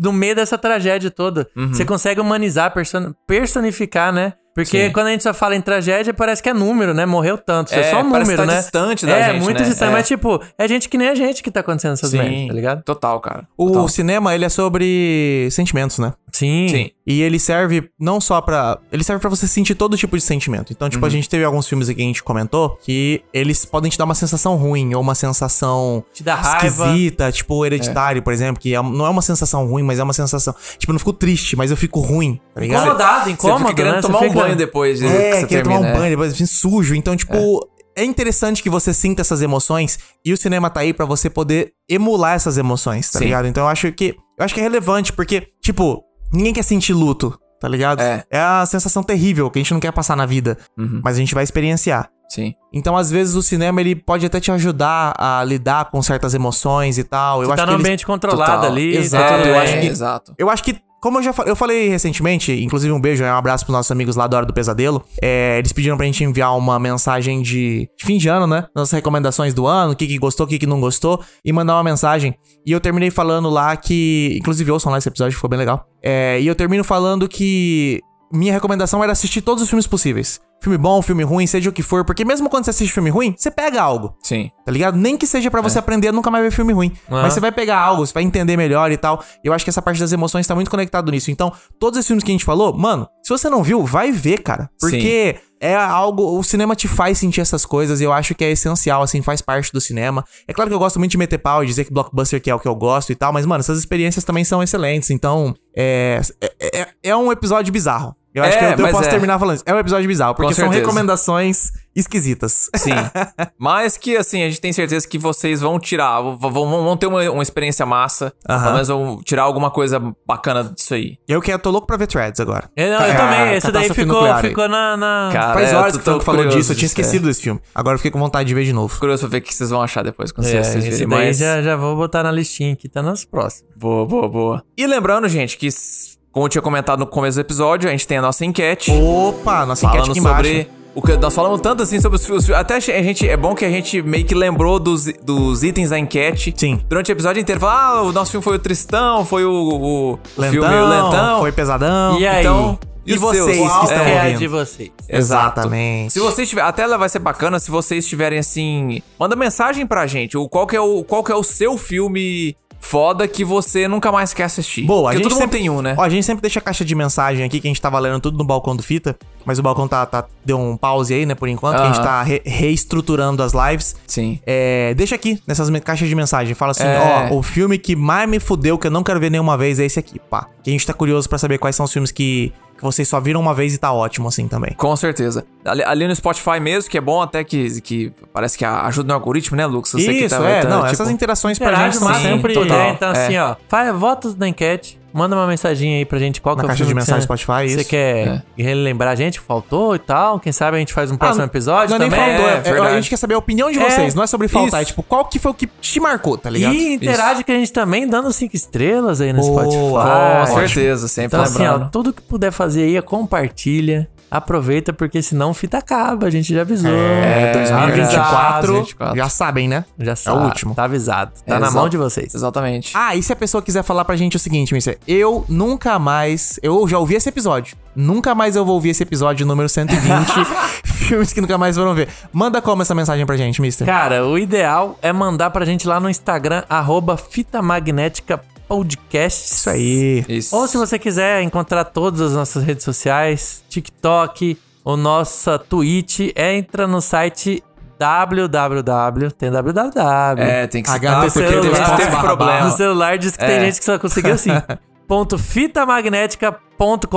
Speaker 4: no meio dessa tragédia toda. Você consegue humanizar, person- personificar, né? Porque
Speaker 2: Sim.
Speaker 4: quando a gente só fala em tragédia, parece que é número, né? Morreu tanto. Isso é,
Speaker 2: É,
Speaker 4: só
Speaker 2: parece que
Speaker 4: número,
Speaker 2: tá
Speaker 4: né?
Speaker 2: distante da
Speaker 4: é,
Speaker 2: gente,
Speaker 4: muito
Speaker 2: né?
Speaker 4: distante.
Speaker 2: É.
Speaker 4: Mas, tipo, é gente que nem a gente que tá acontecendo essas merdas, tá ligado?
Speaker 2: Total, cara.
Speaker 3: O
Speaker 2: Total.
Speaker 3: cinema, ele é sobre sentimentos, né?
Speaker 4: Sim.
Speaker 2: Sim.
Speaker 3: E ele serve não só pra. Ele serve pra você sentir todo tipo de sentimento. Então,
Speaker 4: Uhum.
Speaker 3: tipo, a gente teve alguns filmes aqui que a gente comentou que eles podem te dar uma sensação ruim ou uma sensação
Speaker 4: Te dá raiva.
Speaker 3: esquisita, tipo hereditário, por exemplo, que é- não é uma sensação ruim, mas é uma sensação. Tipo, eu não fico triste, mas eu fico ruim, tá ligado?
Speaker 4: Incomodado,
Speaker 2: Você
Speaker 4: incômodo,
Speaker 2: fica querendo
Speaker 4: né? Você
Speaker 2: tomar um
Speaker 4: fica-
Speaker 2: banho depois de que
Speaker 3: É,
Speaker 2: você
Speaker 3: queria
Speaker 2: termina.
Speaker 3: tomar um
Speaker 2: é.
Speaker 3: banho, depois assim, sujo. Então, tipo, é. interessante que você sinta essas emoções e o cinema tá aí pra você poder emular essas emoções, tá
Speaker 2: Sim.
Speaker 3: ligado? Então eu acho que. Eu acho que é relevante, porque, tipo, ninguém quer sentir luto, tá ligado?
Speaker 2: É.
Speaker 3: a sensação terrível que a gente não quer passar na vida,
Speaker 2: Uhum.
Speaker 3: mas a gente vai experienciar.
Speaker 2: Sim.
Speaker 3: Então, às vezes, o cinema ele pode até te ajudar a lidar com certas emoções e tal. Eu
Speaker 4: Tá
Speaker 3: acho
Speaker 4: num
Speaker 3: que eles-
Speaker 4: ambiente controlado
Speaker 2: Total.
Speaker 4: ali. tá
Speaker 3: Exato,
Speaker 4: tudo
Speaker 2: É,
Speaker 3: eu
Speaker 4: bem.
Speaker 3: acho que-
Speaker 2: Exato.
Speaker 3: Eu acho que, como eu já falei, eu falei recentemente, inclusive um beijo, né, um abraço pros nossos amigos lá da Hora do Pesadelo. É, eles pediram pra gente enviar uma mensagem de de fim de ano, né? Nossas recomendações do ano, o que, que gostou, o que, que não gostou, e mandar uma mensagem. E eu terminei falando lá que. Inclusive, ouçam lá esse episódio, ficou bem legal. É, e eu termino falando que minha recomendação era assistir todos os filmes possíveis. Filme bom, filme ruim, seja o que for, porque mesmo quando você assiste filme ruim, você pega algo
Speaker 2: Sim.
Speaker 3: tá ligado? Nem que seja pra você
Speaker 2: É.
Speaker 3: aprender a nunca mais ver filme ruim.
Speaker 4: Ah.
Speaker 3: Mas você vai pegar algo, você vai entender melhor e tal. Eu acho que essa parte das emoções tá muito conectado nisso. Então, todos esses filmes que a gente falou, mano, se você não viu, vai ver, cara. Porque é algo. O cinema te faz sentir essas coisas e eu acho que é essencial, assim, faz parte do cinema. É claro que eu gosto muito de meter pau e dizer que blockbuster que é o que eu gosto e tal, mas, mano, essas experiências também são excelentes. Então, é. É, é- é um episódio bizarro. Eu acho
Speaker 2: É,
Speaker 3: que eu, eu
Speaker 2: mas
Speaker 3: posso
Speaker 2: é.
Speaker 3: terminar falando isso. É um episódio bizarro, porque são
Speaker 2: certeza.
Speaker 3: recomendações esquisitas.
Speaker 2: Sim. Mas que, assim, a gente tem certeza que vocês vão tirar, vão, vão, vão ter uma, uma experiência massa,
Speaker 3: Aham.
Speaker 2: pelo menos vão tirar alguma coisa bacana disso aí.
Speaker 3: Eu que eu tô louco pra ver threads agora.
Speaker 4: Eu, É, eu
Speaker 3: Cara,
Speaker 4: também, esse daí
Speaker 3: catástrofe
Speaker 4: ficou,
Speaker 3: Tá, nuclear aí.
Speaker 4: ficou na. na-
Speaker 2: Cara,
Speaker 3: Faz
Speaker 2: eu
Speaker 3: horas
Speaker 2: tô
Speaker 3: que o Franco
Speaker 2: tão
Speaker 3: falando
Speaker 2: é, curioso,
Speaker 3: disso, eu tinha
Speaker 2: é.
Speaker 3: esquecido desse filme. Agora eu fiquei com vontade de ver de novo.
Speaker 2: Curioso pra ver o que vocês vão achar depois quando
Speaker 4: É,
Speaker 2: vocês verem.
Speaker 4: esse daí
Speaker 2: Mas...
Speaker 4: já, já vou botar na listinha aqui, tá nas próximas.
Speaker 2: Boa, boa, boa. E lembrando, gente, que s- como eu tinha comentado no começo do episódio, a gente tem a nossa enquete.
Speaker 3: Opa, nossa enquete
Speaker 2: falando
Speaker 3: aqui embaixo.
Speaker 2: sobre o que nós falamos tanto assim sobre os filmes. Até a gente é bom que a gente meio que lembrou dos, dos itens da enquete.
Speaker 3: Sim.
Speaker 2: Durante o episódio inteiro, falar, ah, o nosso filme foi o Tristão, foi o, o, o
Speaker 3: Lentão,
Speaker 2: filme Lentão.
Speaker 3: Foi pesadão.
Speaker 4: E aí?
Speaker 2: Então,
Speaker 3: E
Speaker 2: os
Speaker 3: vocês
Speaker 2: seus?
Speaker 3: que estão
Speaker 4: Qual que é a
Speaker 3: ouvindo?
Speaker 4: de vocês?
Speaker 2: Exato.
Speaker 3: Exatamente.
Speaker 2: Se vocês tiverem, a tela vai ser bacana se vocês tiverem assim, manda mensagem pra gente, o qual que é o qual que é o seu filme foda que você nunca mais quer assistir.
Speaker 3: Boa, a
Speaker 2: Porque
Speaker 3: gente
Speaker 2: todo mundo
Speaker 3: sempre
Speaker 2: tem um, né?
Speaker 3: Ó, a gente sempre deixa a caixa de mensagem aqui que a gente tava lendo tudo no balcão do Fita, mas o balcão tá, tá- deu um pause aí, né, por enquanto, que a gente
Speaker 2: Aham.
Speaker 3: tá re- reestruturando as lives.
Speaker 2: Sim.
Speaker 3: É, deixa aqui nessas me- caixas de mensagem, fala assim,
Speaker 2: É.
Speaker 3: ó, o filme que mais me fudeu que eu não quero ver nenhuma vez é esse aqui, pá. Que a gente tá curioso pra saber quais são os filmes que, que vocês só viram uma vez e tá ótimo assim também.
Speaker 2: Com certeza. Ali, ali no Spotify mesmo, que é bom até que, que parece que ajuda no algoritmo, né, Lucas? Eu sei que
Speaker 3: Isso,
Speaker 2: tá-
Speaker 3: é,
Speaker 2: tá,
Speaker 3: não,
Speaker 2: tipo,
Speaker 3: essas interações pra gente
Speaker 4: Interage
Speaker 3: são
Speaker 4: mais
Speaker 2: sim,
Speaker 4: É, sempre.
Speaker 2: total.
Speaker 4: né? Então,
Speaker 2: É.
Speaker 4: assim, ó, faz, vota na enquete, manda uma mensagem aí pra gente qual que
Speaker 3: na
Speaker 4: é o
Speaker 3: caixa de
Speaker 4: filme que
Speaker 3: mensagem
Speaker 4: você-
Speaker 3: Spotify,
Speaker 4: Você
Speaker 3: isso.
Speaker 4: quer relembrar a gente o que faltou e tal? Quem sabe a gente faz um próximo
Speaker 3: Ah,
Speaker 4: episódio
Speaker 3: Não é nem
Speaker 4: também.
Speaker 3: faltou,
Speaker 2: é
Speaker 3: é, é, a
Speaker 2: verdade.
Speaker 3: gente quer saber a opinião de
Speaker 4: É,
Speaker 3: vocês, não é sobre faltar,
Speaker 2: isso.
Speaker 3: é tipo, qual que foi o que te marcou, tá ligado?
Speaker 4: E interage com a gente também, dando cinco estrelas aí no
Speaker 3: Boa,
Speaker 2: Com
Speaker 4: Spotify.
Speaker 2: certeza, sempre
Speaker 4: Então, assim,
Speaker 2: lembrando.
Speaker 4: ó, tudo que puder fazer aí, é compartilha. Aproveita, porque senão fita acaba, a gente já avisou.
Speaker 3: É,
Speaker 4: avisado,
Speaker 3: 2024,
Speaker 2: 2024.
Speaker 3: já sabem, né?
Speaker 4: Já
Speaker 3: É
Speaker 4: sabe,
Speaker 3: o último.
Speaker 4: tá avisado. Tá na
Speaker 2: Exato.
Speaker 4: mão de vocês.
Speaker 2: Exatamente.
Speaker 3: Ah, e se a pessoa quiser falar pra gente o seguinte, Mister, eu nunca mais, eu já ouvi esse episódio, nunca mais eu vou ouvir esse episódio número 120, filmes que nunca mais foram ver. Manda como essa mensagem pra gente, Mister?
Speaker 4: Cara, o ideal é mandar pra gente lá no Instagram, arroba Fita Magnética Podcast.
Speaker 3: Isso aí.
Speaker 2: Isso.
Speaker 4: Ou se você quiser encontrar todas as nossas redes sociais, TikTok, o nossa Twitch, entra no site www, tem www.
Speaker 2: É, tem que
Speaker 3: Cagar
Speaker 2: citar, porque
Speaker 3: no celular.
Speaker 2: teve, teve
Speaker 3: Barra,
Speaker 2: problema.
Speaker 4: No celular diz que tem
Speaker 2: É.
Speaker 4: gente que só conseguiu assim. ponto fitamagnética.com.br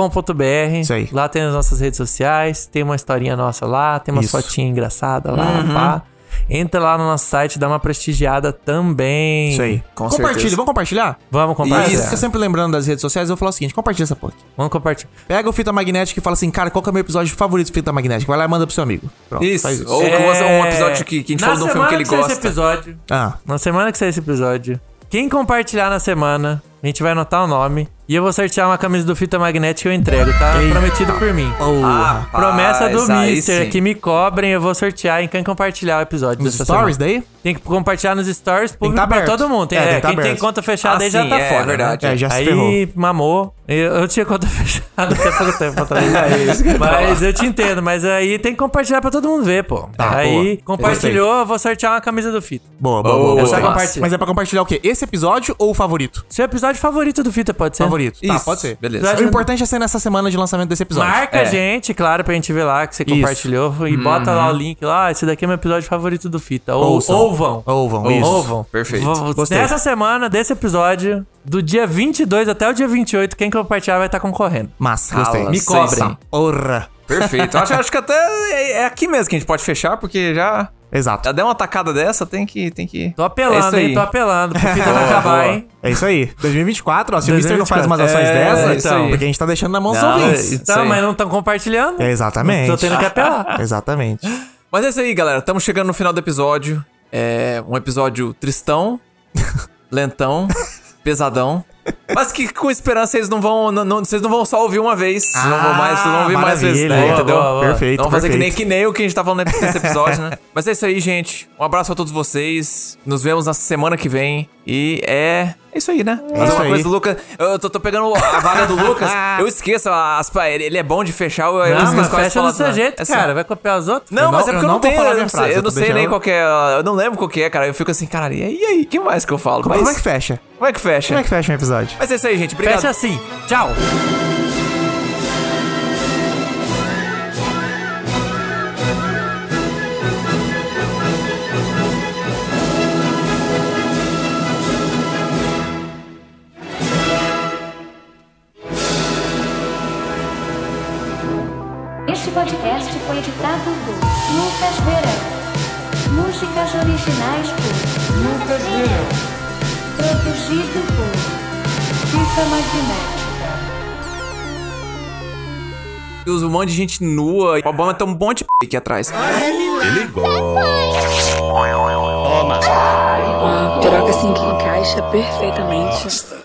Speaker 3: Isso aí.
Speaker 4: Lá tem as nossas redes sociais, tem uma historinha nossa lá, tem umas
Speaker 3: Isso.
Speaker 4: fotinhas engraçadas lá,
Speaker 2: Uhum.
Speaker 4: pá. Entra lá no nosso site, dá uma prestigiada também.
Speaker 3: Isso aí.
Speaker 2: Com
Speaker 3: compartilha,
Speaker 2: certeza.
Speaker 3: vamos compartilhar?
Speaker 4: Vamos
Speaker 3: Pra
Speaker 4: compartilhar.
Speaker 3: Isso, você tá sempre lembrando das redes sociais, eu vou falar o seguinte, compartilha essa porra. aqui.
Speaker 4: Vamos compartilhar.
Speaker 3: Pega o Fita Magnética e fala assim, cara, qual que é o meu episódio favorito do Fita Magnética? Vai lá e manda pro seu amigo. Pronto,
Speaker 2: Isso.
Speaker 3: só
Speaker 2: Ou
Speaker 4: É,
Speaker 2: um episódio que, que a gente
Speaker 4: na
Speaker 2: falou de um filme que
Speaker 4: semana
Speaker 2: ele
Speaker 4: sair esse
Speaker 2: gosta.
Speaker 4: episódio,
Speaker 3: Ah,
Speaker 4: na semana que sair esse episódio, quem compartilhar na semana, a gente vai anotar o nome e eu vou sortear uma camisa do Fita Magnética e eu entrego, tá? Prometido por mim.
Speaker 2: Ah.
Speaker 3: porra.
Speaker 4: Promessa do
Speaker 2: Rapaz, aí
Speaker 4: Mister
Speaker 2: sim.
Speaker 4: que me cobrem, eu vou sortear em quem compartilhar o episódio
Speaker 3: Nos
Speaker 4: dessa
Speaker 3: stories
Speaker 4: semana.
Speaker 3: daí?
Speaker 4: Tem que compartilhar nos stories público
Speaker 3: tá
Speaker 4: pra
Speaker 3: aberto.
Speaker 4: todo mundo. Tem,
Speaker 3: É,
Speaker 4: é,
Speaker 3: tem que tá
Speaker 4: quem tem
Speaker 3: aberto.
Speaker 4: conta fechada
Speaker 2: Ah,
Speaker 4: aí já
Speaker 2: sim,
Speaker 4: tá
Speaker 2: é,
Speaker 4: fora. né?
Speaker 2: verdade.
Speaker 3: É, já se
Speaker 4: aí
Speaker 3: ferrou.
Speaker 4: mamou. Eu, eu tinha conta fechada até pouco tempo atrás.
Speaker 3: É
Speaker 4: mas eu te entendo, mas aí tem que compartilhar pra todo mundo ver, pô.
Speaker 3: Tá,
Speaker 4: aí
Speaker 3: boa.
Speaker 4: compartilhou, eu vou sortear uma camisa do Fita.
Speaker 3: Boa, boa,
Speaker 2: Boa.
Speaker 3: boa.
Speaker 2: É
Speaker 3: boa.
Speaker 2: só
Speaker 4: compartilhar.
Speaker 3: Mas é pra compartilhar o quê? Esse episódio ou o favorito?
Speaker 4: Seu episódio favorito do Fita pode ser?
Speaker 3: Favorito. Tá,
Speaker 2: É. Isso,
Speaker 3: pode ser.
Speaker 2: beleza.
Speaker 3: O importante é ser nessa semana de lançamento desse episódio.
Speaker 4: Marca
Speaker 2: É.
Speaker 4: a gente, claro, pra gente ver lá que você
Speaker 3: Isso.
Speaker 4: compartilhou e bota lá
Speaker 2: Uhum.
Speaker 4: o link lá. "Ah, Esse daqui é meu episódio favorito do Fita. Ou,
Speaker 3: Ouçam.
Speaker 4: ouvam.
Speaker 3: Ouvam,
Speaker 4: Ouvam.
Speaker 3: isso.
Speaker 4: Ouvam.
Speaker 2: Perfeito.
Speaker 4: Vou-
Speaker 3: Gostei.
Speaker 4: Nessa semana, desse episódio, do dia 22 até o dia 28, quem compartilhar vai estar concorrendo.
Speaker 3: Massa, gostei.
Speaker 2: Fala,
Speaker 4: Me
Speaker 2: sei
Speaker 4: cobrem.
Speaker 2: sim.
Speaker 3: Porra.
Speaker 2: Perfeito. Acho, acho que até é, é aqui mesmo que a gente pode fechar, porque já,
Speaker 3: Exato.
Speaker 2: já deu uma tacada dessa, tem que. Tem que...
Speaker 4: Tô
Speaker 2: É
Speaker 4: apelando,
Speaker 2: isso aí.
Speaker 4: hein? Tô apelando. Pro Fita não
Speaker 2: Boa,
Speaker 4: acabar,
Speaker 2: boa.
Speaker 4: hein?
Speaker 3: É isso aí. 2024, ó. Se o Mister não faz umas ações
Speaker 2: 2024. É,
Speaker 3: dessas,
Speaker 2: isso aí.
Speaker 3: porque a gente tá deixando na mão dos
Speaker 2: Não,
Speaker 3: ouvintes.
Speaker 2: é- Isso
Speaker 4: Então,
Speaker 2: aí.
Speaker 4: mas não estão compartilhando.
Speaker 3: É, exatamente.
Speaker 4: Tô tendo que apelar.
Speaker 3: Exatamente.
Speaker 2: Mas é isso aí, galera. Estamos chegando no final do episódio. É um episódio tristão, lentão, pesadão. Mas que com esperança vocês não vão. não- não- vocês não vão só ouvir uma vez. Vocês não vão mais, vocês vão ouvir mais vezes, né?
Speaker 3: maravilha.
Speaker 4: Boa,
Speaker 2: entendeu?
Speaker 4: Ah, boa, boa.
Speaker 3: Perfeito,
Speaker 2: Então vamos fazer que nem,
Speaker 3: perfeito.
Speaker 2: que nem o que a gente tá falando nesse episódio, né? Mas é isso aí, gente. Um abraço a todos vocês. Nos vemos na semana que vem. E é. É isso aí, né? Mas
Speaker 3: isso
Speaker 2: uma
Speaker 3: aí.
Speaker 2: coisa, o Lucas. Eu tô, tô pegando a vaga do Lucas. eu esqueço. As, ele ele é bom de fechar. Eu, eu
Speaker 4: Ah. Não,
Speaker 2: esqueço
Speaker 4: mas
Speaker 2: quais
Speaker 4: fecha do
Speaker 2: palavras,
Speaker 4: seu
Speaker 2: né?
Speaker 4: jeito,
Speaker 2: É só-
Speaker 4: cara. Vai copiar os outros?
Speaker 2: não,
Speaker 3: Eu
Speaker 2: mas
Speaker 3: não-
Speaker 2: é
Speaker 3: eu
Speaker 2: porque eu
Speaker 3: não
Speaker 2: não
Speaker 3: vou
Speaker 2: tenho.
Speaker 3: falar
Speaker 2: Eu
Speaker 3: minha
Speaker 2: não
Speaker 3: frase,
Speaker 2: sei,
Speaker 3: eu
Speaker 2: eu não
Speaker 3: tô
Speaker 2: sei nem
Speaker 3: deixando-
Speaker 2: qual que é. Eu não lembro qual que é, cara. Eu fico assim, cara, e aí, e aí? que mais que eu falo?
Speaker 3: Como
Speaker 2: Mas-
Speaker 3: é que fecha?
Speaker 2: como é que fecha?
Speaker 3: Como é que fecha um episódio?
Speaker 2: Mas é isso aí, gente. Obrigado.
Speaker 4: Fecha assim. Tchau.
Speaker 5: Este podcast foi editado por Lucas Verão. Músicas originais por Lucas Verão. Produzido por
Speaker 6: Fita magnética.
Speaker 4: E usa um monte de gente nua. O Obama tem um monte de p aqui atrás.
Speaker 7: Ele
Speaker 8: Piroca assim que encaixa perfeitamente.